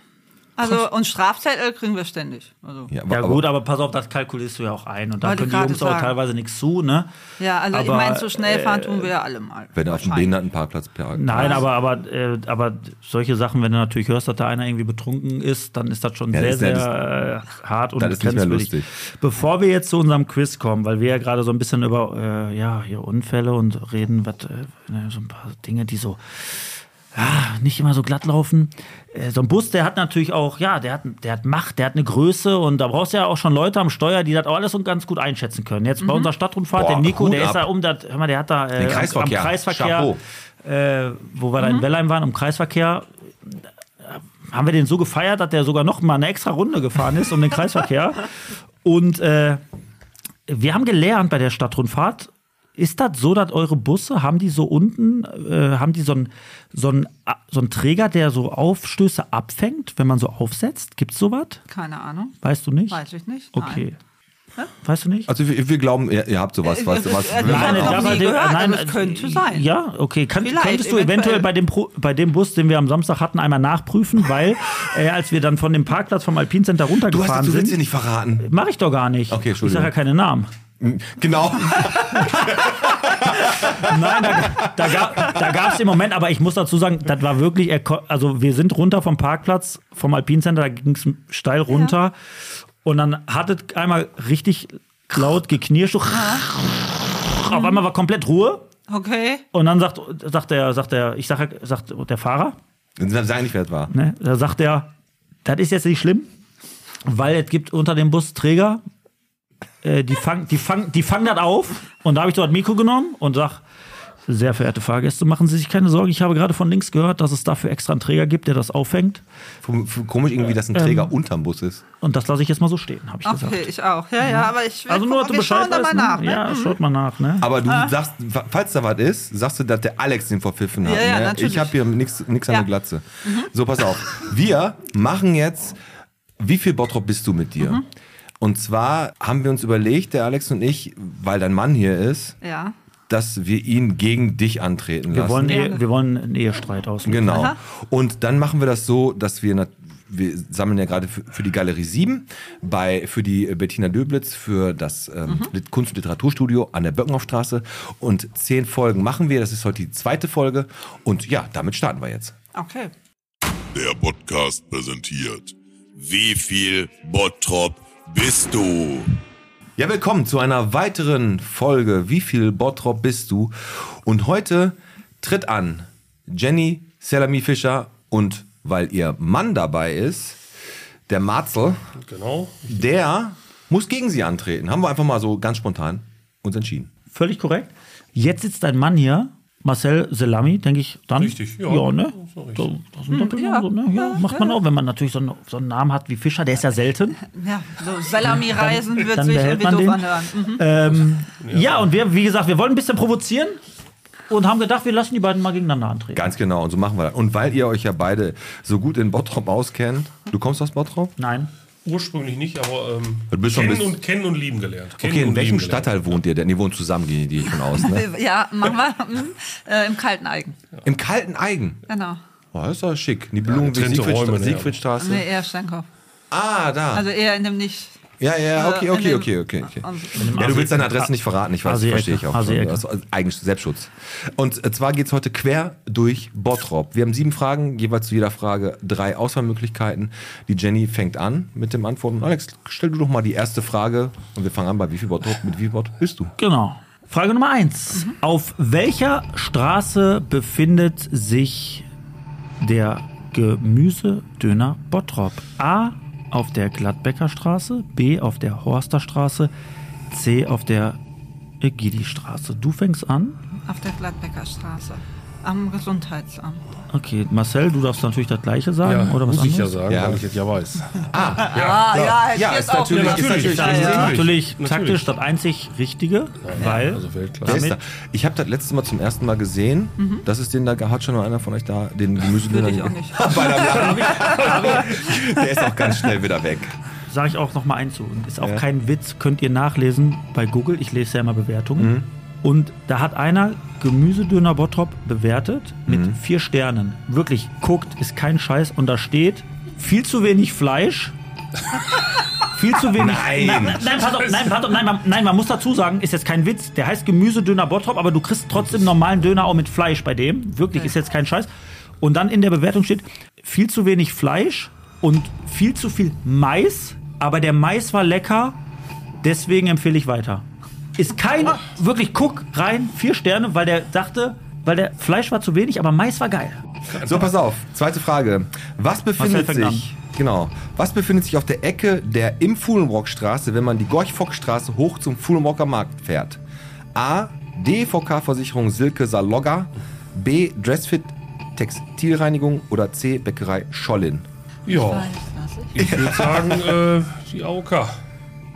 S8: Also und Strafzettel kriegen wir ständig. Also.
S2: ja, aber,
S3: ja gut, aber pass auf, das kalkulierst du ja auch ein. Und da
S8: Wollte
S3: können die
S8: gerade
S3: Jungs auch
S8: sagen.
S3: teilweise nichts zu, ne?
S8: Ja, also ich
S3: Aber,
S8: meine, so schnell fahren tun wir ja alle mal.
S2: wenn er auf dem
S8: Wahrscheinlich.
S2: Behindertenparkplatz parkt.
S3: Nein, aber, aber, äh, aber solche Sachen, wenn du natürlich hörst, dass da einer irgendwie betrunken ist, dann ist das schon
S2: Ja,
S3: sehr,
S2: das ist ja-
S3: sehr äh, hart und
S2: das ist nicht mehr
S3: grenzwertig. Bevor wir jetzt zu unserem Quiz kommen, weil wir ja gerade so ein bisschen über äh, ja, hier Unfälle und reden, was, äh, ne, so ein paar Dinge, die so ah, nicht immer so glatt laufen. Äh, so ein Bus, der hat natürlich auch, ja, der hat, der hat Macht, der hat eine Größe und da brauchst du ja auch schon Leute am Steuer, die das auch alles und ganz gut einschätzen können. Jetzt bei unserer Stadtrundfahrt,
S2: Mhm. Boah,
S3: der Nico,
S2: Hut
S3: der ist
S2: ab.
S3: da um, das, hör mal, der hat da äh,
S2: Den Kreisverkehr.
S3: am Kreisverkehr
S2: Chapeau.
S3: äh, wo wir da
S8: Mhm.
S3: in Wellheim waren, im Kreisverkehr, äh, haben wir den so gefeiert, dass der sogar noch mal eine extra Runde gefahren ist um den Kreisverkehr. Und äh, wir haben gelernt bei der Stadtrundfahrt, ist das so, dass eure Busse, haben die so unten, äh, haben die so einen so einen- so einen Träger, der so Aufstöße abfängt, wenn man so aufsetzt? Gibt's sowas?
S8: Keine Ahnung.
S3: Weißt du nicht?
S8: Weiß ich nicht.
S3: Okay. Weißt du nicht?
S2: Also wir, wir glauben, ihr, ihr habt sowas, was,
S8: Äh,
S2: was
S8: äh,
S2: wenn man
S8: nein,
S2: auch-
S8: da war- nie
S3: dem-
S8: gehört, aber es könnte
S3: äh,
S8: sein.
S3: Ja, okay. Kann,
S8: Vielleicht,
S3: könntest du eventuell,
S8: eventuell.
S3: bei, dem Pro, bei dem Bus, den wir am Samstag hatten, einmal nachprüfen, weil äh, als wir dann von dem Parkplatz vom Alpine Center
S2: Du hast
S3: runtergefahren
S2: du willst
S3: sind,
S2: nicht verraten.
S3: mache ich doch gar nicht.
S2: Okay,
S3: ich
S2: Entschuldigung.
S3: sage ja keine Namen.
S2: Genau.
S3: Nein, da, da, gab, da gab es den Moment, aber ich muss dazu sagen, das war wirklich, er ko- also wir sind runter vom Parkplatz, vom Alpine Center, da ging es steil runter und dann hat es einmal richtig laut geknirscht. so Auf einmal war komplett Ruhe.
S8: Okay.
S3: Und dann sagt, sagt der, sagt der, ich sag, sagt der Fahrer,
S2: Sag nicht, wer das war.
S3: ne, da sagt er, das ist jetzt nicht schlimm, weil es gibt unter dem Bus Träger, äh, die fangen die fang, die fang das auf. Und da habe ich so das Mikro genommen und sag, Sehr verehrte Fahrgäste, machen Sie sich keine Sorge. Ich habe gerade von links gehört, dass es dafür extra einen Träger gibt, der das auffängt.
S2: Komisch irgendwie, dass ein Träger unterm Bus ist.
S3: Und das lasse ich jetzt mal so stehen, habe ich gesagt.
S8: Okay, ich auch. Ja, ja, aber ich will
S3: Also nur, dass
S8: gucken,
S3: du
S8: wir schauen
S3: Bescheid
S8: da mal
S3: weißt. Ne?
S8: nach. Ne?
S3: Ja,
S8: Mhm.
S3: schaut mal nach. Ne?
S2: Aber du sagst, falls da was ist, sagst du, dass der Alex den verpfiffen hat.
S8: Ja, ja,
S2: ne?
S8: natürlich.
S2: Ich habe hier nichts an der
S8: Ja.
S2: Glatze. So, pass auf. Wir machen jetzt, wie viel Bottrop bist du mit dir? Und zwar haben wir uns überlegt, der Alex und ich, weil dein Mann hier ist,
S8: Ja.
S2: dass wir ihn gegen dich antreten
S3: Wir
S2: lassen.
S3: wollen, Ehe, wir wollen einen Ehestreit auslösen.
S2: Genau. Und dann machen wir das so, dass wir, nat- wir sammeln ja gerade für, für die Galerie 7, bei, für die äh, Bettina Döblitz, für das ähm, Lit- Kunst- und Literaturstudio an der Böckenhoffstraße. Und zehn Folgen machen wir. Das ist heute die zweite Folge. Und ja, damit starten wir jetzt.
S8: Okay.
S11: Der Podcast präsentiert. Wie viel Bottrop bist du?
S2: Ja, willkommen zu einer weiteren Folge. Wie viel Bottrop bist du? Und heute tritt an Jenny Salami Fischer und weil ihr Mann dabei ist, der Marzel.
S12: Genau.
S2: Der muss gegen sie antreten. Haben wir einfach mal so ganz spontan uns entschieden.
S3: Völlig korrekt. Jetzt sitzt dein Mann hier, Marcel Selami, denke ich dann.
S12: Richtig, ja.
S3: Ja, ne?
S12: So richtig.
S3: So, das sind Doppelnamen,
S8: ja.
S3: so, ne? ja, macht man auch, wenn man natürlich so einen, so einen Namen hat wie Fischer, der ist ja selten.
S8: Ja, so Salami-Reisen
S3: Dann-
S8: wird
S3: dann
S8: sich
S3: behält
S8: irgendwie
S3: man
S8: doof
S3: den.
S8: anhören. Mhm.
S3: Ähm, ja. und wir, wie gesagt, wir wollen ein bisschen provozieren und haben gedacht, wir lassen die beiden mal gegeneinander antreten.
S2: Ganz genau, und so machen wir das. Und weil ihr euch ja beide so gut in Bottrop auskennt, du kommst aus Bottrop?
S3: Nein.
S12: Ursprünglich nicht, aber ähm,
S2: Du bist schon
S12: kennen,
S2: bis-
S12: und, kennen und lieben gelernt. Kennen
S2: Okay, in
S12: und
S2: welchem
S12: lieben gelernt.
S2: Stadtteil wohnt ihr denn? Ihr wohnt zusammen, gehe ich von aus, ne?
S8: Äh, Ja, machen wir mhm. äh, im kalten Eigen.
S2: Im kalten Eigen.
S8: Genau.
S2: Oh, das ist doch schick. Die Blumen
S12: getrennte
S2: Siegfried,
S12: Räume, ne?
S2: Siegfriedstraße.
S8: Nee, eher Steinkopf.
S2: Ah, da.
S8: Also eher in dem nicht.
S2: ja, ja,
S8: äh,
S2: okay,
S8: in
S2: okay,
S8: dem-
S2: okay, okay, okay.
S8: Und-
S2: Ja, du willst deine Adresse nicht verraten, ich weiß,
S3: Asi-Ecke,
S2: verstehe ich auch.
S3: Asi-Ecke.
S2: Das ist Eigentlich Selbstschutz. Und äh, zwar geht es heute quer durch Bottrop. Wir haben sieben Fragen, jeweils zu jeder Frage drei Auswahlmöglichkeiten. Die Jenny fängt an mit dem Antworten. Alex, stell du doch mal die erste Frage und wir fangen an bei wie viel Bottrop, mit wie viel Bottrop bist du?
S3: Genau. Frage Nummer eins. Auf welcher Straße befindet sich der Gemüsedöner Bottrop? A. Auf der Gladbecker Straße, B. Auf der Horster Straße, C. Auf der Egidi Straße. Du fängst an.
S8: Auf der Gladbecker Straße. Am Gesundheitsamt.
S3: Okay, Marcel, du darfst natürlich das Gleiche sagen
S12: Ja,
S3: oder was
S12: muss ich
S3: anderes?
S12: ja sagen, weil ich es ja weiß.
S2: Ah,
S8: ja, ja, hätte ich
S2: Ja,
S8: jetzt
S2: ist
S8: auch
S2: natürlich,
S8: gemacht.
S2: ist natürlich,
S3: Das ist
S2: ist
S3: natürlich taktisch das einzig Richtige, weil
S2: Der ist
S3: damit
S2: da. Ich habe das letzte Mal zum ersten Mal gesehen, dass es den da gab. Hat schon mal einer von euch da den Gemüsedöner
S8: ich auch nicht.
S2: bei der Bla- Der ist auch ganz schnell wieder weg.
S3: sage ich auch noch mal ein zu. Und Ist auch
S2: Ja.
S3: kein Witz, könnt ihr nachlesen bei Google. Ich lese ja immer Bewertungen. Und da hat einer Gemüsedöner Bottrop bewertet mit vier Sternen. Wirklich, guckt, ist kein Scheiß. Und da steht viel zu wenig Fleisch. Viel zu wenig.
S2: Nein.
S3: Nein, nein, nein, pass auf, nein, pass auf, nein, man, nein, man muss dazu sagen, ist jetzt kein Witz. Der heißt Gemüsedöner Bottrop, aber du kriegst trotzdem normalen Döner auch mit Fleisch bei dem. Wirklich, ist jetzt kein Scheiß. Und dann in der Bewertung steht viel zu wenig Fleisch und viel zu viel Mais. Aber der Mais war lecker, deswegen empfehle ich weiter. Ist kein, wirklich, guck rein, vier Sterne, weil der dachte, weil der Fleisch war zu wenig, aber Mais war geil.
S2: So, pass auf. Zweite Frage. Was befindet
S3: Marcel fängt
S2: sich. Genau. Was befindet sich auf der Ecke der im Fuhlenbrockstraße, wenn man die Gorch-Fock-Straße hoch zum Fuhlenbrocker Markt fährt? A. DVK-Versicherung Silke Salogga. B. Dressfit Textilreinigung oder C. Bäckerei Schollin.
S12: Ja, ich würde sagen, äh, die AOK.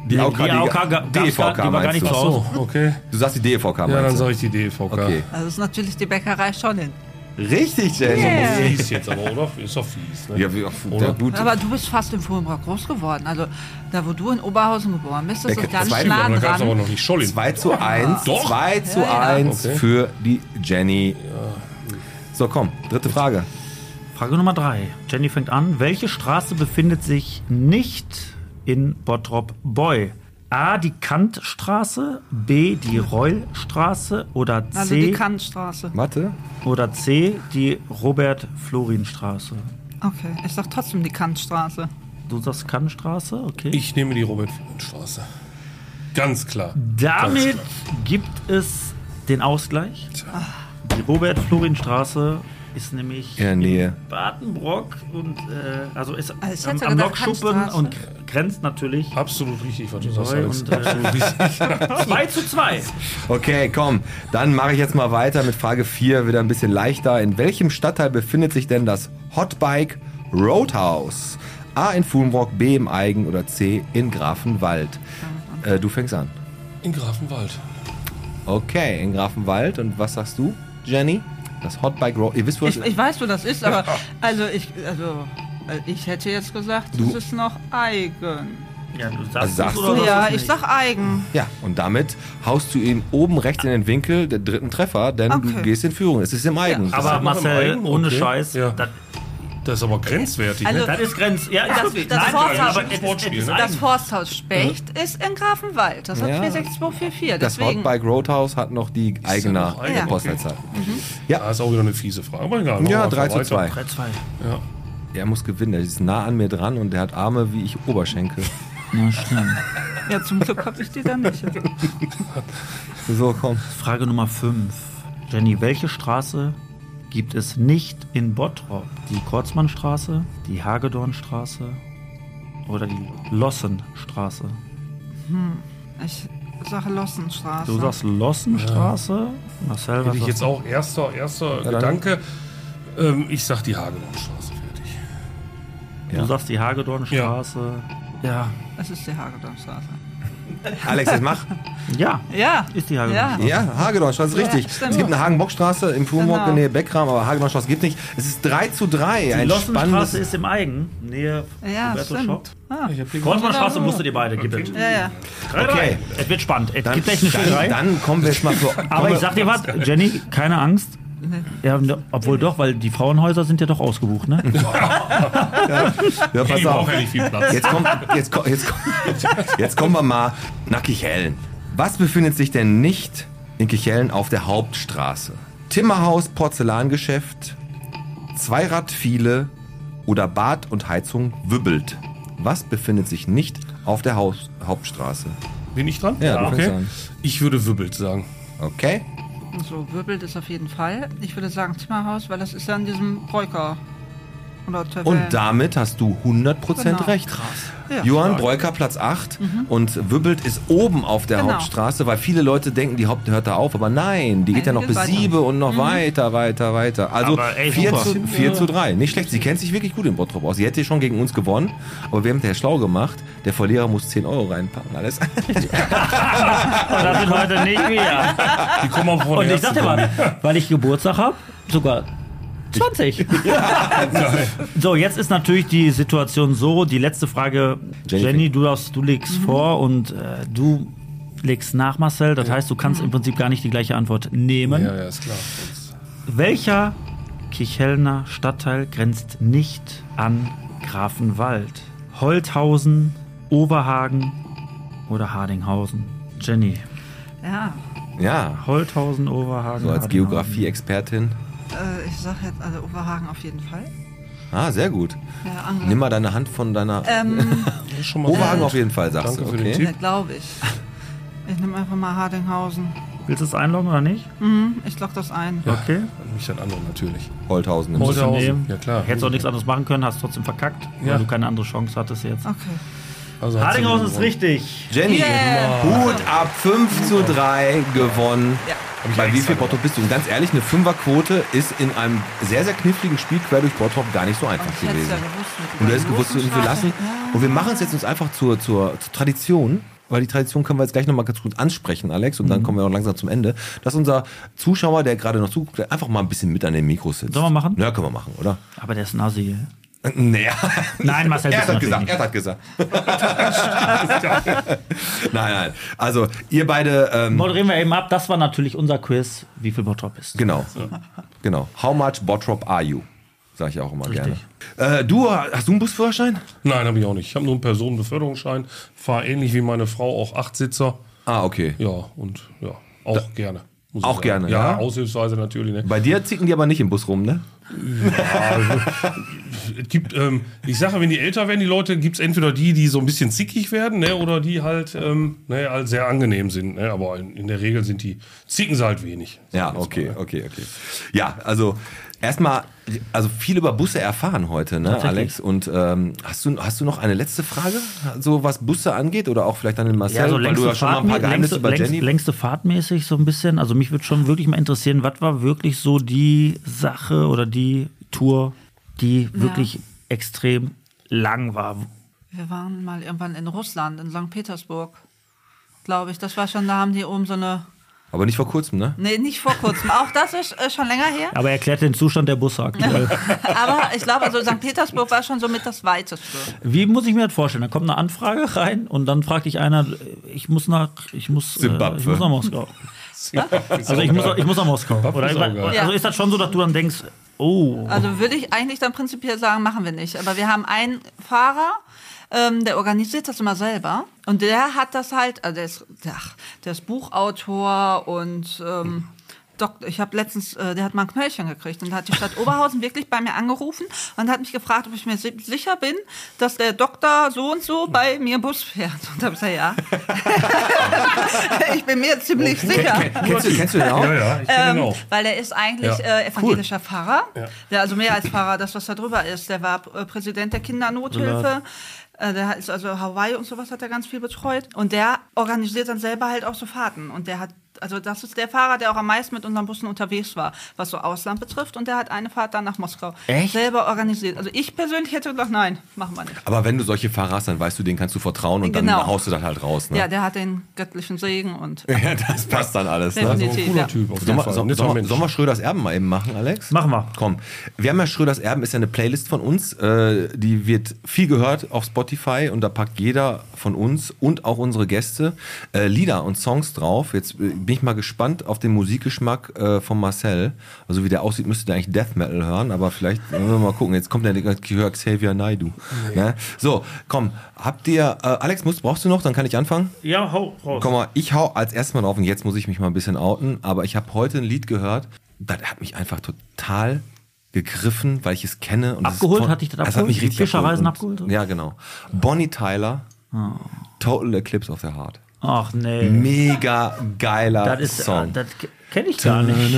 S2: Die AOK,
S3: die AOK ga- gab's gar- die war gar
S2: meinst
S3: nicht
S2: du?
S3: zu Hause.
S12: Ach so, okay.
S2: Du sagst die DVK, meinst
S12: Ja, dann
S2: du?
S12: sage ich die E DVK.
S2: Okay.
S8: Also ist natürlich die Bäckerei Schollin.
S2: Richtig, Jenny.
S8: Yeah.
S12: Fies jetzt aber, oder? Ist doch fies, ne?
S2: Ja, wie,
S12: Oder?
S2: ja, gut.
S8: Aber du bist fast in Fulmbrock groß geworden. Also da, wo du in Oberhausen geboren bist, ist
S2: Bäcker-
S8: das ganz
S2: zwei-
S8: nah
S12: Da gab es aber
S8: dran.
S12: noch nicht Schollin.
S2: 2 zu 1.
S12: Doch.
S2: 2 zu
S8: Ja, ja.
S2: 1
S12: Okay.
S2: für die Jenny. So, komm, dritte Frage.
S3: Frage Nummer drei. Jenny fängt an. Welche Straße befindet sich nicht in Bottrop-Boy? A. Die Kantstraße, B. Die Reulstraße oder C.
S8: Also die Kantstraße.
S2: Mathe?
S3: oder C. Die Robert-Florin-Straße.
S8: Okay, ich sag trotzdem die Kantstraße.
S3: Du sagst Kantstraße, okay.
S12: Ich nehme die Robert-Flüren-Straße. Ganz klar.
S3: Damit
S12: Ganz klar.
S3: gibt es den Ausgleich. Die Robert-Florin-Straße ist nämlich
S2: In der Nähe.
S3: Badenbrock und äh, also ist
S8: Also ich hätte
S3: am, am
S8: gedacht,
S3: Lokschuppen
S8: Kantstraße.
S3: und grenzt natürlich.
S12: Absolut richtig, was du
S3: sagst, Alex.
S12: Absolut richtig.
S3: 2 zu 2.
S2: Okay, komm. Dann mache ich jetzt mal weiter mit Frage 4, wieder ein bisschen leichter. In welchem Stadtteil befindet sich denn das Hotbike Roadhouse? A in Fulmrock, B im Eigen oder C in Grafenwald? Äh, du fängst an.
S12: In Grafenwald.
S2: Okay, in Grafenwald. Und was sagst du, Jenny? Das Hotbike Roadhouse. Ihr wisst, wo
S8: Ich, ich weiß, wo das ist, aber also ich, also äh, ich hätte jetzt gesagt,
S2: Du-
S8: es ist noch eigen.
S3: Ja, du sagst,
S2: Also sagst du-
S8: ja, ich sag eigen.
S2: Ja, und damit haust du ihm oben rechts in den Winkel den dritten Treffer, denn du
S8: Okay.
S2: gehst in Führung. Es ist im Eigen.
S3: Aber Marcel, ohne Scheiß,
S12: Das, das ist aber grenzwertig.
S8: Also-
S12: ne?
S3: Das ist Grenz. Ja,
S8: Das,
S3: wirklich.
S8: das,
S3: Nein,
S8: Forsthaus,
S3: aber es ist- es ist
S8: das
S3: eigen.
S8: Forsthaus Specht ist in Grafenwald. Das hat
S2: Ja.
S8: 46244.
S2: Das
S8: Deswegen.
S2: Hotbike Roadhouse hat noch die eigene
S12: noch eigen,
S2: ja.
S12: okay.
S2: Postleitzahl.
S12: Ja. ist auch wieder eine fiese Frage. Aber egal. machen wir
S2: Ja,
S12: einfach
S2: 3 zu
S12: weiter.
S2: 2.
S12: Ja.
S2: Er muss gewinnen, er ist nah an mir dran und er hat Arme wie ich Oberschenkel.
S3: Na schlimm.
S8: Ja, zum Glück hab ich die dann nicht.
S2: So, komm.
S3: Frage Nummer 5. Jenny, welche Straße gibt es nicht in Bottrop? Die Kreuzmannstraße, die Hagedornstraße oder die Lossenstraße?
S8: Hm. Ich sage Lossenstraße.
S3: Du sagst Lossenstraße? Marcel, was
S12: Hätte ich
S3: sagst
S12: jetzt auch erster, erster
S3: Ja, dann-
S12: Gedanke. Ähm, ich sag die Hagenornstraße fertig.
S3: du? Du sagst die Hagedornstraße. Ja.
S8: Es ist die Hagedornstraße.
S2: Alex, jetzt mach.
S3: Ja.
S8: Ja.
S3: Ist die
S8: Hagedornstraße.
S2: Ja, Hagedornstraße,
S8: Ja,
S2: richtig.
S8: stimmt.
S2: es gibt eine Hagenbockstraße im Fuhrmorg
S8: Genau.
S2: in der Nähe Beckram, aber Hagedornstraße gibt nicht. Es ist 3 zu 3.
S3: Die
S2: Ein spannendes
S3: Lossenstraße ist im Eigen, Nähe
S8: Ja,
S3: Roberto
S8: stimmt.
S3: Schott.
S8: Ah. Ich hab die
S3: Kreuzmannstraße
S8: gewonnen.
S3: musstet ihr beide geben.
S8: Ja, ja.
S3: Drei,
S2: Okay.
S3: drei. Es wird spannend. Es
S2: Dann-
S3: gibt echt eine
S2: dann-
S3: Schlägerei.
S2: dann kommen wir jetzt mal vor-
S3: Aber ich sag dir was, Jenny, keine Angst. Ja, ne, obwohl doch, weil die Frauenhäuser sind ja doch ausgebucht, ne?
S2: Ja, pass
S3: Ich brauch
S2: auf.
S3: ja nicht viel Platz.
S2: Jetzt, kommt, jetzt, ko- jetzt, ko- jetzt kommen wir mal nach Kichellen. Was befindet sich denn nicht in Kichellen auf der Hauptstraße? Timmerhaus, Porzellangeschäft, Zweirad viele oder Bad und Heizung wübbelt. Was befindet sich nicht auf der Haus Hauptstraße?
S12: Bin ich dran?
S2: Ja, du fängst
S12: okay.
S2: an.
S12: Ich würde Wibbelt sagen.
S2: Okay.
S8: So, Wirbelt ist auf jeden Fall. Ich würde sagen Zimmerhaus, weil das ist ja in diesem Breuker. Oder Tabellen.
S2: Und damit hast du 100%
S8: Genau.
S2: recht.
S8: Ja.
S2: Johann
S8: Stark.
S2: Breuker, Platz 8. Und Wübbelt ist oben auf der
S8: Genau.
S2: Hauptstraße, weil viele Leute denken, die Haupt hört da auf. Aber nein, die geht
S8: Nein,
S2: ja noch
S8: die geht
S2: bis
S8: weiter. Mhm.
S2: 7 und noch weiter, weiter, weiter. Also
S3: Aber ey,
S2: 4,
S3: super.
S2: zu, 4
S3: Ja.
S2: zu 3. Nicht schlecht,
S8: Mhm.
S2: sie kennt sich wirklich gut in Bottrop aus. Sie hätte schon gegen uns gewonnen, aber wir haben der schlau gemacht. Der Verlierer muss 10 Euro reinpacken. Alles.
S3: Und das sind heute nicht wir.
S12: Die kommen auch von
S3: Und ich
S12: Herzen
S3: sag dir
S12: bei
S3: mal, weil ich Geburtstag habe, sogar 20. so, jetzt ist natürlich die Situation so, die letzte Frage. Jenny, du, darfst, du legst
S12: Mhm.
S3: vor und äh, du legst nach, Marcel. Das heißt, du kannst im Prinzip gar nicht die gleiche Antwort nehmen.
S12: Ja, ja, ist klar.
S3: Welcher Kichelner Stadtteil grenzt nicht an Grafenwald? Holthausen, Oberhagen oder Hardinghausen? Jenny.
S8: Ja,
S2: Ja.
S3: Holthausen, Oberhagen.
S2: So als
S3: Hardinghausen.
S8: genau.
S2: Geografie-Expertin.
S8: äh, ich sag jetzt also Oberhagen auf jeden Fall.
S2: Ah, sehr gut.
S8: Ja, andere-
S2: Nimm mal deine Hand von deiner.
S8: Ähm,
S2: Oberhagen auf jeden Fall, sagst
S12: Danke
S2: du.
S12: für den
S2: Okay.
S8: Ja, glaube ich. Ich nehme einfach mal Hardinghausen.
S3: Willst du es einloggen oder nicht?
S8: Mhm, ich lock das ein.
S3: Okay.
S12: Und mich dann andere natürlich.
S2: Holthausen.
S3: Musst du
S12: Holthausen,
S3: nehmen.
S12: ja klar.
S3: Hättest auch nichts anderes machen können, hast trotzdem verkackt,
S12: Ja.
S3: weil du keine andere Chance hattest jetzt.
S8: Okay.
S12: Also hat sie
S3: Hardinghausen ist
S12: gewonnen.
S3: richtig.
S2: Jenny, Hut ab, 5 zu 3 gewonnen. Bei wie viel Bottrop bist du? Und ganz ehrlich, eine Fünferquote ist in einem sehr, sehr kniffligen Spiel quer durch Bottrop gar nicht so einfach
S8: Ich hätte es
S2: gewesen.
S8: ja gewusst. mit
S2: Und du
S8: dieser
S2: hättest gewusst,
S8: großen
S2: wir lassen.
S8: Straße.
S2: Und wir machen es jetzt uns einfach zur, zur, zur Tradition, weil die Tradition können wir jetzt gleich nochmal ganz gut ansprechen, Alex, und dann
S8: Mhm.
S2: kommen wir auch langsam zum Ende, dass unser Zuschauer, der gerade noch zuguckt, einfach mal ein bisschen mit an den Mikros sitzt. Sollen wir machen? Ja, können wir machen, oder?
S3: Aber der ist Nazi.
S2: Naja.
S3: Nein, Marcel,
S2: er
S3: bist du
S2: hat gesagt,
S3: natürlich nicht.
S2: er hat gesagt. nein, nein. Also, ihr beide. Ähm,
S3: Moderieren wir eben ab, das war natürlich unser Quiz, wie viel Bottrop ist.
S2: Genau. Genau. How much Bottrop are you? Sag ich auch immer gerne. Äh, du, hast du einen Busführerschein?
S12: Nein, habe ich auch nicht. Ich habe nur einen Personenbeförderungsschein. Fahre ähnlich wie meine Frau auch Achtsitzer.
S2: Ah, okay.
S12: Ja, und ja, auch gerne. muss ich
S2: auch
S12: sagen.
S2: gerne,
S12: Ja,
S2: ja?
S12: aushilfsweise natürlich. Ne?
S2: Bei dir zicken die aber nicht im Bus rum, ne?
S12: Also, es gibt, ähm, ich sage, wenn die älter werden, die Leute, gibt es entweder die, die so ein bisschen zickig werden, ne, oder die halt, ähm, ne, halt sehr angenehm sind. Ne, aber in, in der Regel sind die, zicken sie halt wenig.
S2: Ja, okay, okay, okay. Ja, also Erstmal, also viel über Busse erfahren heute, ne,
S3: Tatsächlich.
S2: Alex? Und ähm, hast, du, hast du noch eine letzte Frage, so was Busse angeht oder auch vielleicht an den Marcel,
S3: Ja, so
S2: weil du
S3: längste,
S2: ja schon mal ein paar
S3: Fahrt,
S2: Geheimnisse
S3: längste,
S2: über
S3: längst,
S2: Jenny
S3: längste Fahrtmäßig so ein bisschen. Also mich würde schon wirklich mal interessieren, was war wirklich so die Sache oder die Tour, die wirklich extrem lang war.
S8: Wir waren mal irgendwann in Russland, in St. Petersburg, glaube ich. Das war schon, da haben die oben so eine.
S2: Aber nicht vor kurzem, ne?
S8: Nee, nicht vor kurzem. Auch das ist äh, schon länger her.
S3: Aber erklärt den Zustand der Busse aktuell.
S8: Aber ich glaube, also St. Petersburg war schon so mit das Weiteste.
S3: Wie muss ich mir das vorstellen? Da kommt eine Anfrage rein und dann fragt dich einer, ich muss nach, ich muss, äh,
S2: Simbabwe.
S3: ich muss nach Moskau. also ich muss, ich muss nach Moskau. Oder, also ist das schon so, dass du dann denkst, oh,
S8: Also würde ich eigentlich dann prinzipiell sagen, machen wir nicht. Aber wir haben einen Fahrer, ähm, der organisiert das immer selber. Und der hat das halt, also der ist, ach, der ist Buchautor und ähm, Doktor, ich habe letztens, äh, der hat mal ein Knöllchen gekriegt und hat die Stadt Oberhausen wirklich bei mir angerufen und hat mich gefragt, ob ich mir si- sicher bin, dass der Doktor so und so bei mir Bus fährt. Und da habe ich gesagt, ja. ich bin mir ziemlich sicher.
S2: Ken- ken- kennst du- kennst du den auch? Ja, ja, ich
S8: Ähm,
S2: kenn den auch.
S8: Weil er ist eigentlich
S2: Ja.
S8: äh, evangelischer Pfarrer.
S2: Ja.
S8: Der, also mehr als Pfarrer, das, was da drüber ist. Der war äh, Präsident der Kindernothilfe. Äh, Der hat- ist also Hawaii und sowas hat er ganz viel betreut. Und der organisiert dann selber halt auch so Fahrten. Und der hat, also das ist der Fahrer, der auch am meisten mit unseren Bussen unterwegs war, was so Ausland betrifft. Und der hat eine Fahrt dann nach Moskau
S2: Echt?
S8: selber organisiert. Also ich persönlich hätte gedacht, nein, machen wir nicht.
S2: Aber wenn du solche Fahrer hast, dann weißt du, denen kannst du vertrauen und dann
S8: Genau.
S2: haust du das halt raus. Ne?
S8: Ja, der hat den göttlichen Segen und
S2: Ja, das passt dann alles. Ne?
S8: Definitiv, So ein cooler ja.
S12: Also, Typ auf jeden
S2: Sollen wir-
S12: Fall.
S2: sollen-
S12: Netter
S2: sollen wir-
S12: Mensch.
S2: sollen wir Schröders Erben mal eben machen, Alex? Machen wir. Komm. Wir haben ja Schröders Erben, ist ja eine Playlist von uns. Äh, die wird viel gehört auf Spotify und da packt jeder von uns und auch unsere Gäste äh, Lieder und Songs drauf. Jetzt äh, bin ich mal gespannt auf den Musikgeschmack äh, von Marcel. Also wie der aussieht, müsste der eigentlich Death Metal hören, aber vielleicht äh, wollen wir mal gucken. Jetzt kommt der ich höre Xavier Naidu. Ne? So, komm. Habt ihr, äh, Alex, musst, brauchst du noch? Dann kann ich anfangen.
S3: ja, hau raus.
S2: Komm mal, ich hau als erstes mal drauf und jetzt muss ich mich mal ein bisschen outen, aber ich habe heute ein Lied gehört, das hat mich einfach total gegriffen, weil ich es kenne. Und es ist
S3: Abgeholt?
S2: von-
S3: Hat dich das
S2: hat
S3: abgeholt?
S2: mich richtig
S3: Fischerreisen
S2: Und,
S3: abgeholt?
S2: ja, genau. Bonnie Tyler,
S3: Ah.
S2: Total Eclipse of the Heart.
S3: Ach nee.
S2: Mega geiler
S3: Das ist,
S2: Song.
S3: ah, das kenne ich gar nicht.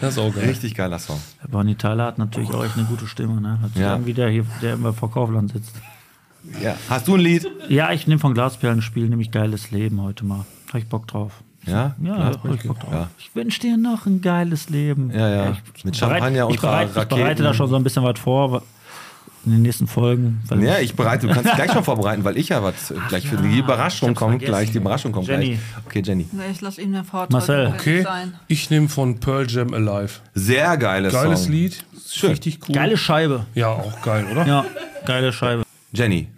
S2: das ist auch geil. Richtig geiler Song.
S3: Bonnie Tyler hat natürlich auch echt eine gute Stimme, ne? Hat
S2: Ja.
S3: ja. wie der hier, der immer vor Kaufland sitzt.
S2: Ja. Hast du ein Lied?
S3: Ja, ich nehme von Glasperlen Spiel, nämlich geiles Leben heute mal. Habe ich Bock drauf.
S2: Ja?
S3: Ja, hab ich Bock drauf.
S2: Ja.
S3: Ich wünsche dir noch ein geiles Leben.
S2: Ja, ja.
S3: Ich
S2: Mit
S3: bereit-
S2: Champagner und
S3: ich bereite, ich
S2: Raketen.
S3: bereite da schon so ein bisschen was vor wa- in den nächsten Folgen. weil-
S2: Ja, ich bereite, du kannst dich gleich schon vorbereiten, weil ich ja was äh, gleich für die Überraschung kommt gleich, die Überraschung kommt
S3: Jenny.
S2: gleich. Okay, Jenny.
S8: Nee, ich lasse ihm den Vortritt
S12: Okay,
S8: sein.
S12: ich nehme von Pearl Jam Alive.
S2: Sehr geiles Song.
S12: Geiles Lied, richtig cool. Geile
S3: Scheibe.
S12: Ja, auch geil, oder?
S3: Ja, geile Scheibe.
S2: Jenny,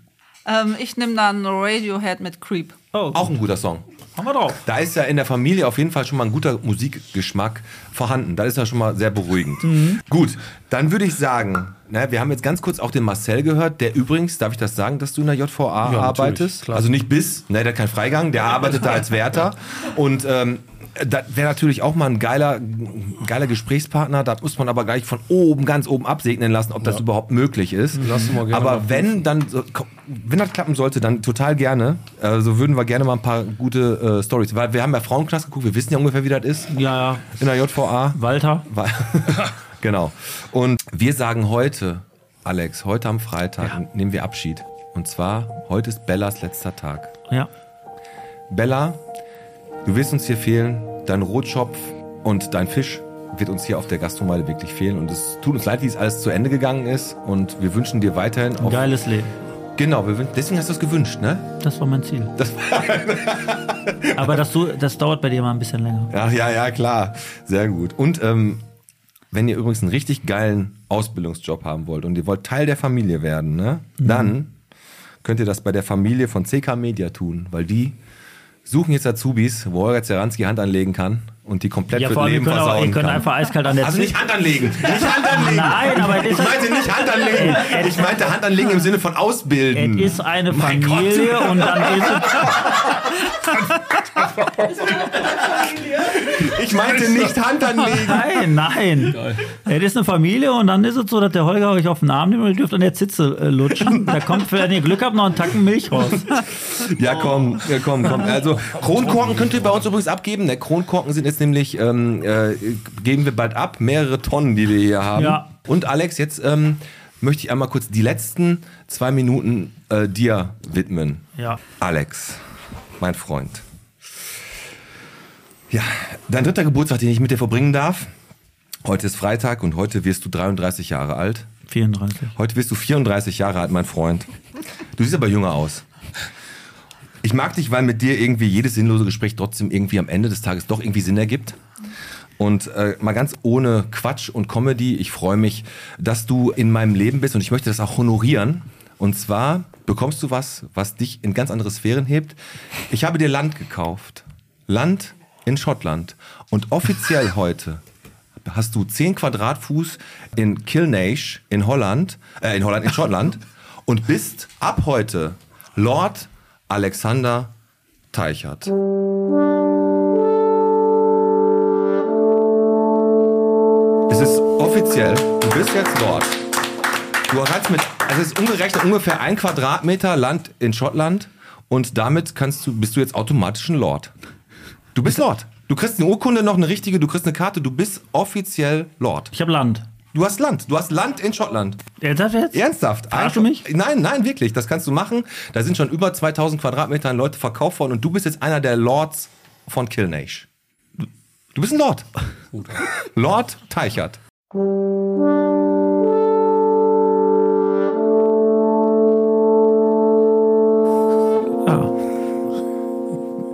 S8: Ähm, ich nehme dann Radiohead mit Creep.
S2: auch ein guter Song.
S3: Haben wir drauf.
S2: Da ist ja in der Familie auf jeden Fall schon mal ein guter Musikgeschmack vorhanden. Das ist ja schon mal sehr beruhigend.
S10: Mhm.
S2: Gut, dann würde ich sagen, na, wir haben jetzt ganz kurz auch den Marcel gehört, der übrigens, darf ich das sagen, dass du in der JVA
S10: Ja,
S2: arbeitest? Also nicht bis, ne, der hat keinen Freigang, der arbeitet da als Wärter. Und ähm, das wäre natürlich auch mal ein geiler, geiler Gesprächspartner. Da muss man aber gleich von oben, ganz oben absegnen lassen, ob das überhaupt möglich ist.
S12: Lassen wir gerne
S2: aber
S12: Mhm. mal
S2: wenn, dann, so- komm, wenn das klappen sollte, dann total gerne. Also würden wir gerne mal ein paar gute äh, Stories. Weil wir haben ja Frauenknast geguckt, wir wissen ja ungefähr, wie das ist.
S3: Ja, ja.
S2: In der JVA.
S3: Walter.
S2: genau. Und wir sagen heute, Alex, heute am Freitag nehmen wir Abschied. Und zwar, heute ist Bellas letzter Tag.
S3: Ja.
S2: Bella, du wirst uns hier fehlen. Dein Rotschopf und dein Fisch wird uns hier auf der Gastromeile wirklich fehlen. Und es tut uns leid, wie es alles zu Ende gegangen ist. Und wir wünschen dir weiterhin
S3: Ein
S2: auf-
S3: geiles Leben.
S2: Genau, wir wün- deswegen hast du es gewünscht, ne?
S3: Das war mein Ziel.
S2: Das
S3: Aber das, so, das dauert bei dir mal ein bisschen länger.
S2: Ja, ja, ja, klar. Sehr gut. Und ähm, wenn ihr übrigens einen richtig geilen Ausbildungsjob haben wollt und ihr wollt Teil der Familie werden, ne,
S10: Mhm.
S2: dann könnt ihr das bei der Familie von CK Media tun, weil die suchen jetzt Azubis, wo Holger Zeranski Hand anlegen kann und die komplett
S3: Ja,
S2: für
S3: vor allem,
S2: Leben
S3: ihr könnt auch-
S2: versauen
S3: ihr könnt
S2: kann.
S3: einfach eiskalt an der
S2: Also
S3: Zwi-
S2: nicht Hand anlegen. Nicht Hand anlegen.
S3: Nein, aber es
S2: ich
S3: ist-
S2: meinte nicht Hand anlegen. Ich meinte Hand anlegen im Sinne von ausbilden.
S3: Es ist eine
S2: Mein
S3: Familie
S2: Gott.
S3: und dann ist es.
S10: Ich meinte nicht Hand anlegen.
S3: Nein, nein. Es ist eine Familie und dann ist es so, dass der Holger euch auf den Arm nimmt und ihr dürft an der Zitze äh, lutschen. Da kommt, wenn ihr Glück habt, noch einen Tacken Milch raus.
S2: Ja,
S3: Oh.
S2: komm, ja, komm, komm. Also Kronkorken könnt ihr bei uns übrigens abgeben. Ne? Kronkorken sind jetzt nämlich, ähm, äh, geben wir bald ab, mehrere Tonnen, die wir hier haben.
S3: Ja.
S2: Und Alex, jetzt ähm, möchte ich einmal kurz die letzten zwei Minuten äh, dir widmen.
S3: Ja.
S2: Alex, mein Freund. Ja, dein dritter Geburtstag, den ich mit dir verbringen darf. Heute ist Freitag und heute wirst du 33 Jahre alt.
S3: 34.
S2: Heute wirst du 34 Jahre alt, mein Freund. Du siehst aber jünger aus. Ich mag dich, weil mit dir irgendwie jedes sinnlose Gespräch trotzdem irgendwie am Ende des Tages doch irgendwie Sinn ergibt. Und äh, mal ganz ohne Quatsch und Comedy, ich freue mich, dass du in meinem Leben bist und ich möchte das auch honorieren. Und zwar bekommst du was, was dich in ganz andere Sphären hebt. Ich habe dir Land gekauft. Land in Schottland. Und offiziell heute hast du 10 Quadratfuß in Kilnash in Holland, äh, in Holland, in Schottland und bist ab heute Lord Alexander Teichert. Es ist offiziell, du bist jetzt dort. Du erreichst mit, also es ist umgerechnet ungefähr ein Quadratmeter Land in Schottland und damit kannst du, bist du jetzt automatisch ein Lord. Du bist Lord. Du kriegst eine Urkunde noch, eine richtige, du kriegst eine Karte, du bist offiziell Lord.
S3: Ich habe Land.
S2: Du hast Land. Du hast Land in Schottland.
S3: Ernsthaft jetzt?
S2: Ernsthaft. Verarsch du mich? Nein, nein, wirklich. Das kannst du machen. Da sind schon über 2000 Quadratmeter an Leute verkauft worden und du bist jetzt einer der Lords von Kilnash. Du bist ein Lord. Lord Teichert.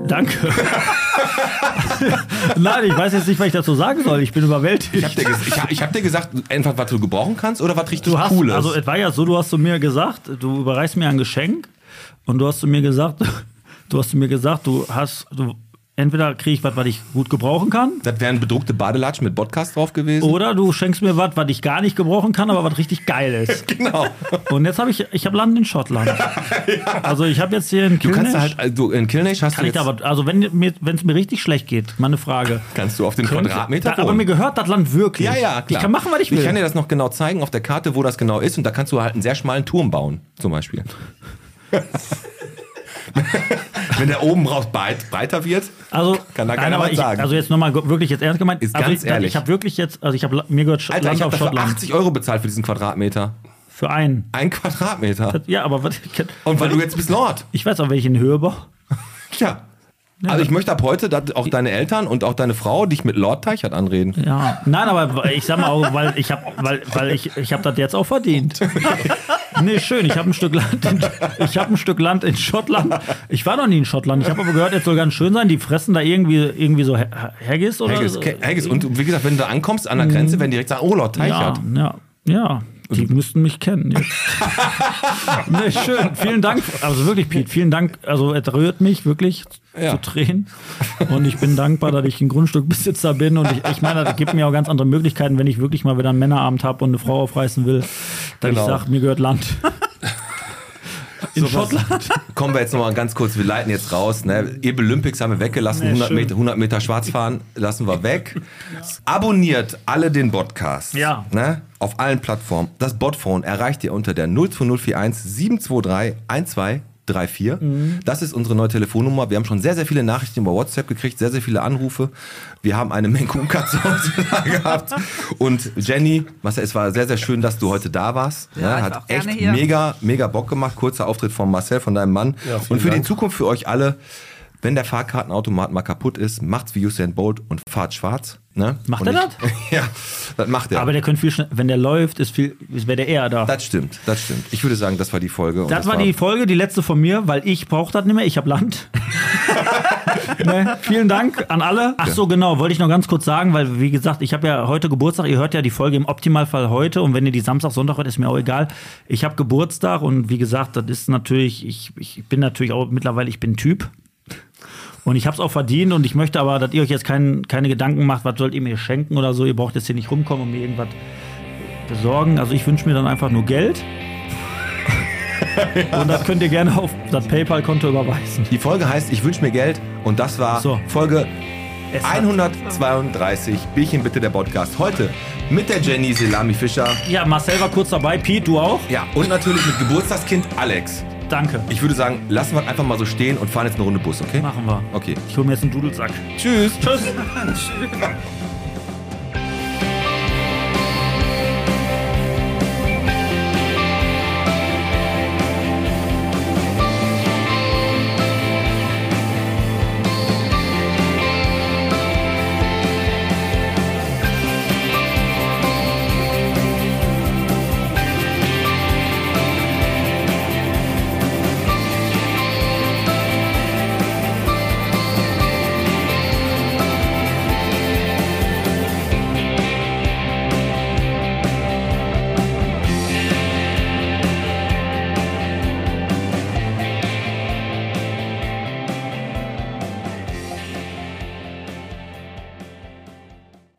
S3: Danke. Nein, ich weiß jetzt nicht, was ich dazu sagen soll. Ich bin überwältigt.
S2: Ich hab dir, ges ich hab, ich hab dir gesagt, einfach was du gebrauchen kannst oder was richtig
S3: du hast,
S2: Cooles.
S3: Also, es war ja so, du hast zu mir gesagt, du überreichst mir ein Geschenk und du hast zu mir gesagt, du hast zu mir gesagt, du hast, du, entweder kriege ich was, was ich gut gebrauchen kann.
S2: Das wären bedruckte Badelatschen mit Podcast drauf gewesen.
S3: Oder du schenkst mir was, was ich gar nicht gebrauchen kann, aber was richtig geil ist.
S2: genau.
S3: Und jetzt habe ich, ich habe Land in Schottland. Also ich habe jetzt hier in
S2: Du kannst da
S3: Kilnisch.
S2: halt, also du, in Kilnash hast
S3: Kann
S2: du
S3: ich
S2: jetzt,
S3: da aber, also wenn es mir, wenn's mir richtig schlecht geht, meine Frage.
S2: kannst du auf dem
S3: Könnte-
S2: Quadratmeter
S3: Da, aber
S2: wohnen.
S3: mir gehört das Land wirklich.
S2: Ja, ja, klar.
S3: Ich kann machen, was ich will.
S2: Ich kann dir das noch genau zeigen auf der Karte, wo das genau ist. Und da kannst du halt einen sehr schmalen Turm bauen, zum Beispiel. Wenn der oben raus breit, breiter wird,
S3: also,
S2: kann da
S3: nein,
S2: keiner
S3: aber
S2: was
S3: ich,
S2: sagen.
S3: also jetzt nochmal wirklich jetzt ernst gemeint.
S2: Ist
S3: also
S2: ganz
S3: ich,
S2: ehrlich.
S3: Ich habe wirklich jetzt, also ich habe mir gehört Sch-
S2: Alter,
S3: Land
S2: ich
S3: auf
S2: habe dafür
S3: Schottland.
S2: 80 Euro bezahlt für diesen Quadratmeter.
S3: Für einen.
S2: Ein Quadratmeter.
S3: Ja, aber was,
S2: Und weil du jetzt bist Lord.
S3: Ich weiß auch, welchen Höhe baue.
S2: Tja. Also ich möchte ab heute dass auch deine Eltern und auch deine Frau dich mit Lord Teichert anreden.
S3: Ja, nein, aber ich sag mal auch, weil ich habe, weil, weil ich, ich habe das jetzt auch verdient. Nee, schön. Ich habe ein Stück Land. In, ich habe ein Stück Land in Schottland. Ich war noch nie in Schottland. Ich habe aber gehört, jetzt soll ganz schön sein. Die fressen da irgendwie, irgendwie so Ha- Haggis oder
S2: Haggis,
S3: so.
S2: Ke- Haggis. Und wie gesagt, wenn du da ankommst an der Grenze, werden die direkt sagen, oh Lord
S3: ja,
S2: Teichert.
S3: ja, ja. Die müssten mich kennen. Jetzt. nee, schön. Vielen Dank. Also wirklich, Pete. Vielen Dank. Also es rührt mich wirklich
S2: Ja.
S3: zu Tränen. Und ich bin dankbar, dass ich ein Grundstückbesitzer bin. Und ich, ich meine, das gibt mir auch ganz andere Möglichkeiten, wenn ich wirklich mal wieder einen Männerabend habe und eine Frau aufreißen will, dass
S2: Genau.
S3: ich sage, mir gehört Land. In Schottland.
S2: Kommen wir jetzt nochmal ganz kurz, wir leiten jetzt raus. Ne? Ebel Olympics haben wir weggelassen,
S3: Nee,
S2: 100,
S3: schön.
S2: Meter, 100 Meter Schwarzfahren lassen wir weg. Abonniert alle den Podcast.
S3: Ja.
S2: Ne? Auf allen Plattformen. Das Botphone erreicht ihr unter der 02041 723 1234.
S3: Mhm.
S2: Das ist unsere neue Telefonnummer. Wir haben schon sehr, sehr viele Nachrichten über WhatsApp gekriegt, sehr, sehr viele Anrufe. Wir haben eine Menge Umkatze gehabt. Und Jenny, Marcel, es war sehr, sehr schön, dass du heute da warst.
S8: Ja,
S2: ne?
S8: ist
S2: Hat
S8: auch gerne
S2: echt
S8: hier.
S2: mega mega, mega Bock gemacht. Kurzer Auftritt von Marcel, von deinem Mann.
S12: Ja, vielen
S2: und für
S12: Dank.
S2: die Zukunft für euch alle, wenn der Fahrkartenautomat mal kaputt ist, macht's wie Usain Bolt und fahrt schwarz. Ne?
S3: Macht
S2: und
S3: er
S2: nicht- ja, das macht er.
S3: Aber der könnte viel schneller, wenn der läuft, ist viel, wäre der eher da.
S2: das stimmt, das stimmt. Ich würde sagen, das war die Folge. und
S3: Das war die Folge, die letzte von mir, weil ich brauche das nicht mehr. Ich habe Land. ne? Vielen Dank an alle. Ach so, genau, wollte ich noch ganz kurz sagen, weil wie gesagt, ich habe ja heute Geburtstag. Ihr hört ja die Folge im Optimalfall heute und wenn ihr die Samstag, Sonntag hört, ist mir auch egal. Ich habe Geburtstag und wie gesagt, das ist natürlich, ich, ich bin natürlich auch mittlerweile, ich bin Typ. Und ich habe es auch verdient und ich möchte aber, dass ihr euch jetzt kein, keine Gedanken macht, was sollt ihr mir schenken oder so. Ihr braucht jetzt hier nicht rumkommen und mir irgendwas besorgen. Also ich wünsche mir dann einfach nur Geld. Und das könnt ihr gerne auf das PayPal-Konto überweisen.
S2: Die Folge heißt Ich wünsche mir Geld und das war
S3: So.
S2: Folge
S3: Es hat-
S2: 132 Bierchen bitte der Podcast. Heute mit der Jenny Selami Fischer.
S3: Ja, Marcel war kurz dabei. Pete, du auch?
S2: Ja, und natürlich mit Geburtstagskind Alex.
S3: Danke.
S2: Ich würde sagen, lassen wir es einfach mal so stehen und fahren jetzt eine Runde Bus, okay?
S3: Machen wir.
S2: Okay.
S3: Ich hole mir jetzt einen Dudelsack.
S2: Tschüss.
S3: Tschüss.
S10: Tschüss.